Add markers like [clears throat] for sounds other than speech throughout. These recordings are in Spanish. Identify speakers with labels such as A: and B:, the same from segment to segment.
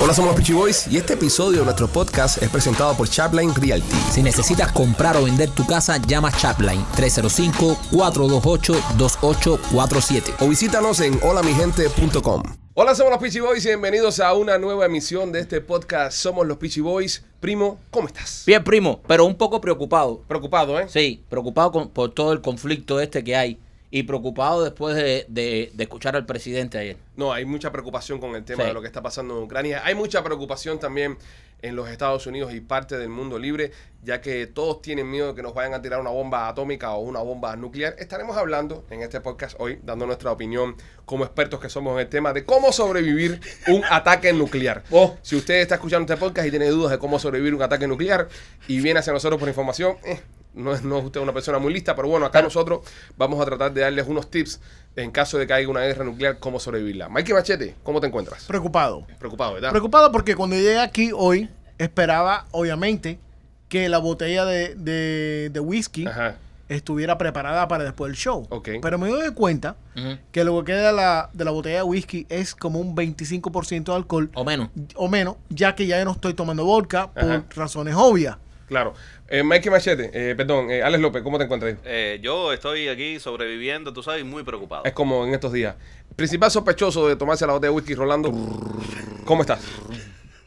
A: Hola, somos los Peachy Boys y este episodio de nuestro podcast es presentado por Chapline Realty.
B: Si necesitas comprar o vender tu casa, llama Chapline 305-428-2847.
A: O visítanos en holamigente.com. Hola, somos los Peachy Boys y bienvenidos a una nueva emisión de este podcast. Somos los Peachy Boys. Primo, ¿cómo estás?
B: Bien, primo, pero un poco preocupado.
A: Preocupado, ¿eh?
B: Sí, preocupado con- por todo el conflicto este que hay y preocupado después de, de- de escuchar al presidente ayer.
A: No, hay mucha preocupación con el tema
B: Sí.
A: de lo que está pasando en Ucrania. Hay mucha preocupación también en los Estados Unidos y parte del mundo libre, ya que todos tienen miedo de que nos vayan a tirar una bomba atómica o una bomba nuclear. Estaremos hablando en este podcast hoy, dando nuestra opinión como expertos que somos en el tema de cómo sobrevivir un ataque nuclear.
B: Oh.
A: Si usted está escuchando este podcast y tiene dudas de cómo sobrevivir un ataque nuclear y viene hacia nosotros por información, eh, no es no es usted una persona muy lista, pero bueno, acá nosotros vamos a tratar de darles unos tips en caso de que haya una guerra nuclear, cómo sobrevivirla. Mikey Machete, ¿cómo te encuentras?
C: Preocupado.
A: Preocupado, ¿verdad?
C: Preocupado porque cuando llegué aquí hoy, esperaba, obviamente, que la botella de, de- de whisky
A: Ajá.
C: estuviera preparada para después del show.
A: Ok.
C: Pero me doy cuenta que lo que queda de la, de la botella de whisky es como un 25% de alcohol
B: O menos.
C: o menos, ya que ya no estoy tomando vodka por
A: Oh. Ajá.
C: razones obvias.
A: Claro. Eh, Mikey Machete, eh, perdón, eh, Alex López, ¿cómo te encuentras?
D: Eh, yo estoy aquí sobreviviendo, tú sabes, y muy preocupado.
A: Es como en estos días. Principal sospechoso de tomarse la botella de whisky, Rolando. ¿Cómo estás?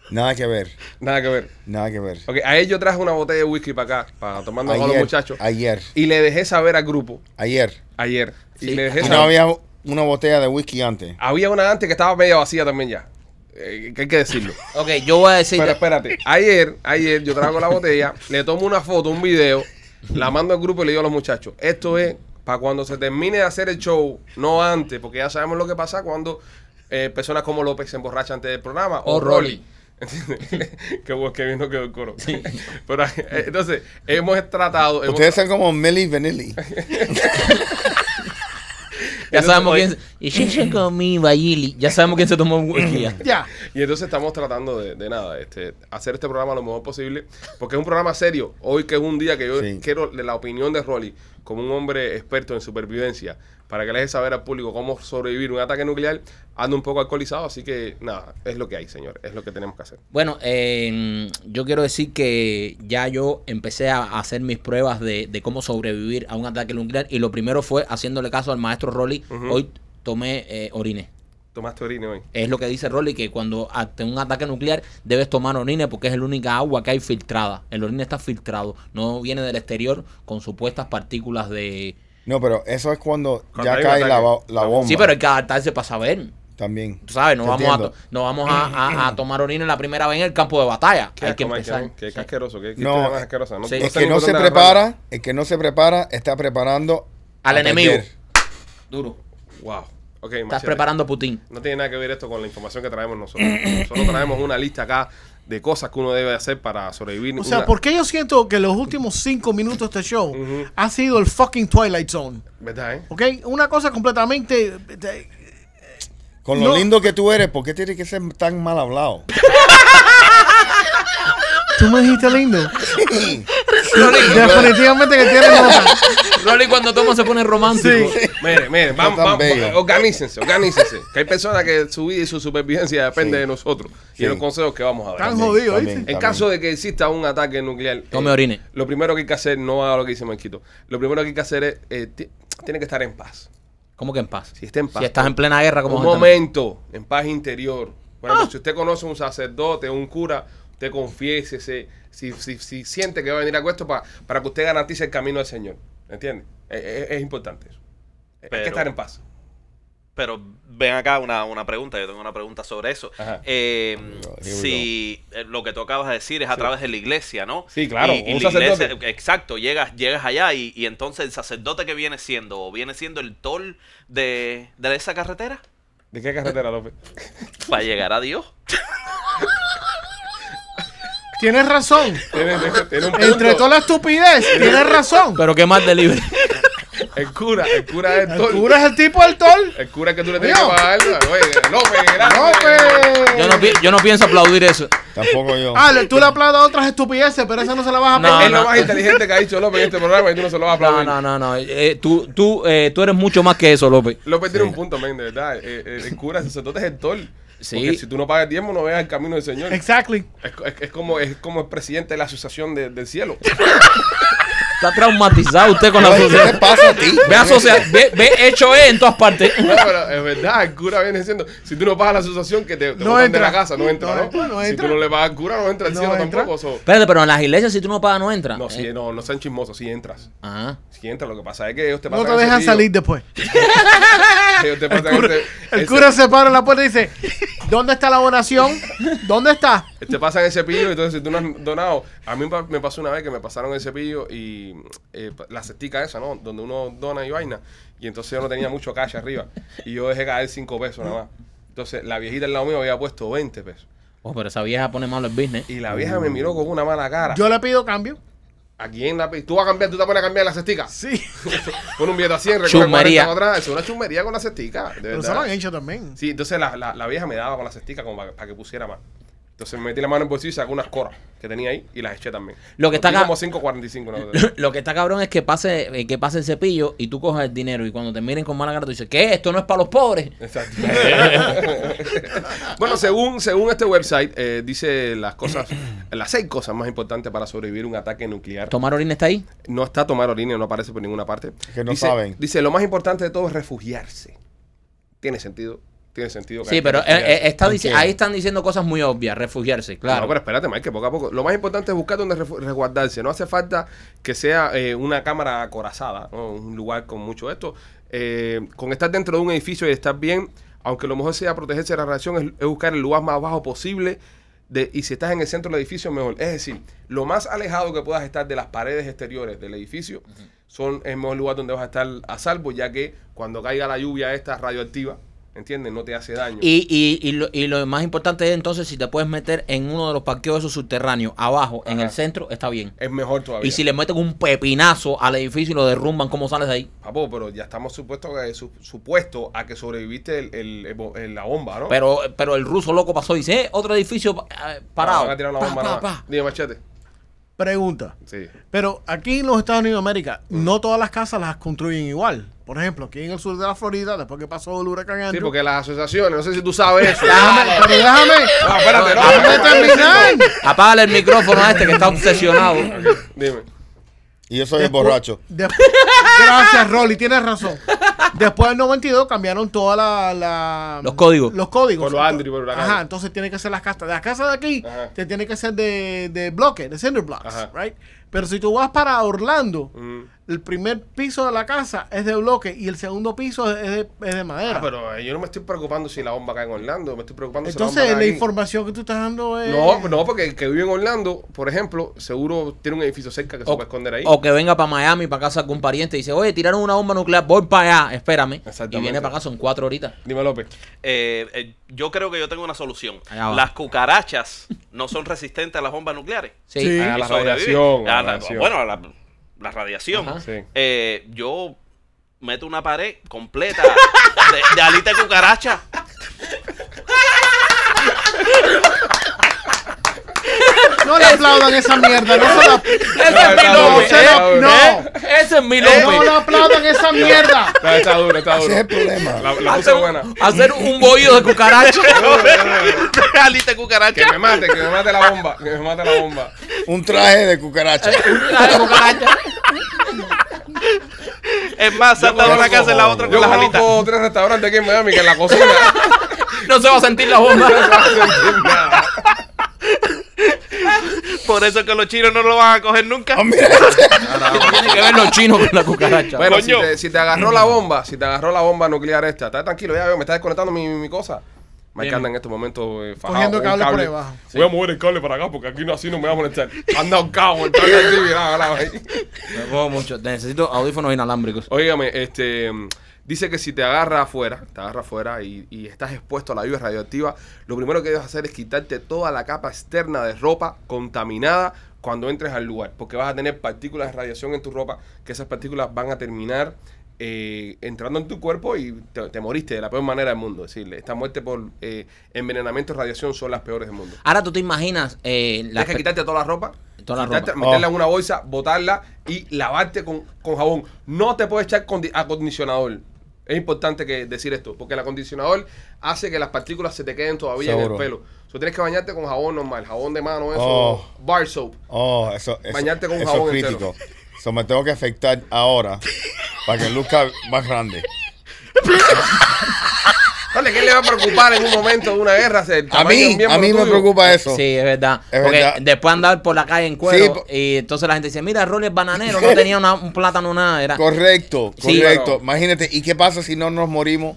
E: Nada que ver,
A: Nada que ver.
E: nada que ver.
A: Ok, a él yo traje una botella de whisky para acá, para tomando a los muchachos.
E: ayer,
A: Y le dejé saber al grupo
E: ayer.
A: ayer. Y
B: Sí.
A: le dejé
E: Y
A: saber.
E: no
A: había...
E: había una botella de whisky antes.
A: una antes que estaba media vacía también ya. Eh, que hay que decirlo.
B: Ok, yo voy a decir...
A: Pero espérate, ayer, ayer yo traigo la botella, le tomo una foto, un video, la mando al grupo y le digo a los muchachos, esto es para cuando se termine de hacer el show, no antes, porque ya sabemos lo que pasa cuando eh, personas como López se emborrachan antes del programa o,
B: O
A: Rolly. [laughs]
B: Rolly.
A: ¿Entiendes? que vos que vino quedó el coro. [laughs] Pero eh, entonces, hemos tratado. hemos-
E: Ustedes son como Milli Vanilli.
B: ya sabemos quién... Y yo llego a mi Bayili. Ya sabemos quién se tomó
A: [laughs]
B: un whisky. ya.
C: Ya.
A: Y entonces estamos tratando de, de nada, este, hacer este programa lo mejor posible, porque es un programa serio. Hoy que es un día que yo
E: Sí.
A: quiero de la opinión de Rolly, como un hombre experto en supervivencia, para que le deje saber al público cómo sobrevivir un ataque nuclear, ando un poco alcoholizado, así que nada, es lo que hay, señor, es lo que tenemos que hacer.
B: Bueno, eh, yo quiero decir que ya yo empecé a hacer mis pruebas de, de cómo sobrevivir a un ataque nuclear y lo primero fue haciéndole caso al maestro Rolly.
A: Ujú.
B: Hoy tomé eh, orine.
A: Tomaste orine hoy.
B: Es lo que dice Rolly, que cuando ante un ataque nuclear debes tomar orine porque es la única agua que hay filtrada. El orine está filtrado, no viene del exterior con supuestas partículas de...
E: No, pero eso es cuando
A: Cuando hay
E: ya
A: un
E: cae la,
A: ataque.
E: bo- la bomba.
B: Sí, pero hay que adaptarse para saber.
E: También.
B: Tú sabes, no
E: Te
B: vamos, a, to-
E: entiendo.
B: no vamos a, a- a tomar orine la primera vez en el campo de batalla.
A: Qué
B: hay
A: asco,
B: que
A: Mike,
B: empezar.
A: ¿no? Qué, qué
B: Sí.
A: asqueroso, qué, qué
E: No,
A: cosa más asquerosa.
B: sí.
A: sé
E: El
A: ni
E: que
A: por
E: no se
A: dónde agarrarlo.
E: prepara, el que no se prepara, está preparando
B: Al
E: a
B: enemigo.
E: perder.
B: Duro.
A: Wow. Ok,
B: Estás
A: machete.
B: preparando a Putin.
A: No tiene nada que ver esto con la información que traemos nosotros. Nosotros traemos una lista acá de cosas que uno debe hacer para sobrevivir.
C: O sea,
A: una-
C: porque yo siento que los últimos cinco minutos de este show
A: Ujú.
C: ha sido el fucking Twilight Zone.
A: ¿Verdad, eh?
C: ¿Ok? Una cosa completamente... eh,
E: Con lo
C: No.
E: lindo que tú eres, ¿por qué tienes que ser tan mal hablado?
C: Tú me dijiste lindo. Definitivamente que tiene nota.
B: Rolly cuando toma se pone romántico.
A: Mire, mire, vamos,
E: tan
A: vamos,
E: bello.
A: va- organícense, organícense. Que hay personas que su vida y su supervivencia depende
E: Sí.
A: de nosotros y
E: Sí.
A: de los consejos que vamos a dar.
C: Tan
A: En
E: También,
C: jodido,
E: también,
C: ¿viste?
E: también.
A: caso de que exista un ataque nuclear,
B: Tome
A: eh,
B: orine.
A: lo primero que hay que hacer, no haga lo que dice Marquito, lo primero que hay que hacer es, eh, ti- tiene que estar en paz.
B: ¿Cómo que en paz?
A: Si está en paz.
B: Si estás en plena guerra, como
A: un
B: gente-
A: momento, en paz interior. Por
B: Ah.
A: ejemplo, si usted conoce un sacerdote, un cura, usted confiésese. Si, si, si siente que va a venir a cuesto pa- para que usted garantice el camino del Señor. ¿Entiende? Es, es- es importante eso. Hay que
D: Pero-
A: estar en paz.
D: Pero ven acá una, una pregunta, yo tengo una pregunta sobre eso.
A: Ajá.
D: Eh,
E: Here we
D: si eh, lo que tú acabas de decir es a través de la iglesia, ¿no?
A: Sí, claro,
D: Y, y
A: un
D: la iglesia-
A: sacerdote.
D: exacto, llegas, llegas allá y, y entonces el sacerdote que viene siendo, o viene siendo el tol de, de esa carretera,
A: ¿De qué carretera, López?
D: para llegar a Dios.
C: Tienes razón.
A: [laughs] Tiene, tiene- tiene un punto.
C: Entre toda la estupidez, tienes razón.
B: Pero qué más de libre.
A: El cura, el cura es el
C: El
A: tol.
C: cura es el tipo del tol.
A: El cura que tú le tienes que
C: Mío.
A: pagar. Oye, López,
C: pues.
A: gracias.
C: ¡López!
B: Yo no, pi- yo no pienso aplaudir eso.
E: Tampoco yo.
C: Ah, le- tú le aplaudas otras estupideces, pero esa no se la vas a
B: Ah, No,
C: pedir.
A: Es lo más inteligente que ha dicho López en este programa y tú no se lo vas a
B: No,
A: aplaudir.
B: no, no, no. Eh, tú, tú, eh, tú eres mucho más que eso, López.
A: López tiene un punto, men, de verdad. Eh, eh, El, cura, el sacerdote es el tol. Porque
B: Sí,
A: si tú no pagas el diezmo, no veas el camino del Señor. Es,
C: Exactly.
A: es- es como, es como el presidente de la asociación de- del
C: [laughs]
A: cielo.
B: está traumatizado usted con la
E: Oye, ¿Qué
B: sociedad.
E: te pasa a ti?
B: Ve, asocia- ve, ve hecho E en todas partes.
A: No, pero es verdad, el cura viene diciendo, si tú no pagas la asociación que te, te
C: No
A: botan de
C: entra.
A: la casa, no entra,
C: No
A: ¿no?
C: entra, no
A: si
C: entra.
A: tú no le pagas al cura, no entra al
C: No
A: cielo
C: entra.
A: tampoco. so-
B: Espérate, pero en las iglesias si tú no pagas no entras.
A: No, si,
B: Eh,
A: no, no sean chismosos, si entras.
B: Ajá.
A: Si entras, lo que pasa es que ellos te
C: No
A: pasan
C: te
A: ese
C: dejan
A: río.
C: salir después.
A: Ellos te
C: [laughs] El
A: pasan
C: cura,
A: ese-
C: el
A: ese-
C: cura se para en la puerta y dice, ¿dónde está la donación? ¿Dónde está?
A: Te pasan el cepillo, entonces si tú no has donado. A mí pa- me pasó una vez que me pasaron el cepillo y eh, pa- la cestica esa, ¿no? Donde uno dona y vaina. Y entonces yo no tenía mucho cash arriba. Y yo dejé caer 5 pesos nada más. Entonces la viejita al lado mío había puesto 20 pesos.
B: Oh, pero esa vieja pone malo el business. [laughs]
A: Y la vieja me miró con una mala cara.
C: Yo le pido cambio.
A: ¿A quién la pi- ¿Tú vas a cambiar? ¿Tú te pones a cambiar la
C: [laughs]
A: cestica?
C: Sí.
A: Con un billete a 100, recoge
B: Chusmería.
A: 40 para atrás. Es una chumería con la cestica. De
C: Pero se lo han
A: verdad.
C: hecho también.
A: Sí, entonces la, la- la vieja me daba con la cestica como para, para que pusiera más. Entonces me metí la mano en el bolsillo y saqué unas coras que tenía ahí y las eché también.
B: Lo que está
A: Cogí
B: acá-
A: como 5.45.
B: [laughs]
A: una cosa así.
B: Lo- Lo que está cabrón es que pase, eh, que pase el cepillo y tú cojas el dinero y cuando te miren con mala cara tú dices, ¿qué? Esto no es para los pobres.
A: Exacto. [laughs] bueno, según, según este website, eh, dice las
B: [clears throat]
A: cosas, las seis cosas más importantes para sobrevivir un ataque nuclear.
B: Tomar orina está ahí.
A: No está tomar orina, no aparece por ninguna parte.
E: que no
A: dice,
E: saben.
A: Dice, lo más importante de todo es refugiarse. Tiene sentido. Tiene sentido. que
B: Sí,
A: hay que
B: pero eh,
A: refugiarse.
B: eh, está dic-
E: Tranquilo.
B: ahí están diciendo cosas muy obvias, refugiarse, claro.
A: No, pero espérate, Mike, que poco a poco. Lo más importante es buscar donde refu- resguardarse. No hace falta que sea eh, una cámara acorazada, ¿no? un lugar con mucho esto. Eh, con estar dentro de un edificio y estar bien, aunque lo mejor sea protegerse de la radiación, es, es buscar el lugar más bajo posible. de- y si estás en el centro del edificio, mejor. Es decir, lo más alejado que puedas estar de las paredes exteriores del edificio son el mejor lugar donde vas a estar a salvo, ya que cuando caiga la lluvia esta radioactiva, ¿entiendes? No te hace daño.
B: Y, y, y, lo, y lo más importante es entonces si te puedes meter en uno de los parqueos esos subterráneos, abajo, en
A: Ajá.
B: el centro, está bien.
A: es mejor todavía.
B: Y si le meten un pepinazo al edificio y lo derrumban, ¿cómo sales de ahí?
A: Papo, pero ya estamos supuesto que, su- supuesto a que sobreviviste el, el- el bo- el- la bomba, ¿no?
B: Pero, pero el ruso loco pasó y dice, eh, otro edificio eh, parado.
A: Ah, van a tirar la
B: Pa,
A: bomba,
B: pa,
A: nada.
B: pa.
A: Dime, machete.
C: Pregunta.
A: Sí.
C: Pero aquí en los Estados Unidos de América, no todas las casas las construyen igual. Por ejemplo, aquí en el sur de la Florida, después que pasó el huracán
A: Sí,
C: Andrew.
A: porque las asociaciones, no sé si tú sabes eso.
C: Déjame, pero déjame,
A: No, espérate, no.
C: déjame
A: espérate,
C: terminar.
B: Apágale el micrófono a este que está
A: [laughs]
B: obsesionado.
A: espérate. Dime.
E: Y yo soy el borracho.
C: Despu- Gracias, Rolly, tienes razón. Después del 92 cambiaron toda la, la-
B: Los códigos.
C: Los códigos.
A: Por lo Andrew, por lo Huracán.
C: Ajá, entonces tiene que ser las casas. Las casas de aquí
A: Ajá.
C: te tiene que ser de, de bloque, de cinder blocks,
A: Ajá.
C: right? Pero si tú vas para Orlando,
A: Mm.
C: el primer piso de la casa es de bloque y el segundo piso es de, es de madera.
A: Ah, pero eh, yo no me estoy preocupando si la bomba cae en Orlando, me estoy preocupando si
C: entonces
A: la bomba
C: la
A: cae aquí.
C: información que tú estás dando es
A: No, no, porque el que vive en Orlando, por ejemplo, seguro tiene un edificio cerca que se
B: O,
A: puede esconder ahí.
B: o que venga para Miami, para casa con un pariente y dice, oye, tiraron una bomba nuclear, voy para allá, espérame.
A: Exactamente.
B: Y viene para acá, son cuatro horitas.
A: Dime, López.
D: Eh, eh, yo creo que yo tengo una solución.
B: Allá va.
D: Las cucarachas no son resistentes a las bombas nucleares.
B: Sí.
C: Sí.
A: Ah,
D: Y
A: la
D: sobreviven.
A: radiación, la
D: A la-
A: radiación.
D: Ah, Bueno, a la, la radiación.
B: Ajá.
A: Sí.
D: Eh, yo meto una pared completa de, de alita de cucaracha. [laughs]
C: No le aplaudan esa mierda, no
A: [laughs]
C: se la-
B: Ese es mi
A: No,
C: no,
B: López.
C: se la-
A: eh,
C: no,
B: ¿eh? Ese es mi
C: no le
B: López.
C: aplaudan esa mierda.
A: Está, está duro, está duro.
E: Ese es el problema.
A: La, la puse
B: Hacer,
A: buena. [laughs]
B: hacer un bollo de cucaracha.
D: alita
A: Que
D: de
A: me
D: cucaracha.
A: mate, que me mate la bomba, que me mate la bomba.
E: Un traje de cucaracha.
B: Una cucaracha.
D: Es más, salta de una
A: conozco-
D: casa en la otra
A: Yo
D: con las alitas.
A: conozco tres restaurantes aquí en Miami que en la cocina [laughs]
B: No se va a sentir la [laughs] bomba.
A: no se entiende nada.
D: Por eso es que los chinos no lo van a coger nunca.
E: Ah, mira.
B: Tiene que ver los chinos con la cucaracha.
A: Bueno, si
D: Coño.
A: te, si te agarró la bomba, si te agarró la bomba nuclear esta, está tranquilo, ya veo, me está desconectando mi, mi cosa. Mike
B: Bien.
A: anda en estos momentos eh, fajado
C: Cogiendo
A: con un
C: cable por debajo.
A: Voy a mover el cable para acá porque aquí no así no me va a molestar. Anda un cabo, el cable aquí, mirá, mirá, ahí.
B: Me pongo mucho. Necesito audífonos inalámbricos.
A: Óigame, este mm, dice que si te agarra afuera, te agarra afuera y, y estás expuesto a la lluvia radioactiva, lo primero que debes hacer es quitarte toda la capa externa de ropa contaminada cuando entres al lugar, porque vas a tener partículas de radiación en tu ropa, que esas partículas van a terminar eh, entrando en tu cuerpo y te, te moriste de la peor manera del mundo. Es decir, esta muerte por eh, envenenamiento y radiación son las peores del mundo.
B: Ahora tú te imaginas eh, la
A: Tienes que quitarte toda la ropa.
B: Toda la
A: quitarte-
B: ropa.
A: Meterla
E: Oh.
A: en una bolsa, botarla y lavarte con, con jabón. No te puedes echar condi- acondicionador. Es importante que decir esto, porque el acondicionador hace que las partículas se te queden todavía en el
E: Seguro.
A: pelo. O sea, tienes que bañarte con jabón normal, jabón de mano, eso,
E: Oh.
A: bar soap.
E: Oh, eso, eso,
A: Bañarte con
E: eso
A: jabón
E: es crítico. Eso me tengo que afectar ahora para que luzca más grande.
A: Dale, ¿qué le va a preocupar en un momento de una guerra? Si el
E: A
A: tamaño de un
E: mí,
A: miembro
E: a mí me
A: tuyo-
E: preocupa eso.
B: Sí, es verdad.
E: Es
B: Porque
E: verdad.
B: después andar por la calle en cuero
E: po-
B: y entonces la gente dice, mira, Rolly es bananero,
E: [laughs]
B: no tenía una- un plátano, nada. Era...
E: Correcto,
B: Sí.
E: correcto.
A: Claro.
E: Imagínate, ¿y qué pasa si no nos morimos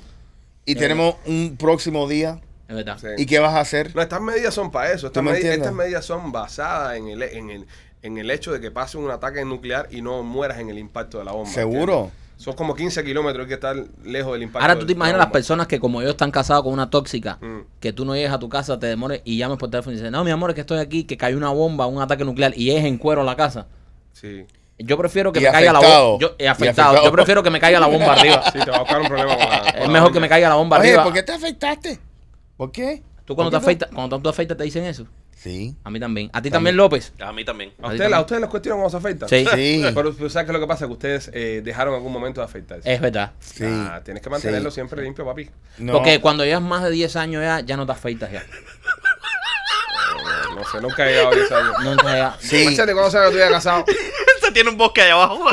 E: y tenemos un próximo día?
B: Es verdad.
A: Sí.
E: ¿Y qué vas a hacer?
A: No, estas medidas son para eso. Estas,
E: me
A: medi-
E: entiendes?
A: estas medidas son basadas en el, en, el, en el hecho de que pase un ataque nuclear y no mueras en el impacto de la bomba.
E: Seguro.
A: ¿entiendes? Son como 15 kilómetros hay que estar lejos del impacto.
B: Ahora tú
A: de
B: te
A: la
B: imaginas las
A: bomba.
B: personas que como yo están casados con una tóxica,
A: Mm.
B: que tú no llegues a tu casa, te demores y llames por teléfono y dices, no, mi amor, es que estoy aquí, que cayó una bomba, un ataque nuclear y es en cuero la casa.
A: Sí.
B: Yo prefiero que
E: Y
B: me caiga la
E: afectado.
B: bomba. Yo, eh,
E: Y
B: afectado.
E: afectado.
B: Yo prefiero que me caiga la bomba
E: [laughs]
B: arriba.
A: Sí, te va a buscar un problema con la- con
B: Es
A: la
B: mejor que
A: doña.
B: me caiga la bomba
E: Oye,
B: arriba.
E: ¿por qué te afectaste? ¿Por qué?
B: Tú cuando te
E: ¿Por qué
B: afeitas, cuando tú te afeitas te dicen eso.
E: Sí.
B: A mí también. A ti también,
E: También.
B: López.
D: A mí también.
A: ¿A ustedes, a ustedes les cuestionan cuando se afeitan?
B: Sí.
E: Sí.
A: [laughs] Pero, pero ¿sabes qué es lo que pasa? Que ustedes eh, dejaron algún momento de afeitarse.
B: Es verdad.
E: sí.
A: Ah, tienes que mantenerlo
E: Sí.
A: siempre limpio, papi.
E: No.
B: Porque cuando llevas más de 10 años ya, ya no te afeitas ya.
A: No sé, nunca he llegado a 10 años.
B: No te
E: [laughs]
B: ya.
E: Sí.
A: Imagínate cuando se estuviera casado.
D: Se tiene un bosque allá abajo.
A: Me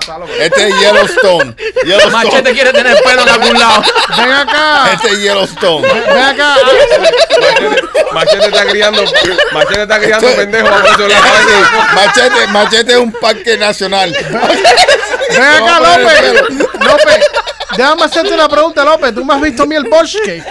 A: pasa algo.
E: Este es
B: [laughs]
E: Yellowstone.
B: Machete
E: Yellowstone.
B: quiere tener pelo en algún lado.
C: Ven acá.
E: Este es Yellowstone.
C: Ven acá.
A: Machete, machete está criando, machete está criando
E: Esto-
A: pendejos a muchos
E: Sí,
A: lados.
B: [laughs]
E: Machete, machete es un parque nacional.
C: Ven acá,
E: No,
C: López.
E: pero-
C: López. Déjame hacerte una pregunta, López. ¿Tú me has visto a mí el bosque?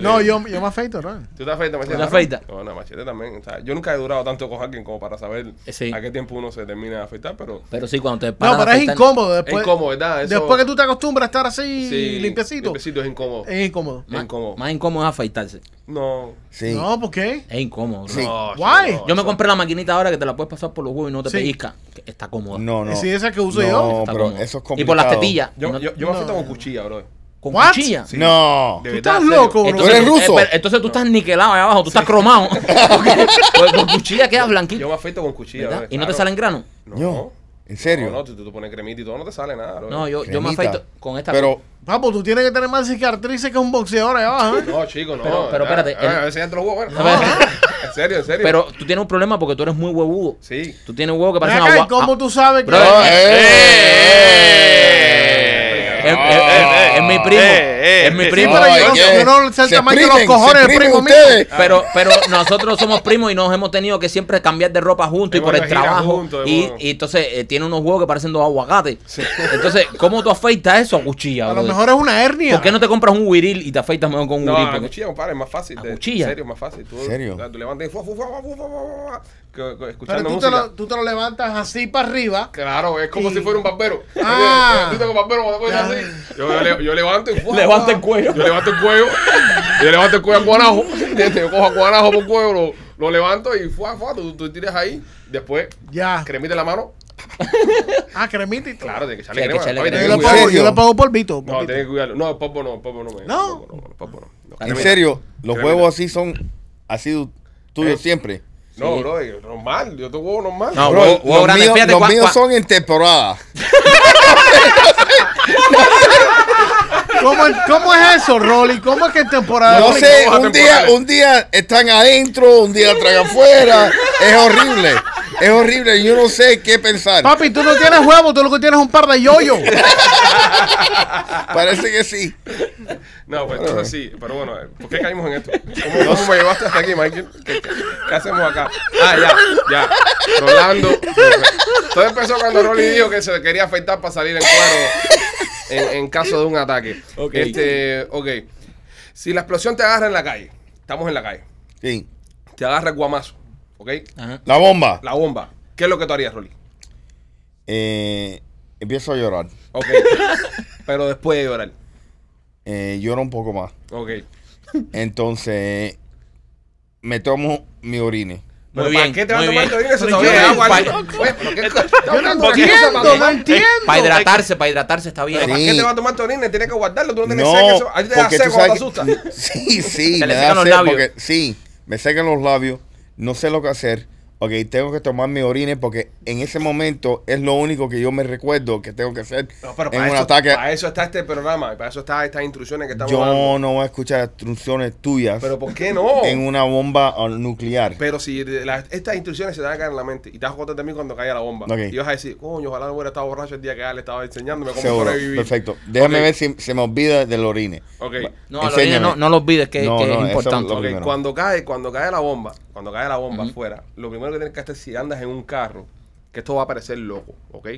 C: No, yo, yo me afeito, ¿no?
A: ¿Tú te afeitas, machete?
B: ¿Tú te afeitas?
A: No, no, machete también. o sea, yo nunca he durado tanto con alguien como para saber
B: Eh, sí.
A: a qué tiempo uno se termina de afeitar, pero
B: Pero sí, cuando te paras
C: No,
B: a
C: pero es
B: afeitar-
C: incómodo después.
A: es incómodo, ¿verdad? Eso-
C: Después que tú te acostumbras a estar así
A: sí,
C: limpiecito, Eh,
A: Limpiecito es incómodo.
C: es incómodo.
A: es incómodo.
B: Más incómodo es afeitarse.
A: No.
E: Sí.
C: No, ¿por qué?
B: Es incómodo. bro.
E: Sí.
A: No,
C: Guay.
A: no,
B: Yo me
A: eso-
B: compré la maquinita ahora que te la puedes pasar por los huevos y no te
C: Sí.
B: pellizca. Que Está cómoda.
E: No, no.
C: Sí, esa que uso
E: no,
C: yo.
E: No,
B: Está
E: pero
B: cómoda.
E: eso es
B: Y por las
E: complicado.
B: tetillas.
A: Yo,
B: No-
A: yo, yo me
C: No.
A: afeito con cuchilla, bro.
B: con
C: What?
B: cuchilla.
A: Sí.
E: No.
A: De
C: Tú
A: verdad,
C: estás
A: en serio.
C: loco, bro.
E: Entonces- eres ruso?
B: eh, pero entonces tú estás niquelado ahí abajo, tú estás
E: [laughs]
B: cromado. [laughs] Porque- porque con cuchilla quedas blanquito.
A: Yo me afeito con cuchilla,
B: ¿verdad?
A: bro.
B: Y no te
A: claro.
B: salen granos.
A: No.
E: No. ¿En serio?
A: No, no, tú, tú pones cremita y todo, no te sale nada, bro.
B: No, yo, yo me
E: Cremita.
B: afeito con esta.
E: Pero
C: Papo, tú tienes que tener más cicatrices que un boxeador allá abajo, ¿eh?
A: No, chico, no.
B: Pero- pero
A: ya,
B: espérate,
A: A ver,
B: el-
A: a ver si entro los huevos.
B: A ver.
A: bueno. [laughs] En serio, en serio.
B: Pero tú tienes un problema porque tú eres muy huevudo.
A: Sí.
B: Tú tienes huevo que
C: Ven
B: parecen
C: acá, ¿y
B: agua.
C: ¿Cómo
B: ah,
C: tú sabes que.?
B: Bro,
E: No,
B: eh,
E: eh.
B: Es, es-
E: Ah.
B: es- es mi primo.
D: Eh, eh,
B: es mi
D: eh.
B: primo.
C: pero
E: Ay,
C: yo no-
E: ¿qué?
C: yo no sé el
E: Se
C: tamaño de los
E: priven,
C: cojones
E: se
C: del
E: priven
C: primo mío.
E: ustedes.
B: Pero, pero nosotros somos primos y nos hemos tenido que siempre cambiar de ropa juntos y
A: Hemos
B: por el
A: ido a girar
B: trabajo.
A: juntos,
B: y,
A: hemos-
B: y entonces eh, tiene unos huevos que parecen dos aguacates. Entonces, ¿cómo tú afeitas eso a cuchilla?
C: A lo
B: brother?
C: mejor es una hernia.
B: ¿Por qué no te compras un wiril y te afeitas mejor con un
A: No,
B: wiril?
A: a
B: Porque-
A: cuchilla, compadre, es más fácil.
B: ¿A
A: de-
B: cuchilla?
A: En serio, es más fácil. Tú,
E: ¿En serio?
A: Tú levantas y fu, fu, fu, fu, fu, fu, fu, que- que-
C: Pero
A: escuchando
C: tú te,
A: música.
C: lo, tú te lo levantas así para arriba.
A: Claro, es como
C: Y-
A: si fuera un barbero. [laughs]
C: Ah.
A: Tú te con barbero cuando te pones así. Yo, yo le- yo levanto y fu,
B: [laughs] Levanta
A: fu,
B: el cuello.
A: Yo levanto el cuello. yo levanto el cuello a cuanajo.
B: [laughs]
A: ¿entiendes? Yo cojo a cuanajo por cuello, lo, lo levanto y fu, fu, tú, tú tiras ahí. Después,
C: Ya.
A: cremita en la mano.
C: Ah, cremita y todo.
A: Claro, tienes que
B: Sí,
A: echarle
B: hay que
A: crema.
B: echarle
A: papi, tienes
B: crema.
C: Yo
A: que
C: lo
E: ¿En
A: cuidarlo.
C: pago,
E: serio?
C: yo lo pago polvito.
A: No,
C: polvito.
A: tienes que cuidarlo. No, el popo no, el popo no me.
C: ¿No?
A: el popo no, el popo no. No,
E: en
A: cremita.
E: serio, los
A: Cremita.
E: huevos así son así tuyos
A: Eh.
E: siempre.
A: No,
B: Sí.
A: bro, es normal. Yo tengo huevo normal.
B: No,
E: Bro,
B: huevo- huevo
E: los
B: grande,
E: míos,
B: fíjate
E: los
B: cuá-
E: míos
B: cuá-
E: son en temporada.
C: ¿Cómo, ¿Cómo es eso, Rolly? ¿Cómo es que Ah, en temporada?
E: No
C: Rolly,
E: sé,
A: huevos
E: un día,
A: temporales.
E: un día están adentro, un día están afuera. Es horrible. Es horrible. Yo no sé qué pensar.
C: Papi, tú no tienes huevos, tú lo que tienes es un par de yoyo.
E: Parece que sí.
A: No, pues entonces sí, pero bueno, eh, ¿por qué caímos en esto? ¿Cómo, cómo me llevaste hasta aquí, Michael? ¿Qué, qué- qué hacemos acá? Ah, ya, ya. Rolando. Todo empezó cuando Rolly dijo que se quería afeitar para salir en cuero en, en caso de un ataque.
B: Ok.
A: Este, ok. Si la explosión te agarra en la calle, estamos en la calle,
E: Sí.
A: te agarra el guamazo, ¿ok?
B: Ajá.
E: La bomba.
A: La bomba. ¿Qué es lo que tú harías, Rolly?
E: Eh, empiezo a llorar.
A: Ok. Pero después de llorar.
E: Eh, lloro un poco más.
A: Ok.
E: Entonces, me tomo mi orine.
B: Muy
A: Pero
B: bien,
A: ¿Para qué te vas a
B: muy
A: tomar
B: bien.
A: todo eso?
C: Pero
A: Todavía
C: yo-
A: hay agua.
B: pa-
A: ahí. Oye, ¿pero qué co-
C: Yo no
A: hablando de
C: entiendo,
A: cosas, papi?
C: no entiendo.
B: Para hidratarse, para hidratarse está bien.
A: ¿Para
E: Sí.
A: qué te va a tomar Tonina? Tienes que guardarlo, tú no tienes
E: No,
A: sed, que eso. Ahí te da
E: porque
A: sed
E: tú
A: cuando te
E: sabes
A: asustas.
E: que- [laughs] Sí, sí,
B: Se le
E: me
B: secan
E: da
B: los
E: sed
B: labios.
E: porque sí, me secan los labios, no sé lo que hacer. ok, tengo que tomar mi orines porque en ese momento es lo único que yo me recuerdo que tengo que hacer
A: [laughs] No, pero
E: en
A: para
E: un
A: eso,
E: ataque.
A: para eso está este programa y para eso están estas instrucciones que estamos
E: Yo
A: dando.
E: no voy a escuchar instrucciones tuyas
A: Pero ¿por qué no?
E: en una bomba uh, nuclear.
A: Pero si de las- estas instrucciones se te van a caer en la mente y te vas a contar de mí cuando caiga la bomba.
E: Ok.
A: Y vas a decir, coño, ojalá no hubiera estado borracho el día que Ale estaba enseñándome cómo
E: Seguro,
A: sobrevivir.
E: perfecto. Déjame
A: Ok.
E: ver si se me olvida del orine.
A: Ok.
B: No,
E: Enséñame.
B: Lorena, no, no lo olvides que,
E: No,
B: que
E: no, eso
B: es importante.
E: lo-
A: Ok,
E: primero.
A: cuando cae, cuando cae la bomba, cuando cae la bomba
B: Ujú.
A: afuera, lo primero que tienes que hacer si andas en un carro, que esto va a parecer loco, ¿ok?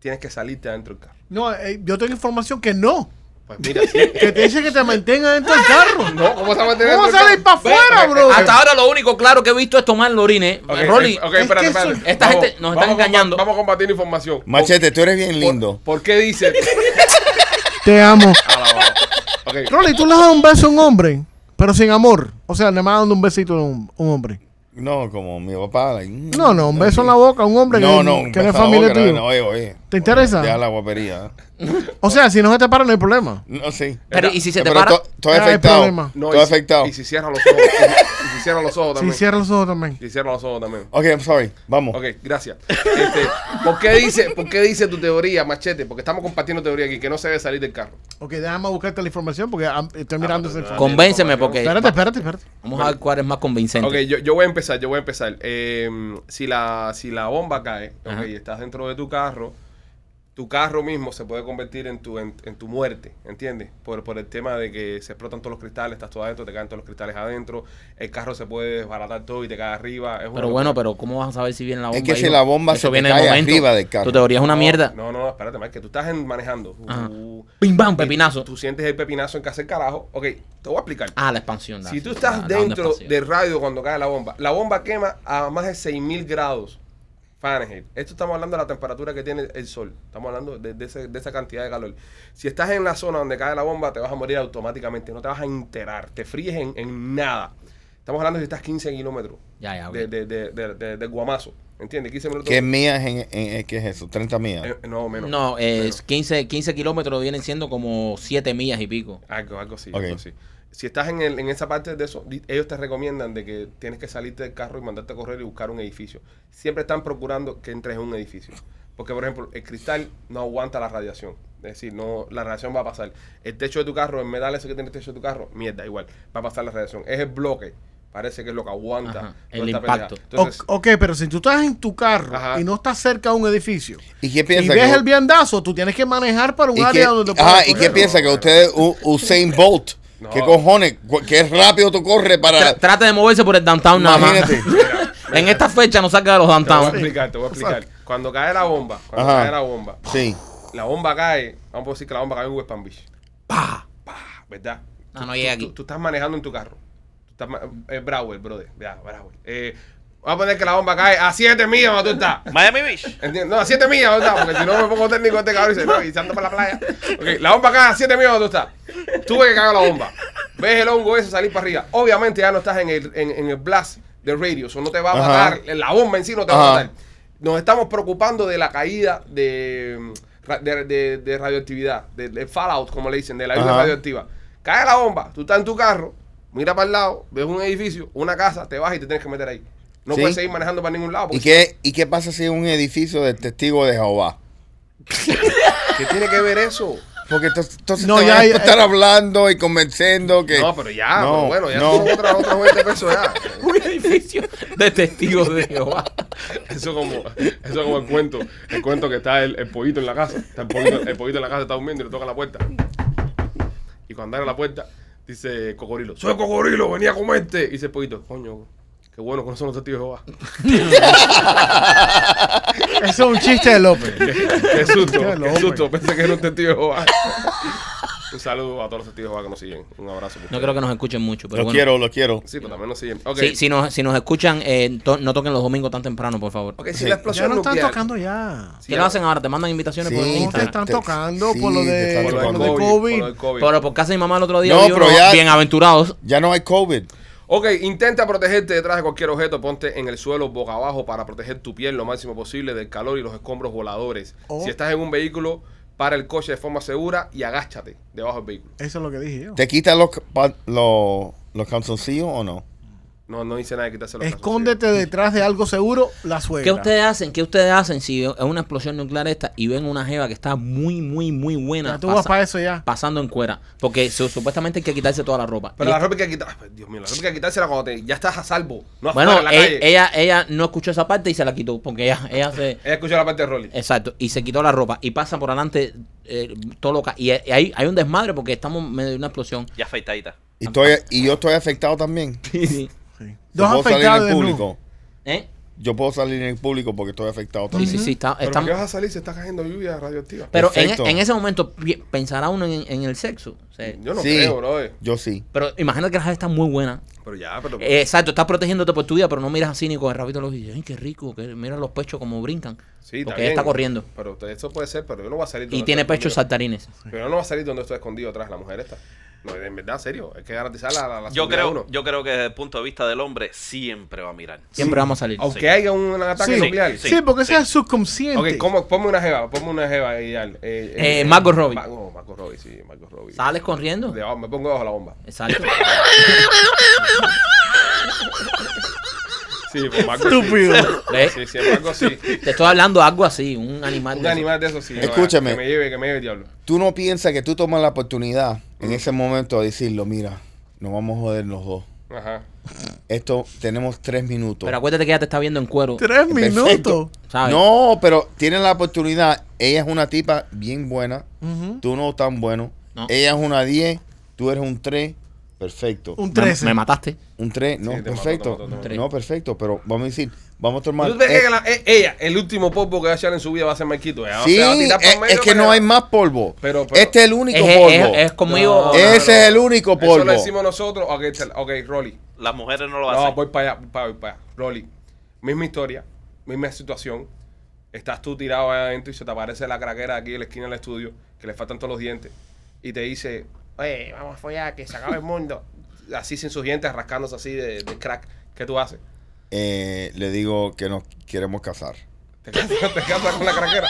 A: Tienes que salirte adentro del carro.
C: No, eh, yo tengo información que no.
A: Pues mira, sí.
C: Que te dice que te mantengas dentro del carro.
A: no, ¿cómo sabes tener
C: ¿Cómo
A: dentro del
C: sales para
A: carro?
C: afuera,
A: Ve,
C: bro?
A: ok,
B: Hasta ahora lo único claro que he visto es tomar Lorine.
A: ok,
B: Rolly,
A: ok,
C: es
A: espérate,
C: que
A: espérate.
C: eso-
B: Esta gente nos está
A: vamos a combat-
B: engañando.
A: Vamos a combatir información.
E: Machete, tú eres bien
A: Por-
E: lindo.
A: ¿Por qué dice?
C: Te amo.
A: Ah, la va. Ok.
C: Rolly, tú le has dado un beso a un hombre, pero sin amor. O sea, nada más dando un besito a un, un hombre.
E: No, como mi papá. like, mm,
C: No, no, un beso en la boca a un hombre que,
E: No, no, un
C: que no es
E: beso en la
C: familia
E: boca,
C: tuyo.
E: no, no, oye, oye.
C: ¿Te interesa?
E: Deja la guapería. ¿eh?
C: O sea, si no se te para, no hay problema.
E: No, sí.
B: Pero, ¿y si se te
E: Pero
B: para?
E: to- todo
C: No hay
E: afectado.
C: problema.
A: No,
E: todo
A: y si-
E: afectado.
A: Y si cierra los ojos. y, si cierra los ojos
C: Si
A: también.
C: cierra los ojos también.
A: Si cierra los ojos también.
E: Ok, I'm sorry. Vamos.
A: Ok, gracias. Este, ¿por, qué dice, ¿Por qué dice tu teoría, Machete? Porque estamos compartiendo teoría aquí, que no se debe salir del carro.
C: Ok, déjame buscarte la información porque ah, estoy mirando esa información.
B: Convénceme porque
C: Espérate, espérate, espérate.
B: vamos a ver cuál es más convincente.
A: Ok, yo, yo voy a empezar, yo voy a empezar. Eh, si, la, si la bomba cae, ok,
B: Ajá.
A: y estás dentro de tu carro, tu carro mismo se puede convertir en tu, en, en tu muerte, ¿entiendes? Por, por el tema de que se explotan todos los cristales, estás todo adentro, te caen todos los cristales adentro, el carro se puede desbaratar todo y te cae arriba. es una
B: Pero
A: locura.
B: bueno, pero ¿cómo vas a saber si viene la
E: Es
B: bomba?
E: que si
B: hijo?
E: la bomba se te
B: de
E: cae arriba del carro.
B: Tu teoría es una
A: No,
B: mierda.
A: No, no, espérate, Mike, que tú estás en- manejando.
B: Ajá.
A: Uh,
B: Pim, bam,
A: y
B: pepinazo.
A: Tú sientes el pepinazo en casa del carajo. Ok, te voy a explicar.
B: Ah, la expansión. Ah, la-
A: si tú
B: la-
A: estás
B: la onda
A: dentro
B: expansiva.
A: del radio cuando cae la bomba, la bomba quema a más de 6000 grados Fahrenheit. Esto estamos hablando de la temperatura que tiene el sol. Estamos hablando de, de ese- de esa cantidad de calor. Si estás en la zona donde cae la bomba, te vas a morir automáticamente. No te vas a enterar. Te fríes en, en nada. Estamos hablando de si estás 15 kilómetros
B: Ya, ya, ok.
A: de, de, de- de- de- de Guamazo. ¿Entiendes? 15 minutos.
E: ¿Qué mías en, en- en- qué es eso? 30 mías.
A: Eh, no, menos.
B: No, eh,
A: Menos.
B: 15, 15 kilómetros vienen siendo como 7 millas y pico.
A: Algo, algo así,
E: Ok.
A: algo así. Si estás en, el, en esa parte de eso, di- ellos te recomiendan de que tienes que salirte del carro y mandarte a correr y buscar un edificio. Siempre están procurando que entres en un edificio. Porque, por ejemplo, el cristal no aguanta la radiación. Es decir, no, la radiación va a pasar. El techo de tu carro, el metal ese que tiene el techo de tu carro, mierda, igual, va a pasar la radiación. Es el bloque, parece que es lo que aguanta.
B: Ajá,
A: toda
B: el
A: esta
B: impacto.
A: pendeja. Entonces,
C: O- ok, pero si tú estás en tu carro
A: Ajá.
C: y no estás cerca de un edificio
E: ¿Y qué
C: y
E: piensa
C: ves
E: que,
C: el viandazo, tú tienes que manejar para un
E: y qué-
C: área donde
E: ajá,
C: puedas
E: ¿y qué
C: correr.
E: piensa que
A: No,
E: usted es U- Usain Bolt?
A: No.
E: ¿Qué cojones? Cu- ¿Qué rápido tú corres para...?
B: Tra- trata de moverse por el downtown nada más.
E: Imagínate.
B: [laughs] en esta fecha no salga de los
A: te voy a
B: downtown.
A: explicar, te voy a explicar. Cuando cae la bomba, cuando
E: Ajá.
A: cae la bomba,
E: Sí.
A: la bomba cae, vamos a decir que la bomba cae en West Palm Beach. ¡Pah! ¿Verdad?
B: No,
A: Tú-
B: no llega
A: tú-
B: aquí.
A: Tú, tú estás manejando en tu carro. Tú estás ma- eh, Browell, brother. Ya, Browell. Eh, vamos a poner que la bomba cae a 7 millas donde tú estás.
D: Miami Beach.
A: ¿Entiendes? No, a 7 millas donde estás, porque si no me pongo técnico este cabrón y se, no, y se anda para la playa. Ok, la bomba cae a 7 millas donde tú estás. Tuve que cagar la bomba. Ves el hongo ese salir para arriba. Obviamente ya no estás en el, en, en el blast de radio. Eso no te va a
E: Ajá.
A: matar. La bomba en sí no te va a
E: Ajá.
A: matar. Nos estamos preocupando de la caída de, de, de- de radioactividad, de, de fallout, como le dicen, de la isla
E: Ajá.
A: radioactiva. Cae la bomba, tú estás en tu carro, mira para el lado, ves un edificio, una casa, te bajas y te tienes que meter ahí. No
E: Sí.
A: puedes seguir manejando para ningún lado.
E: ¿Y
A: Porque
E: qué, ¿Y qué pasa si es un edificio del testigo de Jehová?
A: ¿Qué tiene que ver eso?
E: Porque entonces, entonces
C: No,
E: te
C: ya,
E: van a
C: ya,
E: estar
C: eh.
E: hablando y convenciendo que...
A: No, pero ya,
E: No,
A: pero bueno, ya
E: no.
A: son otra, otra 20 pesos ya.
B: Un edificio de testigos de Jehová.
A: [laughs] Eso como, eso como el cuento, el cuento que está el, el pollito en la casa. Está el pollito, el pollito en la casa está durmiendo y le toca la puerta. Y cuando abre la puerta, dice Cocorilo, soy Cocorilo, venía a comerte. Y dice el pollito, coño, qué bueno que no son los testigos de
C: [laughs]
A: Jehová.
C: Eso es un chiste de López.
A: Qué susto,
C: Qué
A: qué
C: loco.
A: susto. Pensé que era un testigo de Jehová. Un saludo a todos los testigos de Jehová que nos siguen. Un abrazo.
B: No creo que nos escuchen mucho, pero
E: Lo
B: bueno.
E: quiero, lo quiero.
A: Sí, pero también nos siguen. Ok,
B: Si, si nos, si nos escuchan, eh, to- no toquen los domingos tan temprano, por favor.
A: Ok, si la
C: Ya
A: explosión
C: no están
A: nuclear-
C: tocando ya.
A: si
B: ¿Qué
A: la-
B: lo hacen ahora? ¿Te mandan invitaciones por
E: Sí,
C: No, te
B: Instagram?
C: están
E: te-
C: tocando
E: sí,
C: por lo
E: te
C: de,
E: están
A: Por
C: por
A: lo
C: lo
A: del
C: de
A: COVID.
C: COVID.
A: por lo del COVID.
B: Pero por casa de mi mamá el otro día
E: No,
B: vi
E: pero
B: unos
E: ya-
B: bienaventurados.
E: Ya no hay COVID.
A: Ok, intenta protegerte detrás de cualquier objeto. Ponte en el suelo boca abajo para proteger tu piel lo máximo posible del calor y los escombros voladores.
C: Oh.
A: Si estás en un vehículo, para el coche de forma segura y agáchate debajo del vehículo.
C: Eso es lo que dije yo.
E: ¿Te quitan los, pa- los, los calzoncillos o no?
A: No, no dice nada de quitarse los
C: Escóndete detrás de algo seguro, la suegra.
B: ¿Qué ustedes hacen? ¿Qué ustedes hacen si es una explosión nuclear esta y ven una jeva que está muy, muy, muy buena
C: Ya tú vas
B: pasa-
C: para eso ya.
B: pasando en cuera? Porque su- supuestamente hay que quitarse toda la ropa.
A: Pero
B: Y-
A: la ropa que hay que quitar. Ay, Dios mío, la ropa que hay que quitársela cuando te- ya estás a salvo. No afuera
B: bueno,
A: en la
B: e-
A: calle.
B: ella, ella no escuchó esa parte y se la quitó porque ella, ella se...
A: Ella escuchó la parte de
B: eh,
A: Rolly.
B: Exacto, y se quitó la ropa y pasa por adelante eh, todo loca. Y eh, hay, hay un desmadre porque estamos en medio de
A: [laughs]
B: una explosión.
D: Ya afeitadita.
E: Y, estoy, y yo estoy afectado también. Yo
C: Dos
E: puedo salir en
C: afectados
E: el
C: de
E: público.
B: ¿Eh?
E: Yo puedo salir en el público porque estoy afectado
B: Sí,
E: también.
B: sí, sí, está-
A: ¿Pero
B: estamos-
A: por qué vas a salir si está cayendo lluvia radioactiva?
B: Pero en, e-,
E: Perfecto.
B: en ese momento pi- pensará uno en, en el sexo. o sea,
A: Yo no
E: Sí.
A: creo, bro. eh.
E: Yo sí.
B: pero imagínate que la jeva está muy buena.
A: Pero ya, pero.
B: Eh, Exacto, estás protegiéndote por tu vida, pero no miras así ni con el rabito de los ojos y dices, ay, qué rico, que mira los pechos como brincan.
A: sí,
B: porque ella está corriendo.
A: Pero usted- eso puede ser, pero yo no voy a salir.
B: Y
A: donde
B: tiene
A: estoy
B: pechos
A: escondido.
B: saltarines.
A: Pero yo no voy a salir donde estoy escondido atrás, la mujer esta. No, en verdad, serio. Hay que garantizar la, la, la
D: Yo
A: seguridad de uno.
D: creo, yo creo que desde el punto de vista del hombre siempre va a mirar.
B: Siempre vamos a salir.
A: Aunque
D: Sí.
A: haya un ataque
C: Sí.
A: nuclear.
D: Sí,
C: Sí, porque
D: sí.
C: sea subconsciente.
A: Ok, ¿cómo, ponme una jeva, ponme una jeva ideal.
B: Eh, Margot Robbie.
A: Marco, Marco Robbie, sí, Marco Robbie.
B: ¿Sales corriendo?
A: De abajo, me pongo bajo la bomba. [laughs]
B: Exacto.
A: Sí, pues Marco. sí. [laughs]
C: Estúpido.
B: ¿Ves?
A: Sí, sí, Marco sí.
B: Te estoy hablando de algo así, un animal.
A: Un
B: de esos.
A: animal de eso sí.
E: Escúchame.
A: Que me lleve, que me lleve el diablo.
E: Tú no piensas que tú tomas la oportunidad en
A: Mm.
E: ese momento de decirlo, mira, nos vamos a joder los dos.
A: Ajá.
E: Esto tenemos tres minutos.
B: Pero acuérdate que ella te está viendo en cuero.
C: Tres
E: Perfecto.
C: minutos.
B: ¿sabes?
E: No, pero tienen la oportunidad. Ella es una tipa bien buena.
C: Ujú.
E: Tú no tan bueno.
B: No.
E: Ella es una 10. Tú eres un 3. Perfecto.
C: Un
B: Me,
C: 13.
B: me mataste.
E: Un 3. No,
A: Sí, te mató,
E: perfecto.
A: te mató, te mató.
B: Tres.
E: No, perfecto. Pero vamos a decir, vamos a tomar.
A: ¿Tú te crees
E: Eh,
A: que la- eh, ella, el último popo que va a echar en su vida va a ser Marquito? Ella va-
E: sí, eh,
A: se va a tirar por
E: es,
A: medio
E: es que
A: para
E: no hay
A: allá.
E: más polvo.
A: Pero- pero-
E: este es el único
B: Es, es,
E: polvo.
B: es conmigo.
A: No,
E: Ese es el único polvo.
A: Eso lo decimos nosotros. Ok, chal- ok, Rolly.
D: Las mujeres no
A: No,
D: lo hacen.
A: voy para allá, voy para, voy para allá. Rolly, misma historia, misma situación. Estás tú tirado ahí adentro y se te aparece la craquera aquí en la esquina del estudio, que le faltan todos los dientes, y te dice, oye, vamos a follar, que se acaba el mundo. [laughs] Así sin sus dientes, rascándose así de, de crack. ¿Qué tú haces?
E: Eh, le digo que nos queremos casar.
A: ¿Te [laughs] casas, te casas con la craquera?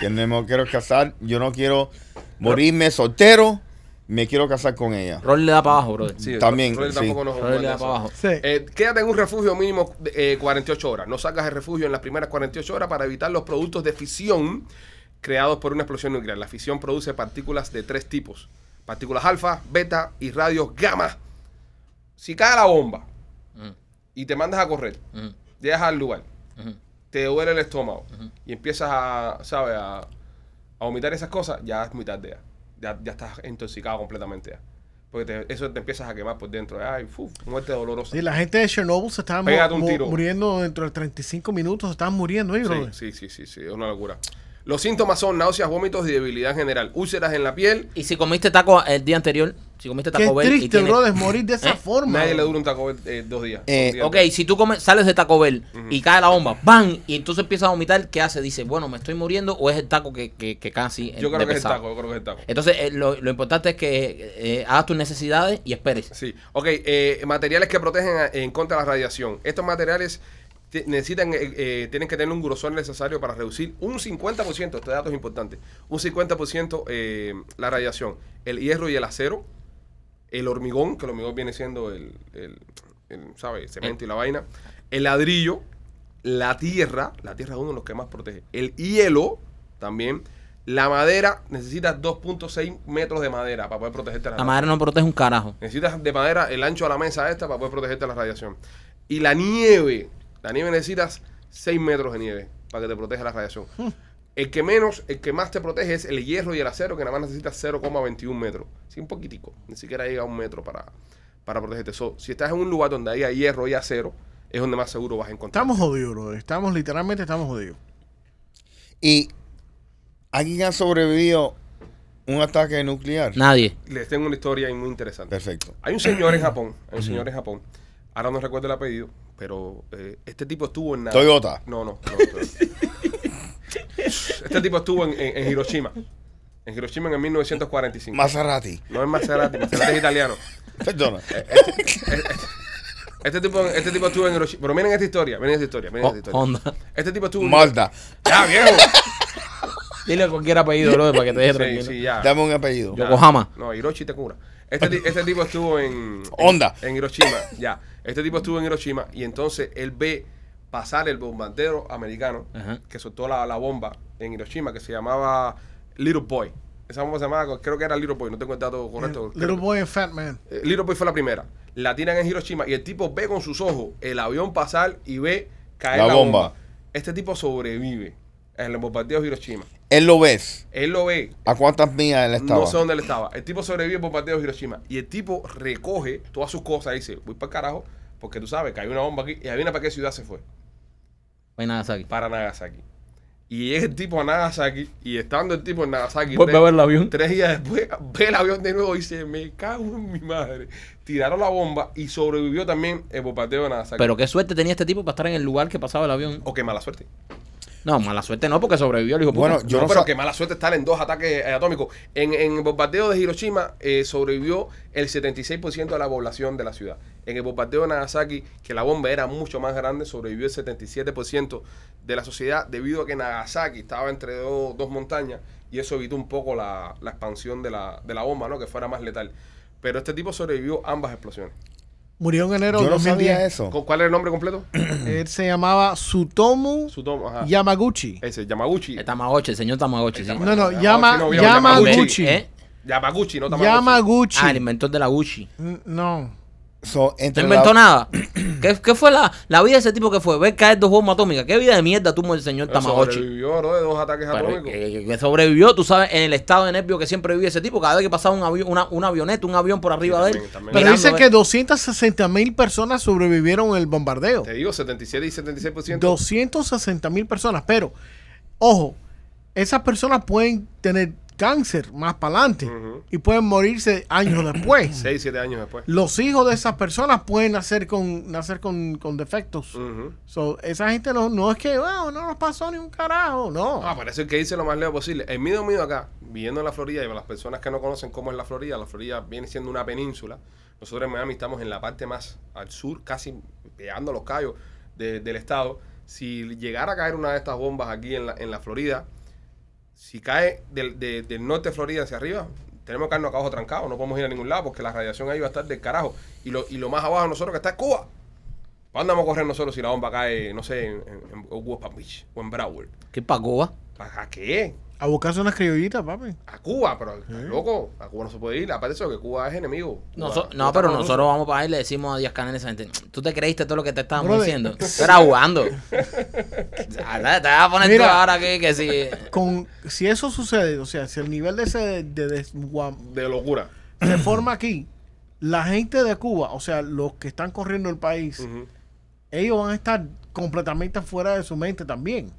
E: Que no me quiero casar. Yo no quiero morirme soltero. Me quiero casar con ella.
B: Rolly le da para abajo, brother.
A: Sí,
E: También,
A: Rolly
E: sí.
A: tampoco nos
B: Rolly le da
A: eso.
B: para abajo.
C: Sí.
A: Eh, quédate en un refugio mínimo de, eh, 48 horas. No sacas el refugio en las primeras 48 horas para evitar los productos de fisión creados por una explosión nuclear. La fisión produce partículas de tres tipos: partículas alfa, beta y radios gamma. Si cae la bomba
B: Mm,
A: y te mandas a correr,
B: mm,
A: llegas al lugar,
B: mm.
A: te duele el estómago y empiezas a, ¿sabes? A, a vomitar esas cosas, ya es muy tarde ya. Ya, ya estás intoxicado completamente ya. Porque te- eso te empiezas a quemar por dentro. Ay, fu, muerte dolorosa.
C: Sí, la gente de Chernobyl se estaba mu-
A: Pégate un
C: mu-
A: tiro.
C: muriendo dentro de 35 minutos, se estaban muriendo, ¿eh, brother?
A: Sí, sí, sí, sí, sí, es una locura. Los síntomas son náuseas, vómitos y debilidad en general, úlceras en la piel.
B: Y si comiste taco el día anterior, si comiste
C: Qué
B: taco Bell. y
C: triste,
B: tienes-
C: brother,
B: [laughs]
C: morir de esa
B: ¿Eh?
C: forma.
A: Nadie le dura un taco Bell, eh, dos días.
E: Eh,
A: Un día
B: Ok,
A: entero.
B: si tú comes- sales de Taco Bell y cae la bomba, ¡bam! Y entonces empiezas a vomitar, ¿qué hace? Dice, bueno, ¿me estoy muriendo o es el taco que, que, que casi
A: Yo creo
B: de
A: que es el
B: pesado?
A: taco, yo creo que es el taco.
B: Entonces, eh, lo, lo importante es que eh, hagas tus necesidades y esperes.
A: Sí, ok, eh, materiales que protegen a- en contra de la radiación. Estos materiales te- necesitan, eh, eh, tienen que tener un grosor necesario para reducir un 50%, este dato es importante, un 50% eh, la radiación. El hierro y el acero, el hormigón, que el hormigón viene siendo el, el, el, ¿sabe? el cemento y la vaina, el ladrillo, la tierra, la tierra es uno de los que más protege, el hielo también. La madera, necesitas 2.6 metros de madera para poder protegerte de
B: La
A: radiación.
B: madre no protege un carajo.
A: Necesitas de madera el ancho de la mesa esta para poder protegerte de la radiación. Y la nieve. La nieve necesitas 6 metros de nieve para que te proteja la radiación. El que menos, el que más te protege es el hierro y el acero, que nada más necesitas 0,21 metros. Sí, un poquitico. Ni siquiera llega a un metro para, para protegerte. So, si estás en un lugar donde haya hierro y acero, es donde más seguro vas a encontrar.
C: Estamos jodidos, brother. Estamos, literalmente, estamos jodidos.
E: Y alguien ha sobrevivido un ataque nuclear.
B: Nadie.
A: Les tengo una historia ahí muy interesante.
E: Perfecto.
A: Hay un señor en Japón, hay un señor en Japón. Ahora no recuerdo el apellido, pero eh, este tipo estuvo en la-
E: Toyota.
A: No, no, no. Toyota. este tipo estuvo en, en- en Hiroshima. En Hiroshima en 1945.
E: Maserati.
A: no es Maserati, Maserati es italiano. [laughs]
E: Perdona. eh,
A: Este tipo, este tipo estuvo en Hiroshima. Pero miren esta historia, Este miren esta historia, miren esta
B: Ho-
A: historia.
B: Honda.
A: Este tipo estuvo.
E: Mazda.
A: ¡Ya, viejo!
B: Dile cualquier apellido, brother, para que te deje
A: Sí,
B: tranquilo.
A: sí, ya.
E: Dame un apellido.
A: Ya.
B: Yokohama.
A: Ah, No, Hiroshi te cura. Este, ti- este tipo estuvo en.
E: Honda.
A: En, en Hiroshima, ya. Este tipo estuvo en Hiroshima y entonces él ve pasar el bombardero americano
B: Ajá.
A: que soltó la, la bomba en Hiroshima que se llamaba Little Boy. Esa bomba se llamaba, creo que era Little Boy, no tengo el dato correcto.
C: Eh, Little Boy and Fat Man.
A: Eh, Little Boy fue la primera. La tiran en Hiroshima y el tipo ve con sus ojos el avión pasar y ve caer la,
E: La
A: bomba.
E: bomba.
A: Este tipo sobrevive en el bombardeo de Hiroshima.
E: Él lo ves.
A: Él lo ve,
E: ¿A cuántas millas él estaba?
A: no sé dónde él estaba. El tipo sobrevive por parte de Hiroshima. Y el tipo recoge todas sus cosas y dice, voy para el carajo, porque tú sabes que hay una bomba aquí. Y adivina para qué ciudad se fue.
B: Ven a Saki.
A: Para Nagasaki. Y llega el tipo a Nagasaki. Y estando el tipo en Nagasaki,
B: Vuelve
A: tres,
B: a ver el avión.
A: tres días después, [laughs] ve el avión de nuevo y dice, me cago en mi madre. Tiraron la bomba y sobrevivió también el bombardeo de Nagasaki.
B: Pero qué suerte tenía este tipo para estar en el lugar que pasaba el avión.
A: o qué mala suerte.
B: No, mala suerte no, porque sobrevivió el hijo puta.
E: Bueno, yo
A: No,
E: no,
A: pero
E: sab-
A: qué mala suerte estar en dos ataques eh, atómicos. En, en el bombardeo de Hiroshima eh, sobrevivió el 76% de la población de la ciudad. En el bombardeo de Nagasaki, que la bomba era mucho más grande, sobrevivió el 77% de la sociedad debido a que Nagasaki estaba entre dos, dos montañas y eso evitó un poco la, la expansión de la, de la bomba, ¿no? que fuera más letal. Pero este tipo sobrevivió ambas explosiones.
C: Murió en enero de
E: yo no
C: 2010.
E: sabía eso.
A: ¿Cu- ¿Cuál era el nombre completo?
C: Él se llamaba Sutomu
A: Tsutomu, ajá.
C: Yamaguchi.
A: Ese, Yamaguchi.
B: El Tamagotchi, el señor Tamagotchi, sí. Ah,
C: No, no,
A: Yamaguchi,
C: llama,
A: ah, no,
C: Yamaguchi.
A: Yamaguchi.
B: ¿Eh?
A: Yamaguchi, no Tamagotchi.
C: Yamaguchi.
B: Ah, el inventor de la Gucci.
C: N- No.
E: So,
B: No
E: entre
B: inventó
A: [clears throat]
E: la-
B: nada. ¿Qué, qué fue la, la vida de ese tipo que fue? Ver caer dos bombas atómicas. ¿Qué vida de mierda tuvo el señor Tamagotchi?
A: Sobrevivió ¿no? de dos ataques
B: Pero,
A: atómicos.
B: eh, que sobrevivió, tú sabes, en el estado de nervio que siempre vive ese tipo. Cada vez que pasaba un avi- una, una avioneta, un avión por arriba de él.
A: también, también.
C: Pero
B: mirando eh.
C: dice
B: a
C: que
B: ver.
C: 260 mil personas sobrevivieron el bombardeo.
A: Te digo, 77 y 76%.
C: 260 mil personas. Pero, ojo, esas personas pueden tener cáncer más para adelante
A: Ujú.
C: y pueden morirse años después.
A: 6, 7 años después.
C: Los hijos de esas personas pueden nacer con, nacer con, con defectos.
A: Ujú.
C: So, esa gente no, no es que "Wow, no nos pasó ni un carajo, no.
A: Ah, parece que hice lo más lejos posible. El miedo mío acá, viviendo en la Florida, y para las personas que no conocen cómo es la Florida, la Florida viene siendo una península. Nosotros en Miami estamos en la parte más al sur, casi pegando los callos de- del estado. Si llegara a caer una de estas bombas aquí en la, en la Florida, si cae del, de- del norte de Florida hacia arriba, tenemos que quedarnos acá abajo trancados, no podemos ir a ningún lado porque la radiación ahí va a estar del carajo. Y lo, y lo más abajo de nosotros que está es Cuba. ¿Para dónde vamos a correr nosotros si la bomba cae, no sé, en, en, en West Palm Beach o en Broward?
B: ¿Qué pacoba?
A: ¿Para qué?
C: A buscarse unas criollitas, papi.
A: A Cuba, pero
C: ¿Eh?
A: ¿estás loco, a Cuba no se puede ir. Aparte de eso, que Cuba es enemigo. Cuba-
B: Noso-
A: Cuba
B: no,
A: está
B: pero
A: con los
B: nosotros vamos para ahí y le decimos a Díaz Canel a esa gente. Tú te creíste todo lo que te estábamos
C: Brother.
B: diciendo. Tú eras jugando. Ahora te vas a poner
C: Mira.
B: tú ahora que, que sí.
C: Con, si eso sucede, o sea, si el nivel de, ese, de desguam-
A: rusos. De locura.
C: se forma aquí, la gente de Cuba, o sea, los que están corriendo el país,
A: Ujú.
C: ellos van a estar completamente fuera de su mente también.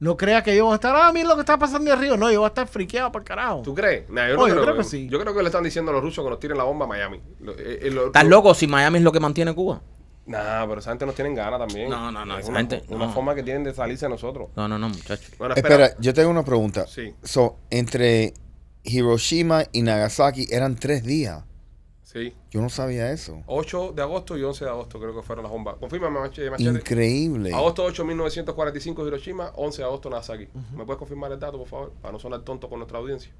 C: No creas que ellos van a estar, ah, mira lo que está pasando en Río. No, ellos van a estar friqueados para carajo.
A: ¿Tú crees? Nah, yo,
C: Oh, yo creo que sí.
A: Yo creo que le están diciendo a los rusos que nos tiren la bomba a Miami. Lo- eh, eh, lo-
B: ¿Estás
A: lo-
B: loco si Miami es lo que mantiene Cuba?
A: Nah, pero esa gente nos tienen ganas también.
B: No, no, no,
A: Es
B: esa
A: una,
B: gente-
A: una
B: no.
A: forma que tienen de salirse a nosotros.
B: No, no, no, muchachos.
A: Bueno, espera.
E: Espera, yo tengo una pregunta.
A: Sí.
E: So, entre Hiroshima y Nagasaki eran tres días.
A: Sí.
E: Yo no sabía eso.
A: 8 de agosto y 11 de agosto creo que fueron las bombas. Confírmame, eh, Machete. Machete.
E: Increíble.
A: Agosto 8, 1945, Hiroshima. 11 de agosto, Nagasaki. ¿Me puedes confirmar el dato, por favor? Para no sonar tonto con nuestra audiencia.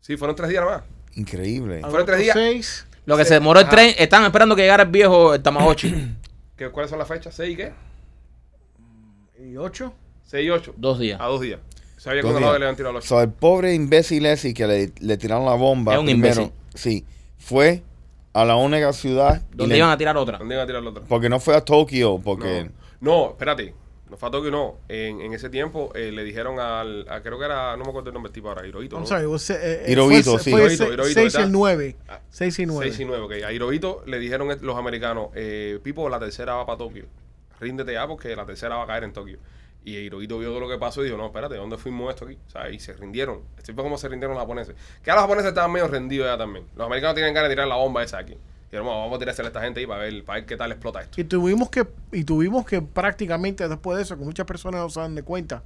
A: Sí, fueron tres días nada más.
E: Increíble.
A: Fueron tres días.
C: Seis,
B: Lo que
A: Sí,
B: se demoró el
A: ajá.
B: tren, están esperando que llegara el viejo el Tamagotchi.
A: ¿Qué- ¿Cuáles son las fechas? ¿6 y qué?
C: y ocho.
A: 6 y 8.
B: Dos días.
A: A dos días. Sabía que
E: Dos
A: uno lado
E: días.
A: le habían tirado a los
E: So, el pobre imbécil ese que le, le tiraron la bomba.
B: Es un
E: primero,
B: imbécil.
E: Sí. Fue a la única ciudad. y
B: Donde
E: le-
B: iban a tirar otra.
A: ¿Dónde iban a tirar la otra?
E: Porque no fue a Tokio, porque...
A: No. no, espérate. No fue a Tokio, no. En, en ese tiempo eh, le dijeron al. a- creo que era. No me acuerdo el nombre del tipo ahora. Hirohito.
C: I'm
A: ¿no?
C: sorry, was, eh, eh,
E: Hirohito,
C: fue-
E: sí.
C: fue
A: Hirohito,
C: se-
A: Hirohito,
C: seis y
A: ¿verdad?
C: el nueve.
A: Ah,
C: Seis y nueve.
A: 6 y 9, ok. A Hirohito le dijeron los americanos: eh, Pipo, la tercera va para Tokio. Ríndete ya porque la tercera va a caer en Tokio. Y Hirohito vio todo lo que pasó y dijo: No, espérate, ¿dónde fuimos esto aquí? O sea, y se rindieron. Este fue como se rindieron los japoneses. Que ahora los japoneses estaban medio rendidos ya también. Los americanos tenían ganas de tirar la bomba esa aquí. Y vamos a tirársela a esta gente ahí para ver, para ver qué tal explota esto.
C: Y tuvimos que y tuvimos que prácticamente después de eso, que muchas personas no se dan de cuenta,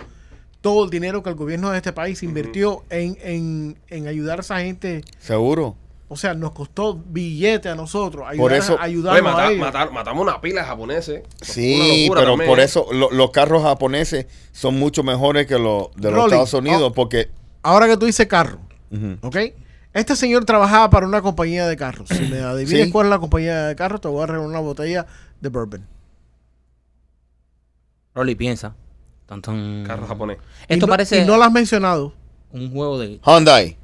C: todo el dinero que el gobierno de este país invirtió en, en, en ayudar a esa gente
E: Seguro.
C: O sea, nos costó billete a nosotros ayudar,
E: Por eso-
C: ayudarnos
A: Oye,
C: a
A: mata-
C: ellos.
A: matar- matamos una pila de japoneses. Una
E: Sí,
A: locura
E: pero
A: también.
E: por eso lo- los carros japoneses son mucho mejores que los de los
C: Rolly,
E: Estados Unidos
C: oh.
E: porque...
C: Ahora que tú dices carro,
E: Ujú.
C: ¿ok? Este señor trabajaba para una compañía de carros. Si [clears throat] me adivinas
E: Sí.
C: cuál es la compañía de carros, te voy a regalar una botella de bourbon.
B: Rolly, piensa. Tan, tan.
A: Carro japonés.
C: Y
B: Esto
C: no-
B: parece
C: Y no lo has mencionado.
B: un juego de.
E: Hyundai.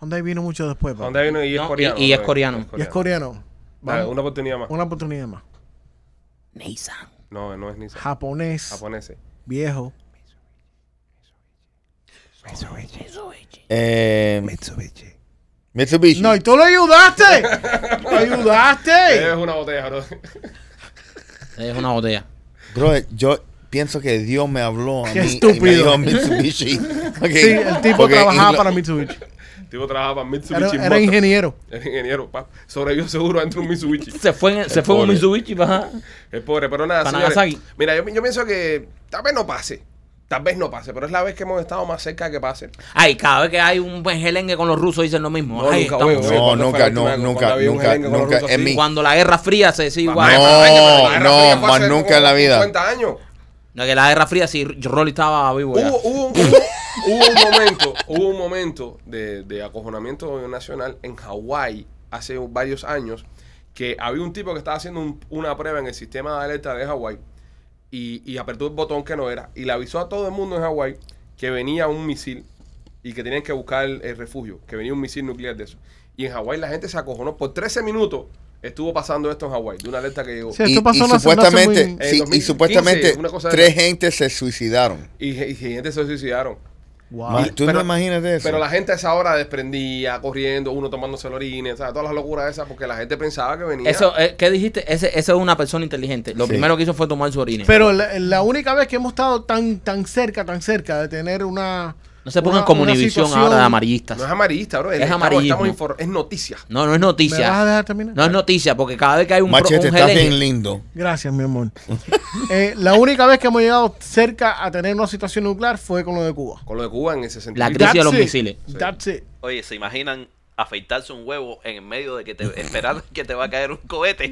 C: Hyundai vino mucho después. papá.
A: Hyundai vino y es
B: No, y-
A: coreano.
B: y es
A: ¿no?
B: coreano.
C: Y es coreano.
A: Dale,
C: Vamos,
A: una oportunidad más.
C: una oportunidad más.
B: Nissan.
A: No, no es Nissan.
C: Japonés,
A: Japoneses.
C: viejo.
E: Eh, Mitsubishi. Mitsubishi.
C: No, y tú lo [laughs] ayudaste. lo
A: Te
C: ayudaste.
A: debes una botella, bro.
B: Te dejo una botella.
E: Bro, yo pienso que Dios me habló a
C: Qué
E: mí y me
C: estúpido. [laughs]
E: dijo Mitsubishi. Ok,
C: Sí, el tipo
E: porque-
C: trabajaba
E: y lo-
C: para Mitsubishi.
A: El tipo trabajaba para
C: Era,
A: Mitsubishi
C: era
A: Motors.
C: ingeniero.
A: Era ingeniero, pa. Sobrevivió seguro entre un Mitsubishi.
B: Se fue, en- se fue con
E: pobre.
B: Mitsubishi para.
A: Es pobre, pero nada,
B: Para
A: señores.
B: Nagasaki.
A: Mira, yo, yo pienso que tal vez no pase. Tal vez no pase, pero es la vez que hemos estado más cerca de que pase.
B: Ay, cada vez que hay un buen gelengue con los rusos dicen lo mismo. Ay,
A: nunca,
B: estamos-
A: huevo,
E: No,
A: ¿cuándo
E: nunca,
A: fue la última
E: no,
A: vez cuando
E: nunca,
A: había un
E: nunca,
A: merengue con los
E: nunca,
A: rusos
E: en
A: así?
E: mi-
B: Cuando la Guerra Fría se decía igual.
A: Ay,
E: No,
A: ay, que la Guerra
E: no,
A: Fría fue
E: más
A: hace
E: nunca
A: como
E: en la vida.
A: 50 años.
B: No, que la Guerra Fría, si Rolly estaba vivo ya.
A: Hubo, hubo un, hubo- hubo un momento, hubo un momento de, de acojonamiento nacional en Hawái hace varios años que había un tipo que estaba haciendo un- una prueba en el sistema de alerta de Hawái y, y apretó el botón que no era y le avisó a todo el mundo en Hawái que venía un misil y que tenían que buscar el, el refugio, que venía un misil nuclear de eso. Y en Hawái la gente se acojonó por 13 minutos. Estuvo pasando esto en Hawái, de una alerta que llegó.
C: Sí. Esto
E: y,
C: pasó
E: y
C: no hace- no hace
E: supuestamente,
C: muy-
A: Eh,
E: sí, y
A: 2015,
E: supuestamente
A: una cosa de
E: tres
A: esas.
E: gente se suicidaron.
A: Y, y gente se suicidaron.
C: Wow.
E: Ma- ¿Tú
A: pero-
E: no imaginas eso?
A: Pero la gente a esa hora desprendía, corriendo, uno tomándose el orines, ¿sabes? todas las locuras esas, porque la gente pensaba que venía.
B: Eso, eh, ¿Qué dijiste? Ese, ese es una persona inteligente. Lo
E: Sí.
B: primero que hizo fue tomar su orina.
C: Pero la, la única vez que hemos estado tan tan cerca, tan cerca de tener una.
B: no se
C: una-
B: pongan como
C: una
B: Univisión
C: situación-
B: ahora de
A: no es
B: amarillistas.
A: amarillista, bro.
B: Es amarillismo.
A: estamos infor- es noticia.
B: No, no es
C: ¿Me vas a
B: noticia.
C: dejar terminar?
B: No es noticia, porque cada vez que hay un, pro-
E: Machete,
B: un
E: estás
B: gelengue- [laughs]
E: bien lindo.
C: Gracias, mi amor. Eh, la única vez que hemos llegado cerca a tener una situación nuclear fue con lo de Cuba.
A: Con lo de Cuba en ese sentido.
B: La crisis de los
C: it.
B: misiles.
C: That's it.
D: Oye, ¿se imaginan afeitarse un huevo en el medio de que te [laughs] esperar que te va a caer un cohete?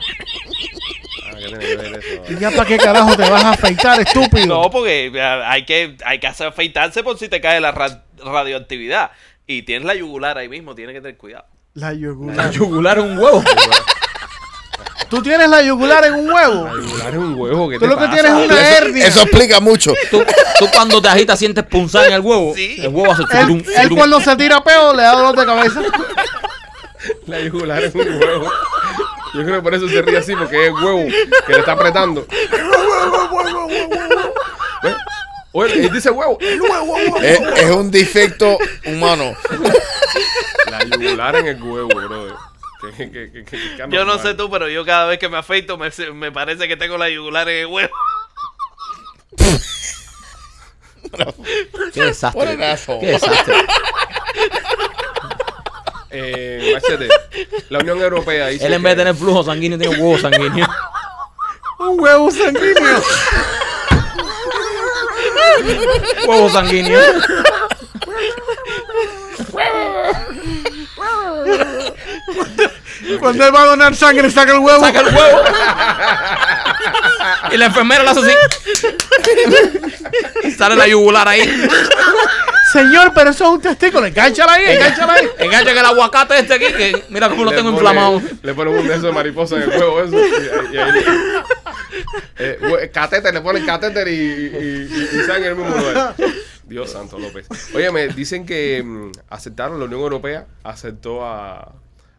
A: Ah, ¿qué tiene que ver eso?
C: ¿Y ya para qué carajo te vas a afeitar, estúpido?
D: No, porque ah, hay que, hay que hacer afeitarse por si te cae la ra- radioactividad. Y tienes la yugular ahí mismo, tienes que tener cuidado.
C: La yugular.
B: Yugular un huevo.
C: Tú tienes la yugular en un huevo.
A: Yugular es un huevo, ¿qué
C: Tú
A: te
C: lo que
A: pasa?
C: tienes es una hernia.
E: Eso explica
C: [laughs]
E: mucho.
B: tú, tú cuando te agitas sientes punzar en el huevo.
D: Sí.
B: El huevo hace
C: él,
B: turum,
C: él
B: turum.
C: cuando se tira peo le da dolor
B: [laughs]
C: de cabeza.
A: La yugular es un huevo. Yo creo que por eso se ríe así, porque es el huevo que le está apretando. ¿Ves? Oye, él dice huevo. El huevo, huevo.
E: Es, es un defecto
A: [laughs]
E: humano.
A: La yugular en el huevo, bro. Que- que- que- que- que
D: Yo no sé
A: normal.
D: tú, pero yo cada vez que me afeito me, se- me parece que tengo la yugular en el huevo.
B: Qué desastre.
E: What an asshole.
B: Qué desastre.
A: Eh, machete, la Unión Europea dice.
B: Él en vez de
A: que-
B: tener flujo sanguíneo tiene huevo
C: [laughs]
B: sanguíneo.
C: Un huevo sanguíneo.
B: Huevo sanguíneo.
C: Cuando él va a donar sangre, saca el huevo.
B: Saca el huevo. Y la enfermera lo hace así. Y sale la yugular ahí.
C: Señor, pero eso es un testículo. Encánchala ahí, encánchala ahí.
B: Engancha que el aguacate este aquí, que mira cómo lo
A: le
B: tengo
A: pone-
B: inflamado.
A: Le ponen un de esos de mariposa en el huevo, eso. Y, ahí- y ahí- eh, hue- catéter, le ponen catéter y, y- y- y sangre en el mismo lugar. Dios santo López. Oye, me dicen que mm, aceptaron, la Unión Europea aceptó a,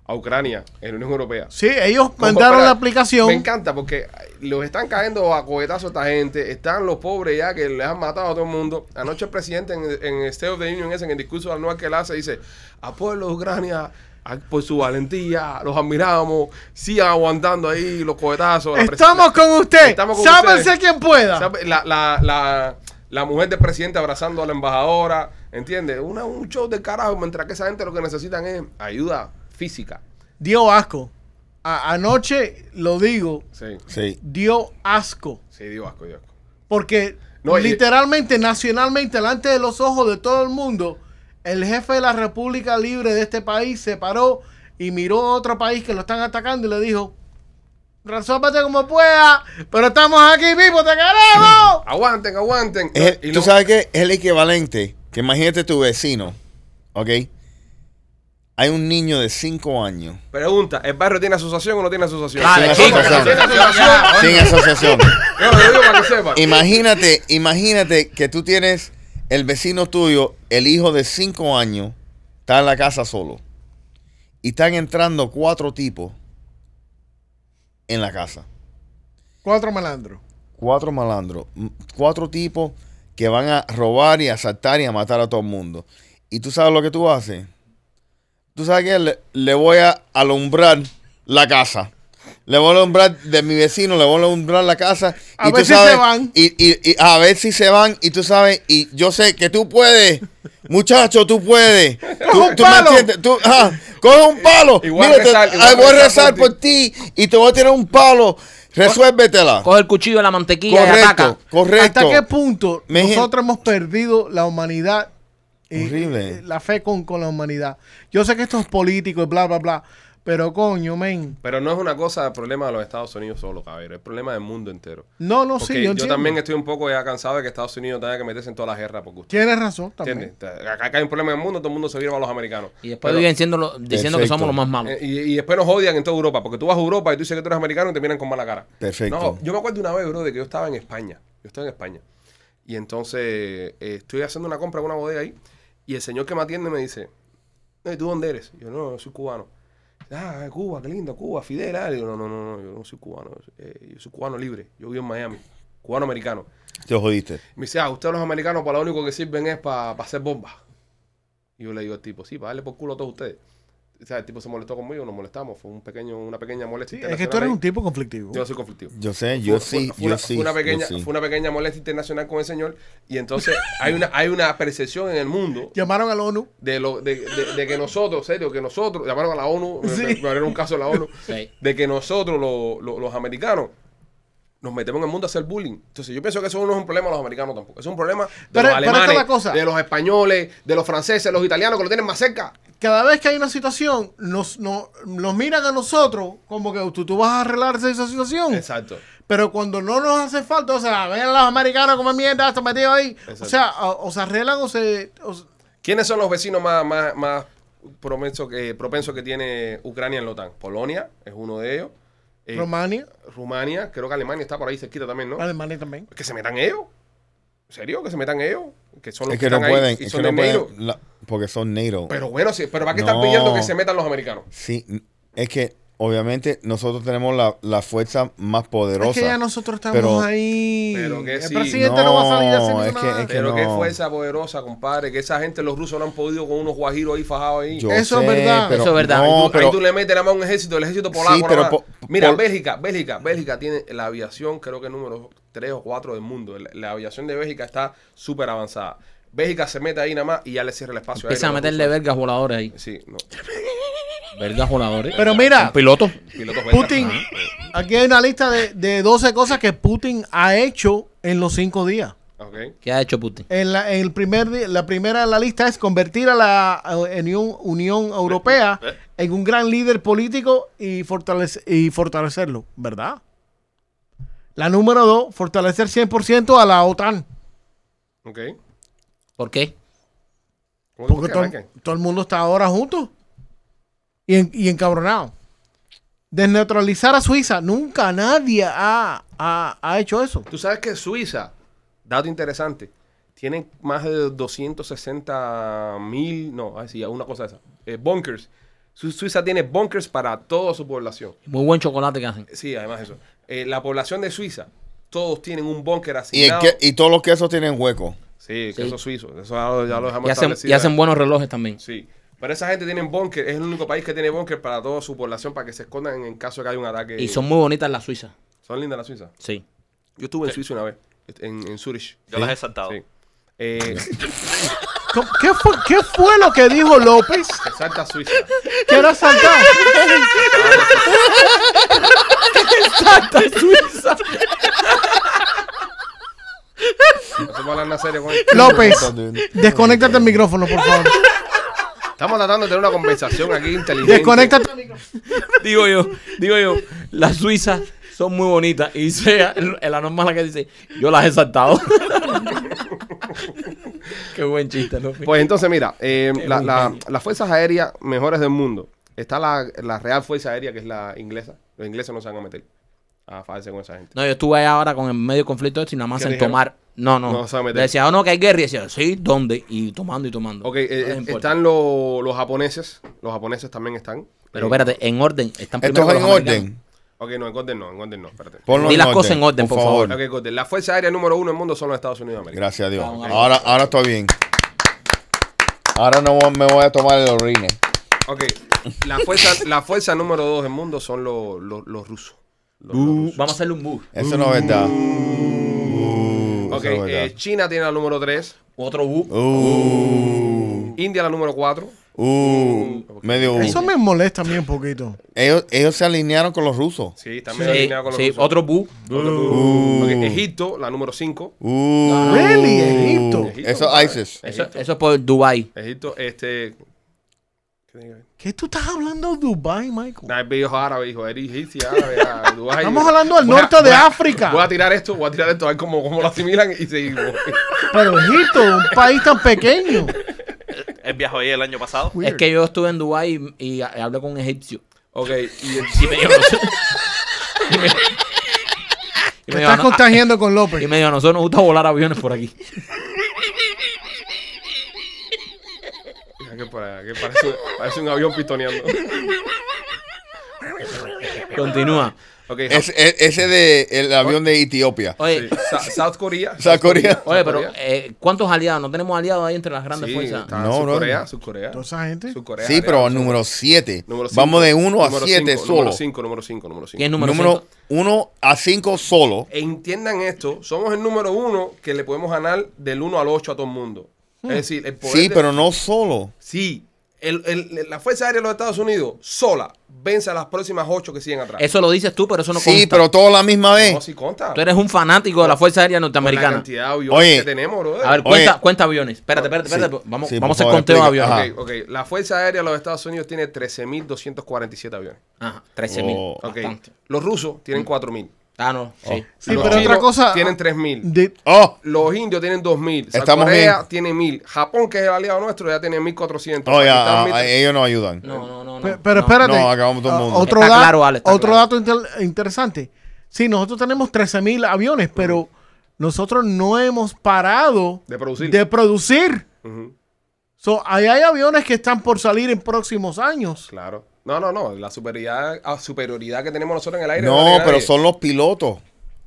A: a Ucrania en la Unión Europea.
C: Sí, ellos
A: Como
C: mandaron
A: para-
C: la
A: Me
C: aplicación.
A: encanta porque los están cayendo a cohetazos a esta gente. Están los pobres ya que les han matado a todo el mundo. Anoche el presidente en, en State of the Union, ese, en el discurso anual que él hace, dice: A pueblo de Ucrania, a- por su valentía, los admiramos. Sigan aguantando ahí los cohetazos. La presi-
C: Estamos con usted.
A: Estamos con
C: Sábense
A: ustedes.
C: quien pueda.
A: ¿Sabe? La, la, la, la mujer del presidente abrazando a la embajadora, ¿entiendes? Una, un show de carajo, mientras que esa gente lo que necesitan es ayuda física.
C: Dio asco. A- anoche lo digo.
A: Sí,
E: Sí.
C: Dio asco.
A: sí, dio asco, dio asco.
C: Porque
A: No, y-
C: literalmente, nacionalmente, delante de los ojos de todo el mundo, el jefe de la República Libre de este país se paró y miró a otro país que lo están atacando y le dijo, resuélvete como pueda, pero estamos aquí vivos, te queremos.
A: Aguanten, aguanten.
E: Es el-
A: Y
E: tú
A: no-
E: sabes que es el equivalente. Que imagínate tu vecino, ¿ok? Hay un niño de 5 años
A: Pregunta, ¿el barrio tiene asociación o no tiene asociación?
B: Dale,
E: Sin
B: chico,
E: asociación.
B: tiene [laughs] asociación.
A: Ah,
E: sin asociación.
A: No, lo digo para que sepan.
E: Imagínate, imagínate que tú tienes el vecino tuyo, el hijo de 5 años, está en la casa solo. Y están entrando cuatro tipos en la casa.
C: Cuatro malandros.
E: cuatro malandros, m- cuatro tipos que van a robar y a asaltar y a matar a todo el mundo. Y tú sabes lo que tú haces. Tú sabes que le, le voy a alumbrar la casa. Le voy a alumbrar de mi vecino, le voy a alumbrar la casa.
C: A
E: y
C: ver
E: tú
C: si
E: sabes,
C: se van.
E: Y, y- y a ver si se van. Y tú sabes, y yo sé que tú puedes. Muchacho,
C: [laughs]
E: tú puedes. Tú,
C: un
E: tú me
C: palo.
E: entiendes, tú- ah, coge un palo.
A: Y voy a
E: Mira, te-
A: rezar, y voy a
E: ah, voy a
A: rezar
E: rezar
A: por
E: por ti. Y te voy a tirar un palo. Resuélvetela.
B: Coge el cuchillo de la mantequilla y ataca.
E: Correcto, correcto.
C: ¿Hasta qué punto
E: Me-
C: nosotros hemos perdido la humanidad? eh,
E: Horrible.
C: eh, La fe con, con la humanidad. Yo sé que esto es político y bla, bla, bla. Pero coño, men.
A: Pero no es una cosa, el problema de los Estados Unidos solo, cabrero. Es problema del mundo entero.
C: No, no,
A: Porque
C: sí, yo,
A: yo,
C: entiendo.
A: también estoy un poco ya cansado de que Estados Unidos tenga que meterse en toda la guerra por gusto.
C: Tienes razón también.
A: ¿Entiendes? Acá, acá hay un problema en el mundo, todo el mundo se vira a los americanos.
B: Y después
A: Pero-
B: viven siendo lo- diciendo que
E: Perfecto.
B: somos los más malos.
A: Eh, Y, y después nos odian en toda Europa, porque tú vas a Europa y tú dices que tú eres americano y te miran con mala cara.
E: Perfecto.
A: No, yo me acuerdo una vez, bro, de que yo estaba en España. Yo estaba en España. Y entonces eh, estoy haciendo una compra en una bodega ahí. Y el señor que me atiende me dice, "No, ¿y tú dónde eres? Y yo, no, yo soy cubano. Ah, Cuba, qué lindo, Cuba, Fidel. ah". Y yo, no, no, no, no, yo no soy cubano. eh, yo soy cubano libre. Yo vivo en Miami. Cubano americano.
E: Te jodiste.
A: Me dice, ah, ustedes los americanos para lo único que sirven es para hacer bombas. Y yo le digo al tipo, sí, para darle por culo a todos ustedes. O sea, el tipo se molestó conmigo, nos molestamos. Fue un pequeño, una pequeña molestia.
C: Sí, es que tú
A: internacional
C: eres
A: ahí.
C: un tipo conflictivo.
A: Yo no soy conflictivo.
E: Yo sé, yo
A: Fue-
E: sí,
A: fue
E: yo
A: una,
E: sí.
A: fue una pequeña,
E: yo sí.
A: fue una pequeña molestia internacional con el señor. Y entonces hay una, hay una percepción en el mundo
C: Llamaron a la ONU.
A: de, lo, de, de- de que nosotros, serio, que nosotros, llamaron a la ONU, me-
C: Sí.
A: me, me abrieron un caso de la ONU,
B: Sí.
A: de que nosotros, lo- lo- los americanos, nos metemos en el mundo a hacer bullying. Entonces yo pienso que eso no es un problema de los americanos tampoco. Es un problema de los
C: Pero- pero esta es
A: alemanes,
C: la cosa.
A: de los españoles, de los franceses, los italianos que lo tienen más cerca.
C: Cada vez que hay una situación, nos, no- nos miran a nosotros como que tú, tú vas a arreglar esa situación.
A: Exacto.
C: Pero cuando no nos hace falta, o sea, ven los americanos como mierda, están metidos ahí.
A: Exacto.
C: O sea, o, o se arreglan o se. o se-
A: ¿Quiénes son los vecinos más, más, más propensos que, propensos que tiene Ucrania en la OTAN? Polonia es uno de ellos. Eh,
C: Rumania,
A: Rumania, creo que Alemania está por ahí cerquita también, ¿no?
C: Alemania también.
A: Que se metan ellos. ¿En serio? Que se metan ellos. Que son los
E: Es que no
A: están ahí
E: pueden,
A: y
E: es
A: son
E: que no
A: de negro.
E: pueden. la- porque son negros.
A: Pero bueno, sí, pero ¿para qué están
E: No.
A: pidiendo que se metan los americanos?
E: Sí, n- es que obviamente nosotros tenemos la, la fuerza más poderosa.
C: Es que ya nosotros estamos
E: pero-
C: ahí.
A: pero que sí.
C: El presidente no, va a salir
E: No,
C: haciendo
E: es
C: nada.
E: que- es que-
A: Pero qué
E: no.
A: fuerza poderosa, compadre. Que esa gente, los rusos no han podido con unos guajiros ahí fajados ahí.
E: Yo
C: Eso es
E: sé,
C: verdad.
E: pero-
B: Eso es verdad.
E: no,
A: Ahí tú-
E: pero-
A: ahí tú le metes la mano a un ejército, el ejército polaco.
E: Sí, pero
A: nada más.
E: po-
A: Mira,
E: pol-
A: Bélgica, Bélgica, Bélgica tiene la aviación, creo que número 3 o 4 del mundo. La, la aviación de Bélgica está súper avanzada. Bélgica se mete ahí nada más y ya le cierra el espacio.
B: Empieza a
A: aéreo los
B: meterle vergas voladores ahí.
A: rusos. Sí, no.
B: Vergas voladores.
C: Pero mira.
B: Un piloto.
A: Pilotos belgas.
C: Putin,
A: Ajá.
C: aquí hay una lista de, de 12 cosas que Putin ha hecho en los cinco días.
A: Ok.
B: ¿Qué ha hecho Putin?
C: En la, en el primer, di- la primera de la lista es convertir a la eh, Unión, Unión Europea
B: Eh,
C: en un gran líder político y, fortalece- y fortalecerlo, ¿verdad? La número dos, fortalecer 100% a la OTAN.
A: Ok.
B: ¿Por qué?
A: ¿Cómo que
C: Porque
A: por
C: todo,
A: qué, Michael?
C: todo el mundo está ahora junto y, en- y encabronado. Desneutralizar a Suiza. Nunca nadie ha, ha- ha hecho eso.
A: Tú sabes que Suiza, dato interesante, tiene más de 260 mil, no, así, una cosa esa, eh, bunkers. Su- Suiza tiene bunkers para toda su población.
B: Muy buen chocolate que hacen.
A: Sí, además eso. Eh, la población de Suiza, todos tienen un búnker
E: y, el
A: asignado.
E: que- y todos los quesos tienen hueco.
A: Sí,
B: Sí.
A: que eso es suizo. Eso ya lo, ya lo dejamos
B: Y hacen,
A: establecido.
B: y hacen buenos relojes también.
A: Sí. Pero esa gente tiene búnker. Es el único país que tiene búnker para toda su población para que se escondan en caso de que haya un ataque.
B: Y son muy bonitas las suizas.
A: Son lindas las suizas.
B: Sí.
A: Yo estuve en Suiza una vez, en, en Zurich.
D: Yo las he saltado.
A: Sí. Eh, [laughs]
C: ¿Cómo- ¿Qué fue, qué fue lo que dijo López?
A: se salta a Suiza.
C: Que era saltar.
A: Hacemos la serie con
C: López, desconéctate el micrófono, por favor.
A: Estamos tratando de tener una conversación aquí inteligente.
C: Desconecta tu micrófono.
B: digo yo, digo yo, las suizas son muy bonitas. Y sea el anormal la que dice, yo las he saltado. [laughs] Qué buen chiste, López.
A: Pues entonces, mira, eh,
B: Qué
A: la-
B: buen
A: la-
B: genio.
A: las fuerzas aéreas mejores del mundo. Está la, la Real Fuerza Aérea, que es la inglesa. Los ingleses no se van a meter a fajarse con esa gente.
B: No, yo estuve allá ahora con el medio conflicto este y nada más
A: ¿Qué
B: en
A: dijeron?
B: tomar. No, no.
A: No se va a meter.
B: decía, oh, no, que hay guerra. Y decía, sí, ¿dónde? Y tomando y tomando.
A: Ok,
B: No
A: eh,
B: les
A: eh,
B: importa.
A: están los, los japoneses. Los japoneses también están.
B: Pero
A: Eh,
B: espérate, en orden.
A: Ah,
B: Están
E: Esto
B: primero
E: es en
B: los americanos.
E: orden.
A: Ok, no, en orden no, en orden no, espérate.
E: Ponlo
B: Di las cosas en orden, por favor.
A: Ok, en orden. La Fuerza Aérea número uno del mundo son los Estados Unidos de América.
E: Gracias a Dios.
B: Vamos, vamos.
E: Ahora, ahora estoy bien. Ahora no me voy a tomar el orine.
A: Ok, la fuerza, la fuerza número dos del mundo son los, los, los rusos. Los- los
C: Uh,
A: rusos.
B: Vamos a hacerle un move.
E: Eso no es verdad.
A: Ok,
C: oh,
E: Eso no es
A: eh,
E: verdad.
A: China tiene la número tres.
B: Otro move.
E: Uh,
A: India la número cuatro.
E: uh, medio uh.
C: Eso me molesta a mí un poquito.
E: Ellos, ellos se alinearon con los rusos.
A: Sí,
B: Sí,
A: también alineado con los
B: sí,
A: rusos.
B: otro move.
A: Otro
E: Uh.
A: Ok, Egipto, la número 5.
E: Uh,
C: Really, Egipto.
E: Eso es ISIS.
B: Eso, eso es por Dubai.
A: Egipto, este. ¿Qué tiene que ver?
C: ¿Qué tú estás hablando de Dubai, Michael?
A: Nah, es hijo árabe, hijo. Eres egipcio, árabe,
C: [laughs]
A: ah, Dubái.
C: Estamos hablando del
A: Voy a-
C: norte de
A: voy a-
C: África.
A: Voy a tirar esto, voy a tirar esto, a ver cómo, cómo lo asimilan y seguimos.
C: Pero Egipto, un país tan
B: [laughs]
C: pequeño.
D: Él viajó ahí el año pasado.
B: Es que yo estuve en Dubai y, y hablé con un egipcio.
A: Ok, y el-
B: Y me dijo, y me
C: Te
B: dijo,
C: estás
B: "No, ah",
C: contagiando con
B: y
C: López.
B: me dijo, "A nosotros nos gusta volar aviones por
E: [laughs]
B: aquí.
A: Mira que para- que parece, un- parece un avión pistoneando.
B: Continúa.
A: Ok,
E: Ese, e- ese de el avión de Etiopía.
B: Oye,
A: sí. Sa- South Korea.
E: South Korea.
B: Oye, pero
A: South Korea.
B: eh, ¿cuántos aliados? ¿No tenemos aliados ahí entre las grandes
A: Sí,
B: fuerzas?
A: está
E: No, bro.
A: Surcorea, Surcorea.
C: Toda esa gente.
A: Surcorea,
E: Sí, pero
A: aliado,
E: número 7.
A: número cinco.
E: Vamos de 1 a
A: Número
E: 7
A: cinco, Número
E: solo.
A: 5, número 5, número 5.
B: ¿Quién es número
E: Número
B: cinco?
E: 1 a 5 solo.
A: Entiendan esto, somos el número uno que le podemos ganar del 1 al 8 a todo el mundo.
C: Hmm.
A: Es decir, el poder
E: Sí,
A: de-
E: pero no solo.
A: Sí, el- el- la Fuerza Aérea de los Estados Unidos sola vence a las próximas 8 que siguen atrás.
B: Eso lo dices tú, pero eso no
E: Sí,
B: consta.
E: pero todo a la misma vez.
A: No, si conta.
B: Tú eres un fanático de la Fuerza Aérea
A: Con la
B: Norteamericana.
A: cantidad de aviones
E: Oye.
A: que tenemos, brother.
B: A ver,
E: Oye.
B: cuenta, cuenta aviones. Espérate, espérate, espérate. pues,
E: Sí,
B: Vamos,
E: sí,
B: vamos
E: por
B: a
E: favor,
B: conteo de
E: explica.
B: aviones.
E: Ajá.
A: Ok, ok. La Fuerza Aérea de los Estados Unidos tiene 13.247 aviones.
B: Ajá, 13 mil.
E: Oh.
A: Ok.
B: Bastante.
A: Los rusos
E: Mm.
A: tienen 4.000.
B: Ah, no, sí.
C: Sí,
A: Los
C: pero
A: chinos
C: otra cosa.
A: Tienen 3.000.
C: de-
E: Oh,
A: Los indios tienen 2.000. South
E: Estamos
A: Corea
E: bien.
A: tiene 1.000. Japón, que es el aliado nuestro, ya tiene 1.400.
E: oh, ya,
A: Pakistán,
E: ah,
A: 1.000.
E: ah, ellos no ayudan.
B: No, no, no. no.
C: pe- pero
B: No.
C: espérate.
E: No, acabamos todo el
C: ah,
E: mundo.
C: Otro,
B: Está
C: da-
B: claro, Ale, está
C: otro
B: claro.
C: dato inter- interesante. Sí, nosotros tenemos 13 mil aviones, pero nosotros no hemos parado
A: De producir.
C: de producir.
A: Ujú,
C: So, ahí hay aviones que están por salir en próximos años.
A: Claro. No, no, no. La superioridad, ah, superioridad que tenemos nosotros en el aire. la
E: No,
A: tiene
E: pero
A: nadie.
E: son los pilotos.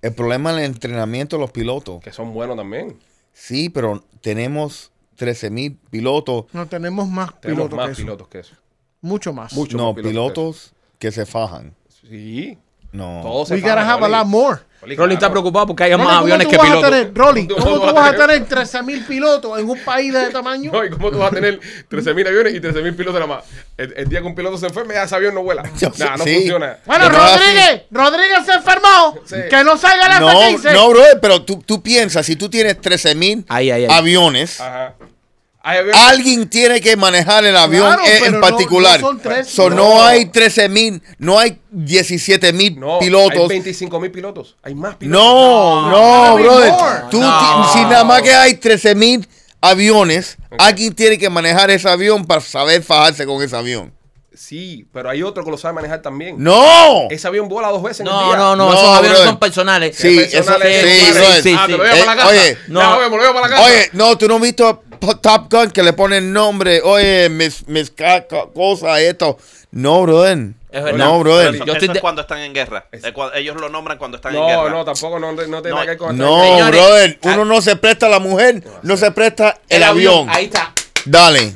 E: El problema es el entrenamiento de los pilotos.
A: Que son buenos también.
E: Sí, pero tenemos 13 mil pilotos.
C: No tenemos más
A: Tenemos
C: pilotos
A: más
C: que eso.
A: pilotos que eso.
C: Mucho más.
A: Mucho.
E: No,
A: más pilotos
E: pilotos que se fajan.
A: Sí.
E: No.
A: Todos
C: We
A: se
C: gotta
A: paran,
C: have a
A: Rolly.
C: lot more.
A: Rolly,
B: Rolly está
A: claro. [laughs]
B: preocupado porque hay
C: Rolly,
B: más
C: ¿cómo
B: aviones
C: tú
B: que
C: vas a
B: pilotos.
C: tener- Rolly, ¿cómo,
A: ¿Cómo
C: tú
A: vas
C: vas
A: a
C: a tener 13 mil pilotos en un país de ese
A: [laughs]
C: tamaño?
A: No, ¿y cómo tú vas a tener 13.000 aviones y 13.000 pilotos nada más? El, el día que un piloto se enferme, ya ese avión no vuela.
E: Yo sé-
A: Nah, no
E: sí.
A: funciona.
C: Bueno,
E: Pero así-
C: Rodríguez, Rodríguez se enfermó.
A: Sí.
C: Que no salga la
E: No,
C: 15.
E: no, bro, pero tú, tú piensas, si tú tienes 13 mil
B: Ay, ay, ay.
E: aviones,
A: Ajá. Hay aviones-
E: alguien tiene que manejar el avión
C: Claro,
E: en-
C: pero
E: en,
C: no-
E: particular.
C: no son 13,000.
E: So, no.
A: No.
E: hay 13 mil, no hay 17 mil
A: no,
E: pilotos.
A: Hay 25.000 pilotos. Hay más pilotos.
C: No,
E: No, no,
C: no,
E: brother.
C: no.
E: Tú,
B: No.
E: ti- Si nada más que hay 13 mil aviones, alguien tiene que manejar ese avión para saber fajarse con ese avión.
A: Sí, pero hay otro que lo sabe manejar también.
E: ¡No!
A: Ese avión vola dos veces en el
B: No,
A: día.
B: no, no, esos
E: No,
B: aviones
E: brother.
B: son personales.
E: Sí,
A: Qué
E: eso-
A: personal
B: sí,
A: es ese,
B: sí,
A: brother.
B: sí,
A: Ah,
B: sí.
A: te lo llevo para la
E: Eh,
A: casa.
E: oye,
A: Ya,
B: no.
A: oye, me lo llevo para la casa.
E: Oye, no, tú no has visto P- Top Gun que le ponen nombre. Oye, mis, mis ca- ca- cosas, esto. No, brother.
B: Es verdad.
E: No, brother.
D: Eso,
B: Yo estoy
D: eso
B: de-
D: es cuando están en guerra.
A: Es-
D: Eh, cua- ellos lo nombran cuando están en
A: No,
D: guerra.
A: no, tampoco no, no tiene
D: No,
A: nada que ver con esta-
E: No,
B: Señores, ah.
E: brother. Uno no se presta a la mujer, no se presta el, avión.
B: Ahí está.
E: Dale.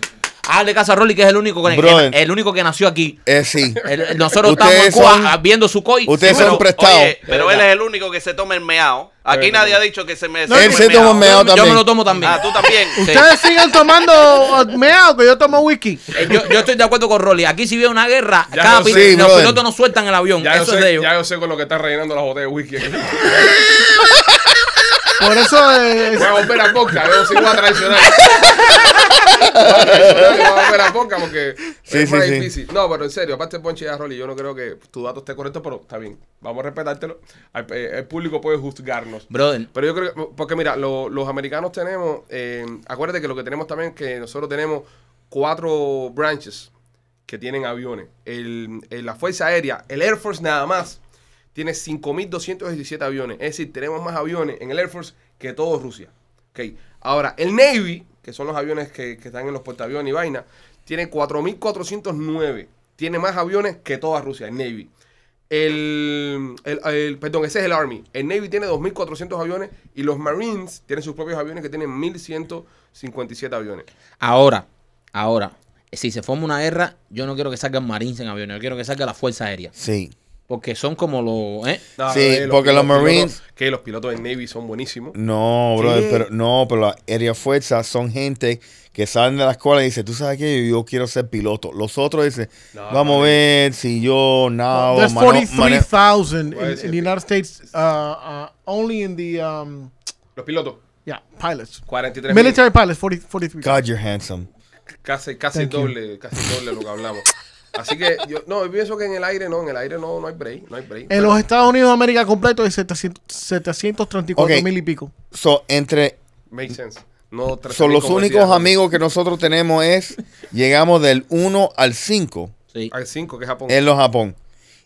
B: Hazle caso a Rolly, que es el único que,
E: Brother.
B: el único que nació aquí. [laughs]
E: Eh, sí.
B: El- el- nosotros estamos
E: Ustedes
B: en Cuba
E: son-
B: viendo su coi.
E: ustedes
B: Sí,
E: son
B: pero-
E: pre- prestado.
D: Oye, pero
A: De
D: él es
A: verdad.
D: el único que se toma el meao. Aquí
A: De
D: nadie
A: verdad.
D: ha dicho que se me.
E: Él se toma el meao
B: yo, me
E: también.
B: lo tomo también.
D: Ah, tú también.
B: Sí.
C: Ustedes sigan tomando eh, meao que yo tomo whisky.
B: Eh, yo, yo estoy de acuerdo con Rolly. Aquí si viene una guerra,
A: Ya
B: cada
A: lo sé,
B: pil- los
E: brother.
B: pilotos no sueltan el avión.
A: Ya,
B: Eso
A: yo
B: es de
A: sé,
B: ellos.
A: ya yo sé con lo que están rellenando las botellas de whisky. aquí.
C: Por eso es.
A: Voy a volver a Boca, veo si voy a traicionar. Voy a traicionar y voy a volver a Boca porque
E: Sí,
A: es más
E: sí, sí.
A: difícil. No, pero en serio, aparte Ponche y Rolly, yo no creo que tu dato esté correcto, pero está bien. Vamos a respetártelo. Al- eh, El, público puede juzgarnos.
B: Brother,
A: Pero yo creo que, porque mira, lo- los americanos tenemos, eh, acuérdate que lo que tenemos también es que nosotros tenemos cuatro branches que tienen aviones. El, el- la Fuerza Aérea, el Air Force nada más, tiene 5.217 aviones. Es decir, tenemos más aviones en el Air Force que todo Rusia. Ok. Ahora, el Navy, que son los aviones que, que están en los portaaviones y vaina, tiene 4.409. Tiene más aviones que toda Rusia, el Navy. El, el- el- perdón, ese es el Army. El Navy tiene 2.400 aviones y los Marines tienen sus propios aviones que tienen 1.157 aviones.
B: ahora, ahora, si se forma una guerra, yo no quiero que salgan marines en aviones, yo quiero que salga la Fuerza Aérea.
E: Sí.
B: Porque son como los... ¿eh?
A: No,
E: Sí,
A: eh,
E: porque los
A: pilotos-
E: Marines-
A: que los pilotos del Navy son buenísimos.
E: No,
A: Sí.
E: brother, pero no, pero la Aérea Fuerza son gente que salen de la escuela y dicen, tú sabes qué, yo, yo quiero ser piloto. Los otros dicen,
A: No,
E: vamos a
A: brother.
E: ver si yo nado,
C: There's
E: mano- mane-
C: 43,000
A: Voy a
C: in, in
A: decir-
C: the United States, uh, uh, only in the um,
A: Los pilotos,
C: yeah pilots,
A: 43
C: military pilots, 40, 43.
E: God, you're handsome.
A: Casi, casi
C: Thank you.
A: doble, casi doble lo que hablamos. Así que yo, no, yo pienso que en el aire no, en el aire no, no hay break, no hay break.
C: En los Estados Unidos de América completo hay 700 734
E: Ok.
C: mil y pico.
E: So, entre,
A: Make sense. No, tres-
E: son los
A: como
E: únicos
A: decía,
E: amigos que nosotros tenemos es, llegamos del 1 al 5
B: Sí.
A: Al 5, que es Japón.
E: en los Japón.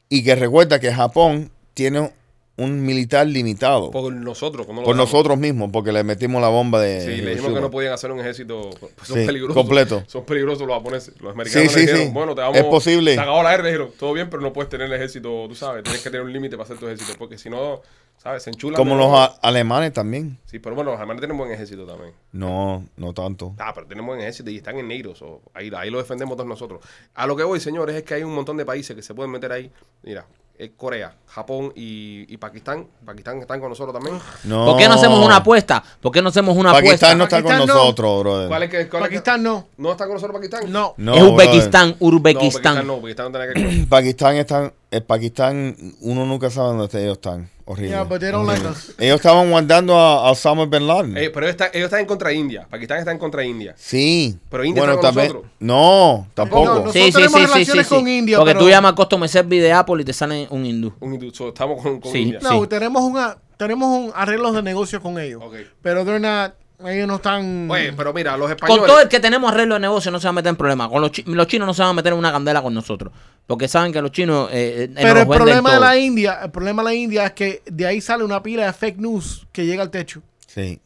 E: Y que recuerda que Japón tiene un militar limitado por,
A: Por nosotros, como
E: nosotros mismos, porque le metimos la bomba de...
A: Sí, le dijimos
E: Hiroshima.
A: que no podían hacer un ejército. pues, Son
E: Sí,
A: peligrosos.
E: completo.
A: Son peligrosos los japoneses. Los americanos
E: Sí,
A: le
E: sí,
A: dijeron,
E: sí.
A: bueno, te vamos.
E: Es posible.
A: Se acabó la guerra, le dijeron, todo bien, pero no puedes tener el ejército, tú sabes. Tienes que tener un límite para hacer tu ejército, porque si no, ¿sabes? Se enchulan.
E: Como
A: ¿no?
E: los a- alemanes también.
A: Sí, pero bueno, los alemanes tienen buen ejército también.
E: No, no tanto.
A: Ah, pero tenemos en ejército y están en negros. o ahí, ahí lo defendemos todos nosotros. A lo que voy, señores, es que hay un montón de países que se pueden meter ahí. Mira, es Corea, Japón y, y Pakistán. Pakistán están con nosotros también.
E: No.
B: ¿Por qué no hacemos una apuesta? ¿Por qué no hacemos una
E: Pakistán no
B: apuesta?
E: está
C: Pakistán
E: con
C: no.
E: nosotros, brother.
A: ¿Cuál es que, cuál es que-
C: Pakistán no,
A: ¿No está con nosotros Pakistán?
C: no.
E: No,
B: es
E: brother.
B: Uzbekistán, Uzbekistán.
A: No, Pakistán no tiene que ver.
E: [clears throat] Pakistán están, el Pakistán, uno nunca sabe dónde está- ellos están. Horrible.
C: Yeah, but they don't like
E: horrible.
C: us.
E: Ellos estaban guardando a, a Osama Bin Laden.
A: Eh, pero ellos están, ellos están en contra de India. Pakistán está en contra de India.
E: sí.
A: pero India está con nosotros.
E: No, tampoco.
C: No, no. Nosotros tenemos relaciones con India,
B: Porque
C: pero-
B: tú llamas Customer Service de Apple y te sale un hindú.
A: Un hindú. So, estamos con, con
B: Sí.
A: India.
C: No,
B: Sí.
C: tenemos una tenemos un arreglos de negocios con ellos.
A: Ok.
C: Pero they're not, ellos no están
A: Oye, pero mira, los
B: Con
A: españoles.
B: todo el que tenemos arreglo de negocio no se va a meter en problemas. Con los, chi- los chinos no se van a meter en una candela con nosotros. Porque saben que los chinos. eh, eh, nos
C: Pero el
B: venden
C: problema de
B: todo.
C: la India, el problema de la India es que de ahí sale una pila de fake news que llega al techo,
E: Sí.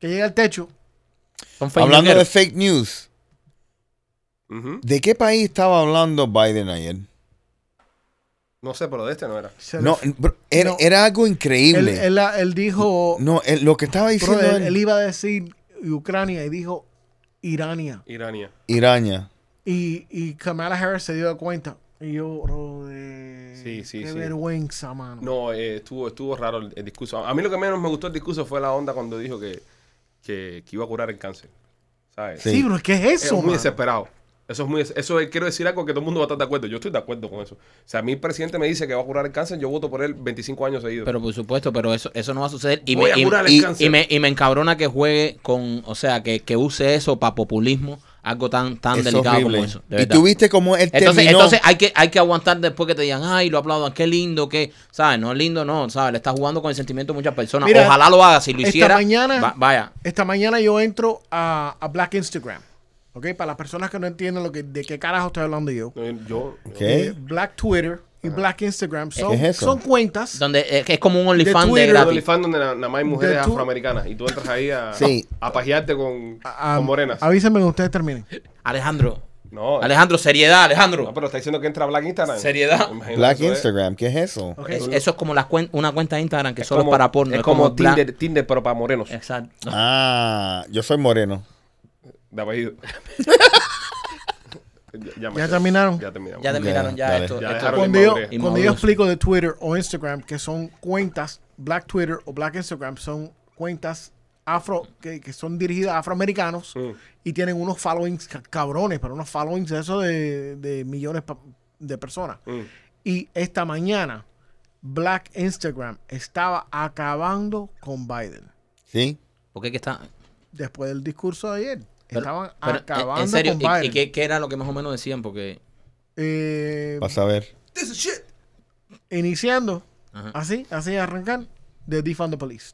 C: que llega al techo.
B: Son fake
E: Hablando de
B: newseros.
E: fake news,
A: Ujú.
E: ¿de qué país estaba hablando Biden ayer?
A: No sé, pero de este no era.
C: Se
E: No,
C: le-
E: bro, era,
C: No.
E: era algo
C: él,
E: increíble.
C: él- él dijo,
E: no, él- lo que estaba
C: bro,
E: diciendo
C: él,
E: él-
C: él iba a decir Ucrania y dijo Irania.
A: Irania.
E: Iraña.
C: Y, y Kamala Harris se dio cuenta. Y yo, bro, eh,
A: Sí, sí,
C: qué
A: sí.
C: vergüenza, mano.
A: No, eh, estuvo, estuvo raro el, el discurso. A mí lo que menos me gustó el discurso fue la onda cuando dijo que, que, que iba a curar el cáncer. ¿Sabes?
E: Sí. Eh,
C: Sí, bro, ¿qué es
A: Es
C: eso,
A: muy
C: mano?
A: desesperado. Eso es muy des- eso es- quiero decir algo que todo el mundo va a estar de acuerdo. Yo estoy de acuerdo con eso. O sea, a mí el presidente me dice que va a curar el cáncer, yo voto por él 25 años seguidos.
B: Pero por supuesto, pero eso, eso no va a suceder. Y
A: Voy
B: me,
A: a
B: y-
A: curar el
B: y-
A: cáncer.
B: y me- y me encabrona que juegue con. O sea, que, que use eso para populismo. Algo tan, tan
E: Es
B: delicado
E: horrible.
B: como eso. de
E: y
B: verdad.
E: tú viste cómo él
B: Entonces,
E: terminó.
B: entonces hay, que, hay que aguantar después que te digan, ay, lo aplaudan, qué lindo, qué, ¿sabes? No es lindo, no, ¿sabes? Le está jugando con el sentimiento de muchas personas.
C: Mira,
B: Ojalá lo haga, si lo
C: esta
B: hiciera.
C: mañana-
B: va- vaya.
C: Esta mañana yo entro a, a Black Instagram. ¿Ok? Para las personas que no entienden lo que, de qué carajo estoy hablando yo.
A: No, yo, yo-
E: ¿Qué?
C: Eh, Black Twitter y Black Instagram son,
E: ¿Qué es eso?
C: son cuentas.
B: Donde eh, que es como un OnlyFans de
C: Twitter,
A: Yo
B: gratis.
A: OnlyFans donde na- nada más hay mujeres
C: De tu-
A: afroamericanas y tú entras ahí a,
E: Sí.
A: a pajearte con,
C: A-
A: con morenas.
C: Ah, Avísenme cuando ustedes terminen.
B: Alejandro.
A: no,
B: Alejandro, seriedad,
A: no,
B: Alejandro.
A: pero está diciendo que entra a Black Instagram.
B: Seriedad.
A: Imagínate,
E: Black
A: eso es-
E: Instagram, ¿qué es eso?
C: Ok.
B: Es- eso es como la cuen- una cuenta de Instagram que
A: es
B: solo
A: como-
B: es para porno.
A: Es, como,
B: bla-
A: Tinder, Tinder, pero para morenos.
B: Exacto.
E: Ah, yo soy moreno.
A: De
E: [laughs]
A: apellido. ya, me
C: ¿Ya
A: sé.
C: terminaron?
A: Ya terminamos.
B: Ya terminaron ya,
E: dale.
B: esto.
A: Ya
B: esto-
A: dejaron
C: Cuando
A: Carolina
C: yo,
A: Morea.
C: cuando yo
B: Inmaduros.
C: explico de Twitter o Instagram que son cuentas, Black Twitter o Black Instagram son cuentas afro que, que son dirigidas a afroamericanos
A: Mm.
C: y tienen unos followings ca- cabrones, pero unos followings de eso de, de millones pa- de personas.
A: Mm.
C: Y esta mañana, Black Instagram estaba acabando con Biden.
E: ¿Sí?
B: Porque es que está...
C: Después del discurso de ayer,
B: pero-
C: estaban
B: pero, eh, en-
C: acabando
B: En serio,
C: con
B: ¿y- ¿y,
C: Biden.
B: qué, qué era lo que más o menos decían? Porque...
C: Eh,
E: Vas a ver.
A: This is shit.
C: iniciando,
B: Ajá.
C: así, así arrancar, de Defund the Police.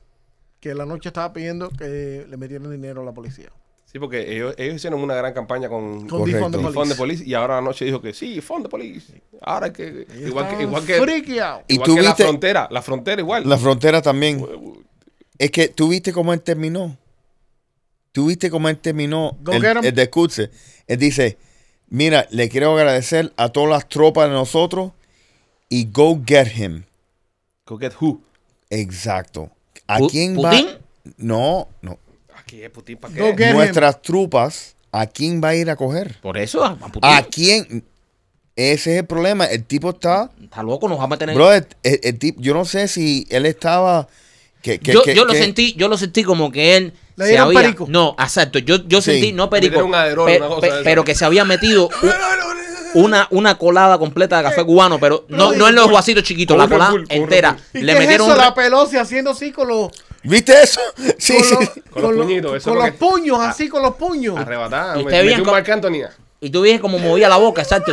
C: Que la noche estaba pidiendo que le metieran dinero a la policía.
A: Sí, porque ellos, ellos hicieron una gran campaña con,
C: Con
A: con
E: Correcto.
C: Defund the
A: Fund the
C: Police.
A: Police y ahora anoche dijo que sí, Fund the Police. Ahora que.
C: Ellos
A: Igual que,
C: estaban
A: igual que,
C: freaky out.
E: Y
A: igual
E: tú
A: que la
E: viste-
A: frontera, la frontera igual.
E: La frontera también. Es que tú viste cómo él terminó. Tú viste cómo él terminó
C: Go
E: el,
C: get 'em.
E: el discurso. Él dice, mira, le quiero agradecer a todas las tropas de nosotros y go get him.
A: Go get who?
E: Exacto. ¿A
B: Pu-
E: quién
B: ¿Putin?
E: va? No, no.
A: Aquí es Putin, ¿para
C: Go
A: qué?
C: get him.
E: Nuestras tropas, ¿a quién va a ir a coger?
B: Por eso, a- a Putin.
E: ¿A quién? Ese es el problema. El tipo está...
B: Está loco, nos va a mantener...
E: Bro, el, el- el tipo, yo no sé si él estaba... Que, que-
B: yo,
E: que-
B: yo lo
E: que-
B: sentí, yo lo sentí como que él
C: Le dieron perico.
B: No, exacto. Yo, yo
E: Sí.
B: sentí, no
A: Le
B: perico.
A: dieron aderón,
B: pe-
A: una cosa
B: pe-
A: de esa.
B: pero que se había
C: [laughs]
B: metido u- una, una colada completa de café cubano, pero no, no en los vasitos chiquitos,
A: Con
B: la
A: un Red
B: colada
A: Bull, con un
B: entera.
A: Red
C: ¿Y
B: Le
C: qué es
B: metieron
C: eso,
B: un
C: la
B: re-
C: Pelosi haciendo así
B: [laughs]
C: con los,
E: ¿Viste eso? [laughs] Sí,
C: con
E: sí.
C: los,
A: Con los
C: con los-
A: puñitos, eso
C: con
A: es lo
C: los
A: que-
C: puños, así con los puños.
A: Arrebatada.
B: Y
A: Me,
B: usted bien
A: metió un
B: con-
A: Marc Anthony.
B: Y tú ves como movía la boca, exacto.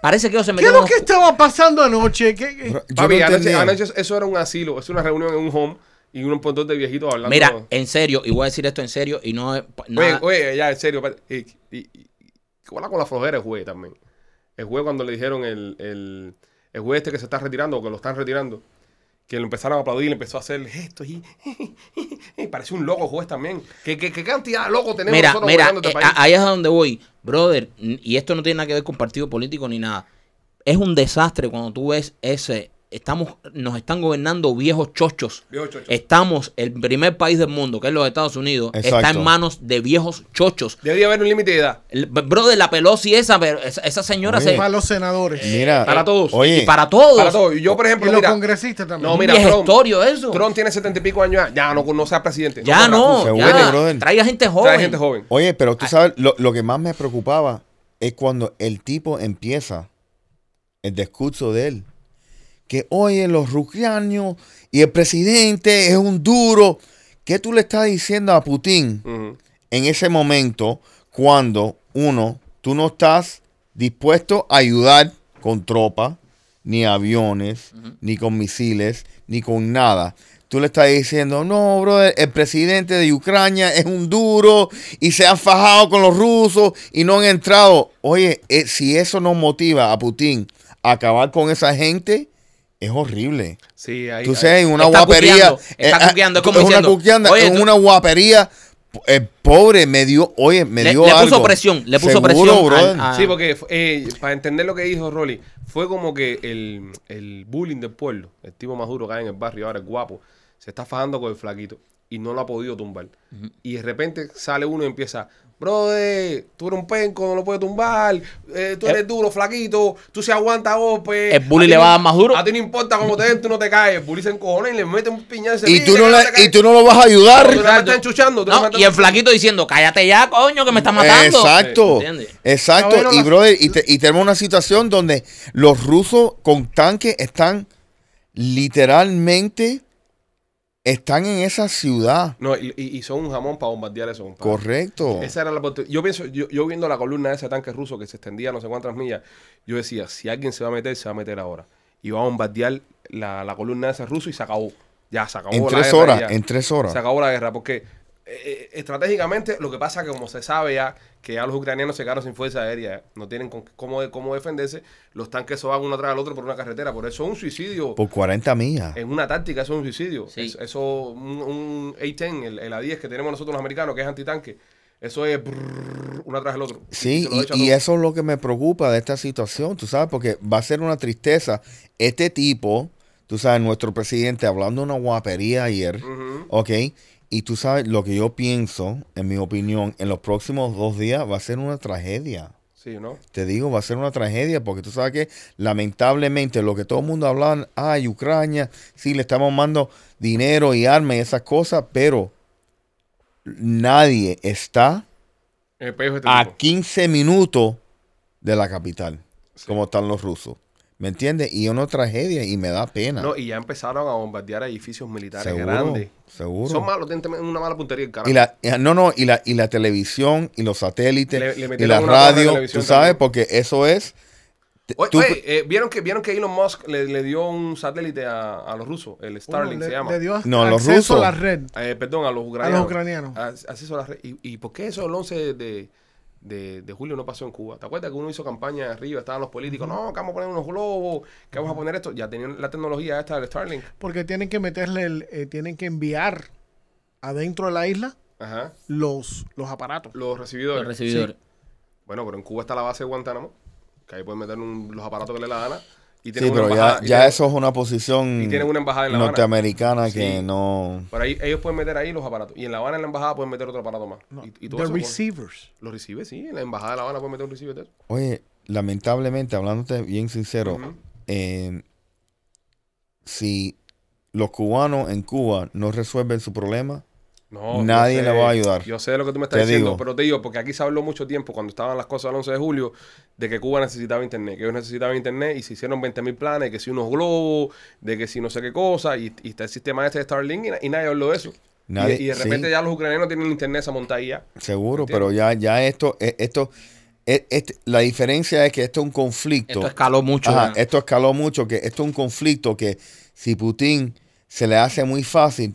B: Parece que ellos se
C: ¿Qué es
B: metieron.
C: lo que
B: unos-
C: estaba pasando anoche? ¿Qué- qué-
E: Bro, yo no
A: Papi, anoche,
E: entendía.
A: anoche eso era un asilo, es una reunión en un home y un montón de viejitos hablando.
B: Mira, en serio, y voy a decir esto en serio, y no es pa- nada.
A: Oye, oye, ya, en serio. pa- Y, y, y- ¿qué bola con la flojera el juez también. El juez cuando le dijeron el, el, el juez este que se está retirando o que lo están retirando, que lo empezaron a aplaudir y le empezó a hacer gestos y, [laughs] y parece un loco el juez también. ¿Qué, qué, qué cantidad de locos tenemos
B: Mira,
A: nosotros
B: mira,
A: gobernando este
B: eh,
A: país?
B: a- ahí es a donde voy, brother, n- y esto no tiene nada que ver con partido político ni nada. Es un desastre cuando tú ves ese, estamos, nos están gobernando viejos chochos.
A: Viejo chocho.
B: Estamos, el primer país del mundo, que es los Estados Unidos, está
E: Exacto.
B: en manos de viejos chochos.
A: Debería haber un límite de edad.
B: El- brother, la Pelosi esa, pero esa, esa señora
E: Oye,
B: se-
C: para los senadores.
E: Mira.
A: Para todos.
E: Oye.
B: y para todos.
A: Eh, Para todo. Yo, por
C: y
A: ejemplo,
C: los
A: mira,
C: congresistas también.
A: No, mira,
B: y es
A: Trump.
B: historio eso.
A: Trump tiene setenta y pico años ya. Ya no, no sea presidente.
B: ya
A: corra
B: no,
A: juicio.
E: se
B: ya.
E: vuelve, brother.
B: Traiga gente joven.
A: Trae gente joven.
E: Oye, pero tú sabes, lo, lo que más me preocupaba es cuando el tipo empieza el discurso de él. Que, oye, los ruquianos y el presidente es un duro. ¿Qué tú le estás diciendo a Putin
A: Ujú.
E: en ese momento cuando, uno, tú no estás dispuesto a ayudar con tropas, ni aviones, ni con misiles, ni con nada. Tú le estás diciendo, no, brother, el presidente de Ucrania es un duro y se han fajado con los rusos y no han entrado. Oye, eh, si eso no motiva a Putin a acabar con esa gente, es horrible.
A: Sí, ahí.
E: Tú
A: ahí.
E: sabes, en una
B: Está
E: guapería.
B: cuqueando, está
E: ah,
B: cuqueando, es
E: tú-
B: como
E: una
B: diciendo,
E: cuqueanda,
B: "Oye,
E: en
B: tú-
E: una guapería. El pobre me dio, oye, me
B: Le-
E: dio
B: le puso
E: algo.
B: presión, le puso
E: Seguro,
B: presión al-
E: brother.
B: a-
A: Sí, porque eh, para entender lo que dijo Rolly, fue como que el, el bullying del pueblo, el tipo más duro que hay en el barrio, ahora es guapo, se está fajando con el flaquito y no lo ha podido tumbar. Y de repente sale uno y empieza, brother, tú eres un penco, no lo puedes tumbar, eh, tú eres duro, flaquito, tú se aguantas golpe.
B: El bully
A: ti
B: le
A: no-
B: va a dar más duro.
A: A ti no importa cómo te den, tú no te caes. El bully se encojona y le mete un piñazo.
E: Y
A: se
E: tú,
A: pide, que
E: no le-
A: te
E: y
A: caes.
E: tú no lo vas a ayudar.
A: Tú no me estás enchuchando, tú no
B: No,
A: me estás
B: y el flaquito diciendo, cállate ya, coño, que me está matando.
E: Exacto,
B: ¿Entiendes?
E: exacto.
C: Cabrón,
E: y
C: las-
E: brother, y, te- y tenemos una situación donde los rusos con tanques están literalmente están en esa ciudad.
A: No, y, y- y son un jamón para bombardear eso, compadre.
E: Correcto.
A: Esa era la oportun- Yo pienso, yo, yo viendo la columna de ese tanque ruso que se extendía no sé cuántas millas, yo decía, si alguien se va a meter, se va a meter ahora. Y va a bombardear la, la columna de ese ruso y se acabó. Ya, se acabó
E: En
A: la
E: tres
A: guerra
E: horas,
A: y ya.
E: en tres horas.
A: Se acabó la guerra, porque eh, eh, estratégicamente lo que pasa es que como se sabe ya, que ya los ucranianos se quedaron sin fuerza aérea, no tienen con- cómo, de- cómo defenderse, los tanques se van uno tras el otro por una carretera, por eso es un suicidio.
E: Por 40 millas.
A: En una táctica, eso es un suicidio.
B: Sí.
A: Es- eso, un, un A-10, el, el A-10 que tenemos nosotros los americanos, que es antitanque. Eso es brrrr, una tras el otro. Y
E: Sí,
A: te lo echa
E: y, y
A: todo.
E: eso es lo que me preocupa de esta situación, tú sabes, porque va a ser una tristeza. Este tipo, tú sabes, nuestro presidente hablando una guapería ayer,
A: Ujú.
E: ¿ok? Y tú sabes, lo que yo pienso, en mi opinión, en los próximos dos días va a ser una tragedia.
A: Sí, ¿no?
E: Te digo, va a ser una tragedia, porque tú sabes que lamentablemente lo que todo el mundo hablaba, ay, Ucrania, sí, le estamos mandando dinero y armas y esas cosas, pero nadie está
A: El pellejo de este
E: a
A: tipo.
E: 15 minutos de la capital, como están los rusos. ¿Me entiendes? Y una tragedia y me da pena.
A: No, y ya empezaron a bombardear edificios militares
E: seguro.
A: grandes.
E: Seguro.
A: Son malos, tienen también una mala puntería el carajo.
E: Y la, y- no, no, y la, y la televisión, y los satélites,
A: Le- le
E: y
A: metieron
E: la
A: una torre de
E: radio, tú
A: televisión
E: sabes,
A: también.
E: porque eso es... te-
A: Oye,
E: tú-
A: oye, eh, ¿vieron, que, ¿Vieron que Elon Musk le, le dio un satélite a, a los rusos? El Starlink
C: Uno
A: se
C: le-
A: llama.
C: Le dio
E: No, los
C: acceso
E: rusos.
C: a la red.
A: Eh, perdón, a los ucranianos.
C: A los ucranianos.
A: A- así son las re- ¿Y, y por qué eso el 11 de, de- de julio no pasó en Cuba? ¿Te acuerdas que uno hizo campaña arriba? Estaban los políticos, no, que vamos a poner unos globos, que vamos a poner esto. Ya tenían la tecnología esta del Starlink.
C: Porque tienen que meterle, el- eh, tienen que enviar adentro de la isla
A: Ajá.
C: los, los aparatos.
A: Los
B: Los
A: recibidores.
B: recibidores.
A: Bueno, pero en Cuba está la base de Guantánamo, que ahí pueden meter un- los aparatos que le la gana. Y
E: Sí,
A: tienen una
E: pero ya,
A: embajada- y
E: ya
A: tienen-
E: eso es una posición
A: Y tienen una embajada en La Habana.
E: norteamericana que
A: Sí.
E: no...
A: Por ahí ellos pueden meter ahí los aparatos. Y en La Habana, en la embajada, pueden meter otro aparato más.
C: No,
A: y, y todo
C: the
A: eso, pues,
C: receivers.
A: Los recibe, sí. En la embajada de La Habana pueden meter un recibe de eso.
E: Oye, lamentablemente, hablándote bien sincero,
A: Ujú.
E: eh, si los cubanos en Cuba no resuelven su problema,
A: No,
E: Nadie
A: yo
E: le va a ayudar.
A: Yo sé lo que tú me estás
E: Te
A: diciendo,
E: digo.
A: pero te digo, porque aquí se habló mucho tiempo, cuando estaban las cosas del 11 de julio, de que Cuba necesitaba internet, que ellos necesitaban internet y se hicieron 20.000 mil planes, que si unos globos, de que si no sé qué cosa, y, y está el sistema este de Starlink y, na- y nadie habló de eso. Y-
E: Nadie-
A: y, de
E: sí.
A: repente ya los ucranianos tienen internet esa montada ahí ya.
E: seguro,
A: ¿Entiendes?
E: pero ya, ya esto, e- esto, e- este- la diferencia es que esto es un conflicto.
B: Esto escaló mucho.
E: Ajá,
B: ya.
E: esto escaló mucho, que esto es un conflicto que si Putin se le hace muy fácil,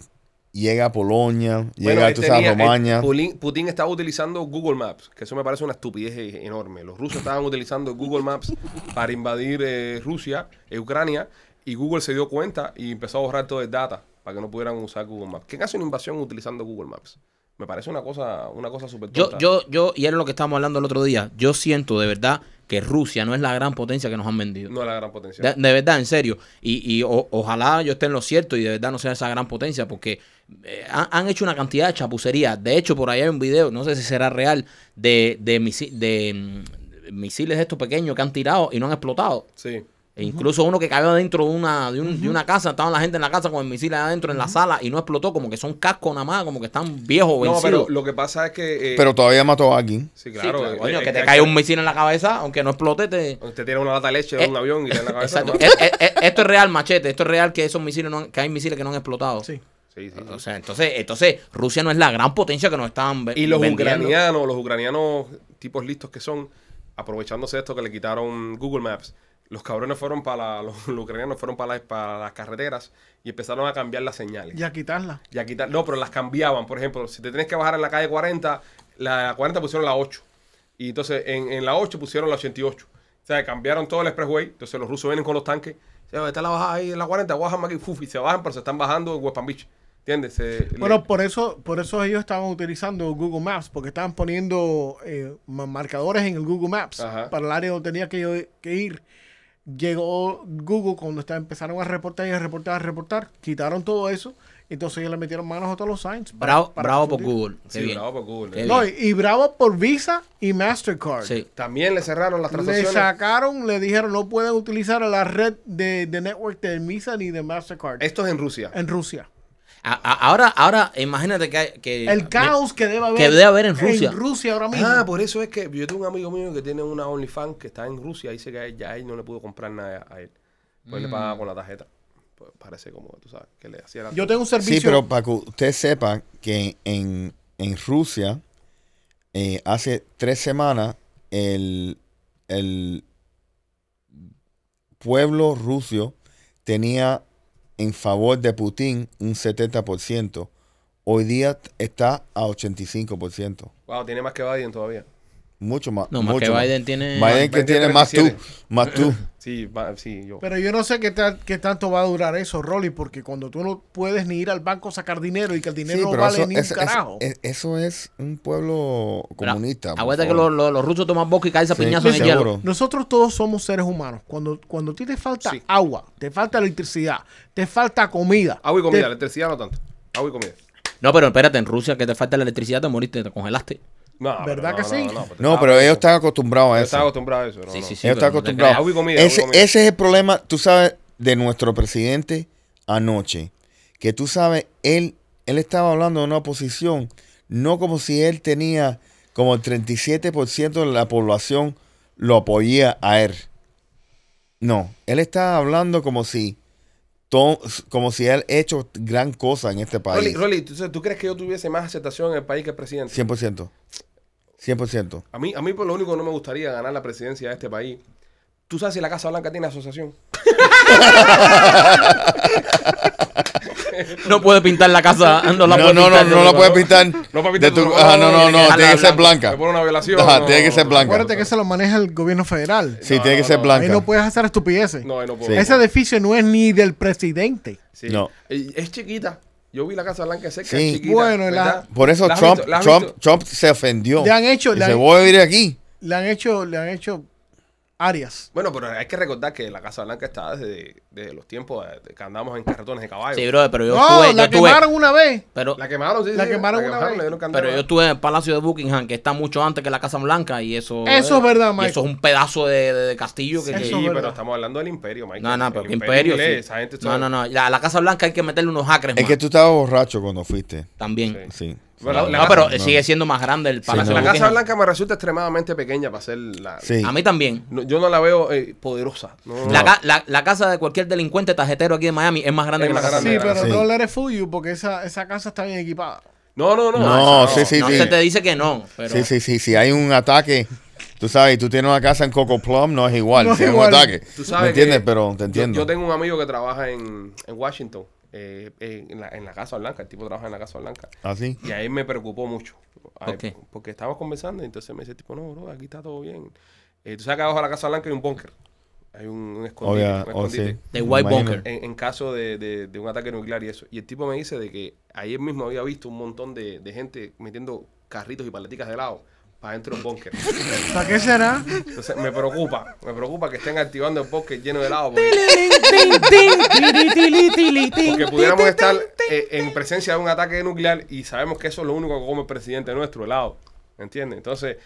E: llega a Polonia,
A: Bueno,
E: llega
A: este
E: a
A: él
E: tú sabes,
A: tenía- él-
E: Rumania.
A: Putin, Putin estaba utilizando Google Maps, que eso me parece una estupidez e- enorme. Los rusos estaban utilizando Google Maps para invadir eh, Rusia, eh, Ucrania, y Google se dio cuenta y empezó a borrar todo el data para que no pudieran usar Google Maps. ¿Quién hace una invasión utilizando Google Maps? Me parece una cosa, una cosa súper
B: Yo,
A: tonta.
B: yo, yo, y era lo que estábamos hablando el otro día. Yo siento de verdad que Rusia no es la gran potencia que nos han vendido.
A: No es la gran potencia.
B: De, de verdad, en serio. Y, y o- ojalá yo esté en lo cierto y de verdad no sea esa gran potencia porque eh, han, han hecho una cantidad de chapucerías. De hecho, por ahí hay un video, no sé si será real, de, de, misi- de mm, misiles estos pequeños que han tirado y no han explotado.
A: Sí.
B: E incluso uno que cayó dentro de una, de, un- de una casa, estaba la gente en la casa con el misil adentro en la sala y no explotó, como que son cascos nada más, como que están viejos,
A: No,
B: vencidos.
A: pero lo que pasa es que... eh,
E: Pero todavía mató a alguien.
A: sí,
B: Sí,
A: claro.
B: claro,
A: eh,
B: coño,
A: eh,
B: que
A: eh,
B: te cae un misil en la cabeza, aunque no explote, te...
A: Te tiene una lata de leche de un
B: Eh,
A: avión y te da en la cabeza.
B: Exacto.
A: ¿no?
B: Eh, eh, eh, esto es real, machete. Esto es real que esos misiles no han- que hay misiles que no han explotado.
C: Sí.
A: Sí, sí, sí.
B: O sea, entonces, entonces Rusia no es la gran potencia que nos están ve-
A: Y los
B: vendiendo.
A: ucranianos, los ucranianos tipos listos que son, aprovechándose de esto que le quitaron Google Maps, los cabrones fueron para la- los, los ucranianos fueron para, la- para las carreteras y empezaron a cambiar las señales.
C: Y a quitarla.
A: Y a quitar, no, pero las cambiaban. Por ejemplo, si te tienes que bajar en la calle 40, la 40 pusieron la 8. Y entonces en, en la 8 pusieron la 88. O sea, cambiaron todo el expressway. Entonces los rusos vienen con los tanques. O sea, está la bajada ahí en la 40, bajan aquí, fuf, y se bajan, pero se están bajando en West Palm Beach. ¿Entiendes? Se- le-
C: Bueno, por eso, por eso ellos estaban utilizando Google Maps, porque estaban poniendo eh, ma- marcadores en el Google Maps
A: Ajá.
C: para el área donde tenía que, yo- que ir. Llegó Google cuando está, empezaron a reportar y a reportar, a reportar, quitaron todo eso, entonces ellos le metieron manos a todos los signs. para-
B: Bravo,
C: para
B: bravo por
C: confundir.
B: Google. Qué
A: sí, pues,
B: bien.
A: bravo por Google.
B: Qué
C: No, y, y bravo por Visa y Mastercard.
B: Sí.
A: También le cerraron las
C: Le
A: transacciones.
C: sacaron, le dijeron no pueden utilizar la red de, de network de Visa ni de Mastercard
A: Esto es en Rusia.
C: en Rusia.
B: A- a- ahora, ahora, imagínate que, hay- que-
C: El caos que debe haber,
B: que debe haber en Rusia.
C: En Rusia ahora mismo.
A: Ah, por eso es que yo tengo un amigo mío que tiene una OnlyFans que está en Rusia y dice que a él- ya a él no le pudo comprar nada a él. Pues le pagaba con la tarjeta. Pues parece como, tú sabes, que le hacía la...
C: Yo tengo un servicio.
E: Sí, pero para que usted sepa que en, en Rusia, eh, hace tres semanas, el, el pueblo ruso tenía en favor de Putin un 70%. Hoy día está a 85%.
A: Wow, tiene más que Biden todavía.
E: Mucho más.
B: No, más
E: mucho
B: que Biden tiene-
E: Biden que
A: 20,
E: tiene más tú.
A: 37.
B: [laughs]
E: Más tú.
A: Sí, va- sí, yo.
C: Pero yo no sé qué, ta- qué tanto va a durar eso, Rolly, porque cuando tú no puedes ni ir al banco a sacar dinero y que el dinero
E: Sí,
C: no
E: pero
C: vale
E: eso,
C: ni un
E: eso-
C: carajo.
E: eso- eso es un pueblo
B: Pero
E: comunista. por
B: Acuérdate que
E: favor.
B: los, los- los rusos toman boca y caen esa
E: Sí,
B: piñazo en el
E: seguro.
B: hielo.
C: Nosotros todos somos seres humanos. Cuando, cuando a ti te falta
A: Sí.
C: agua, te falta electricidad, te falta comida.
A: Agua y comida,
C: te-
A: electricidad no tanto. Agua y comida.
B: No, pero espérate, en Rusia que te falta la electricidad, te moriste, te congelaste.
A: No, pero
C: ¿Verdad
A: no,
C: que
A: no,
C: sí?
A: No, no,
E: No,
B: Ah,
E: pero ellos están acostumbrados a
A: Yo
E: eso.
A: estaba acostumbrado a eso. No,
B: Sí,
A: no.
B: sí, sí. pero
E: Ellos están
B: no te
E: acostumbrados.
B: creas.
A: Agua y comida, agua y
E: ese,
A: comida.
E: ese es el problema, tú sabes, de nuestro presidente anoche. Que tú sabes, él, él estaba hablando de una oposición, no como si él tenía como el 37% de la población lo apoyía a él. No, él está hablando como si to- como si él hecho gran cosa en este
A: Rolly,
E: país.
A: Rolly, ¿tú, tú crees que yo tuviese más aceptación en el país que el presidente?
E: 100%. 100%.
A: A mí, a mí por lo único que no me gustaría ganar la presidencia de este país. ¿Tú sabes si la Casa Blanca tiene asociación?
B: No puede pintar la casa. [laughs] No, la
E: no,
B: puede
E: no, no,
B: pintar,
E: no la puedes pintar.
A: No, papi,
E: de
A: tú-
E: tu-
A: no,
E: ajá, no, no,
A: tiene que
E: no, tiene que
A: dejarla
E: ser blanca.
A: Me pone una violación.
E: Ajá,
A: no,
E: tiene que ser
A: no,
E: blanca.
C: Acuérdate que eso lo maneja el gobierno federal.
E: Sí,
A: No,
E: tiene que
A: no,
E: ser
A: no.
E: blanca.
C: Ahí no puedes hacer estupideces.
A: No, ahí no puedo.
E: Sí.
C: Ese edificio no es ni del presidente.
A: Sí.
E: No.
A: Eh, Es chiquita. Yo vi la Casa Blanca cerca,
E: Sí.
A: es chiquita.
C: Bueno, la-
A: ¿verdad?
E: Por eso
A: ¿La has
E: Trump,
A: visto? ¿La has
E: Trump,
A: visto?
E: Trump se ofendió.
C: Le han hecho- le
E: Dice,
C: han-
E: voy a vivir aquí.
C: Le han hecho, le han hecho áreas.
A: Bueno, pero hay que recordar que la Casa Blanca está desde, desde los tiempos de- de que andamos en carretones de caballo.
B: Sí, brother, pero yo
C: no,
B: estuve.
C: la
B: yo estuve-
C: quemaron una vez.
B: pero,
A: La quemaron, sí,
C: La
A: sí,
C: quemaron una vez.
A: le dieron candela.
B: pero yo estuve en el Palacio de Buckingham, que está mucho antes que la Casa Blanca, y eso.
C: Eso es verdad,
B: y
C: Mike.
B: eso es un pedazo de, de- de castillo que.
A: Sí,
B: que-
C: Eso es
A: pero
C: verdad.
A: estamos hablando del imperio, Mike.
B: no, no,
A: El
B: pero qué imperio.
A: inglés,
B: sí.
A: esa gente
B: No,
A: sabe.
B: no, no. La, la Casa Blanca hay que meterle unos hackers.
E: Es
B: más.
E: que tú estabas borracho cuando fuiste.
B: También.
E: Sí.
A: Bueno, la-
B: no, pero
E: no.
B: sigue siendo más grande el Palacio
E: no.
B: de
A: La Casa
B: Buckingham.
A: Blanca me resulta extremadamente pequeña para ser la...
E: Sí.
B: A mí también.
A: No, yo no la veo eh, poderosa. No,
B: La,
A: no.
B: ca- la- la casa de cualquier delincuente tarjetero aquí de Miami es más grande
A: Es
B: que la
A: más
B: casa
A: grande.
C: Sí,
B: de
C: pero
E: Sí.
C: no le eres full you porque esa, esa casa está bien equipada.
A: No, no, no.
E: No,
A: esa
E: sí, sí,
B: No se te dice que no. Pero
E: Sí, sí, sí. Si hay un ataque, tú sabes, y tú tienes una casa en Coco Plum, no es igual.
C: No
E: si
C: es
E: hay
C: igual.
E: un ataque.
A: Tú
E: ¿Me
A: sabes
E: entiendes?
A: que
E: Pero te
A: yo-
E: entiendo.
A: Yo, tengo un amigo que trabaja en, en Washington, eh, eh, en, la, en la Casa Blanca. El tipo trabaja en la Casa Blanca.
E: Así.
A: Y ahí me preocupó mucho. Ay,
B: ¿Por qué?
A: Porque estábamos conversando y entonces me dice, tipo, no, bro, aquí está todo bien. Eh, tú sabes que abajo de la Casa Blanca hay un búnker. Hay un, un escondite.
E: Obvia-
A: un
E: oh, sí.
A: escondite.
B: The White
E: Imagino.
B: Bunker.
A: En, en caso de, de- de un ataque nuclear y eso. Y el tipo me dice de que ayer mismo había visto un montón de, de gente metiendo carritos y paleticas de helado para dentro de un búnker.
C: ¿Para qué será?
A: Entonces me preocupa, me preocupa que estén activando el bosque lleno de helado. Porque, porque pudiéramos estar eh, en presencia de un ataque nuclear y sabemos que eso es lo único que come el presidente nuestro, helado. ¿Entiendes? Entonces,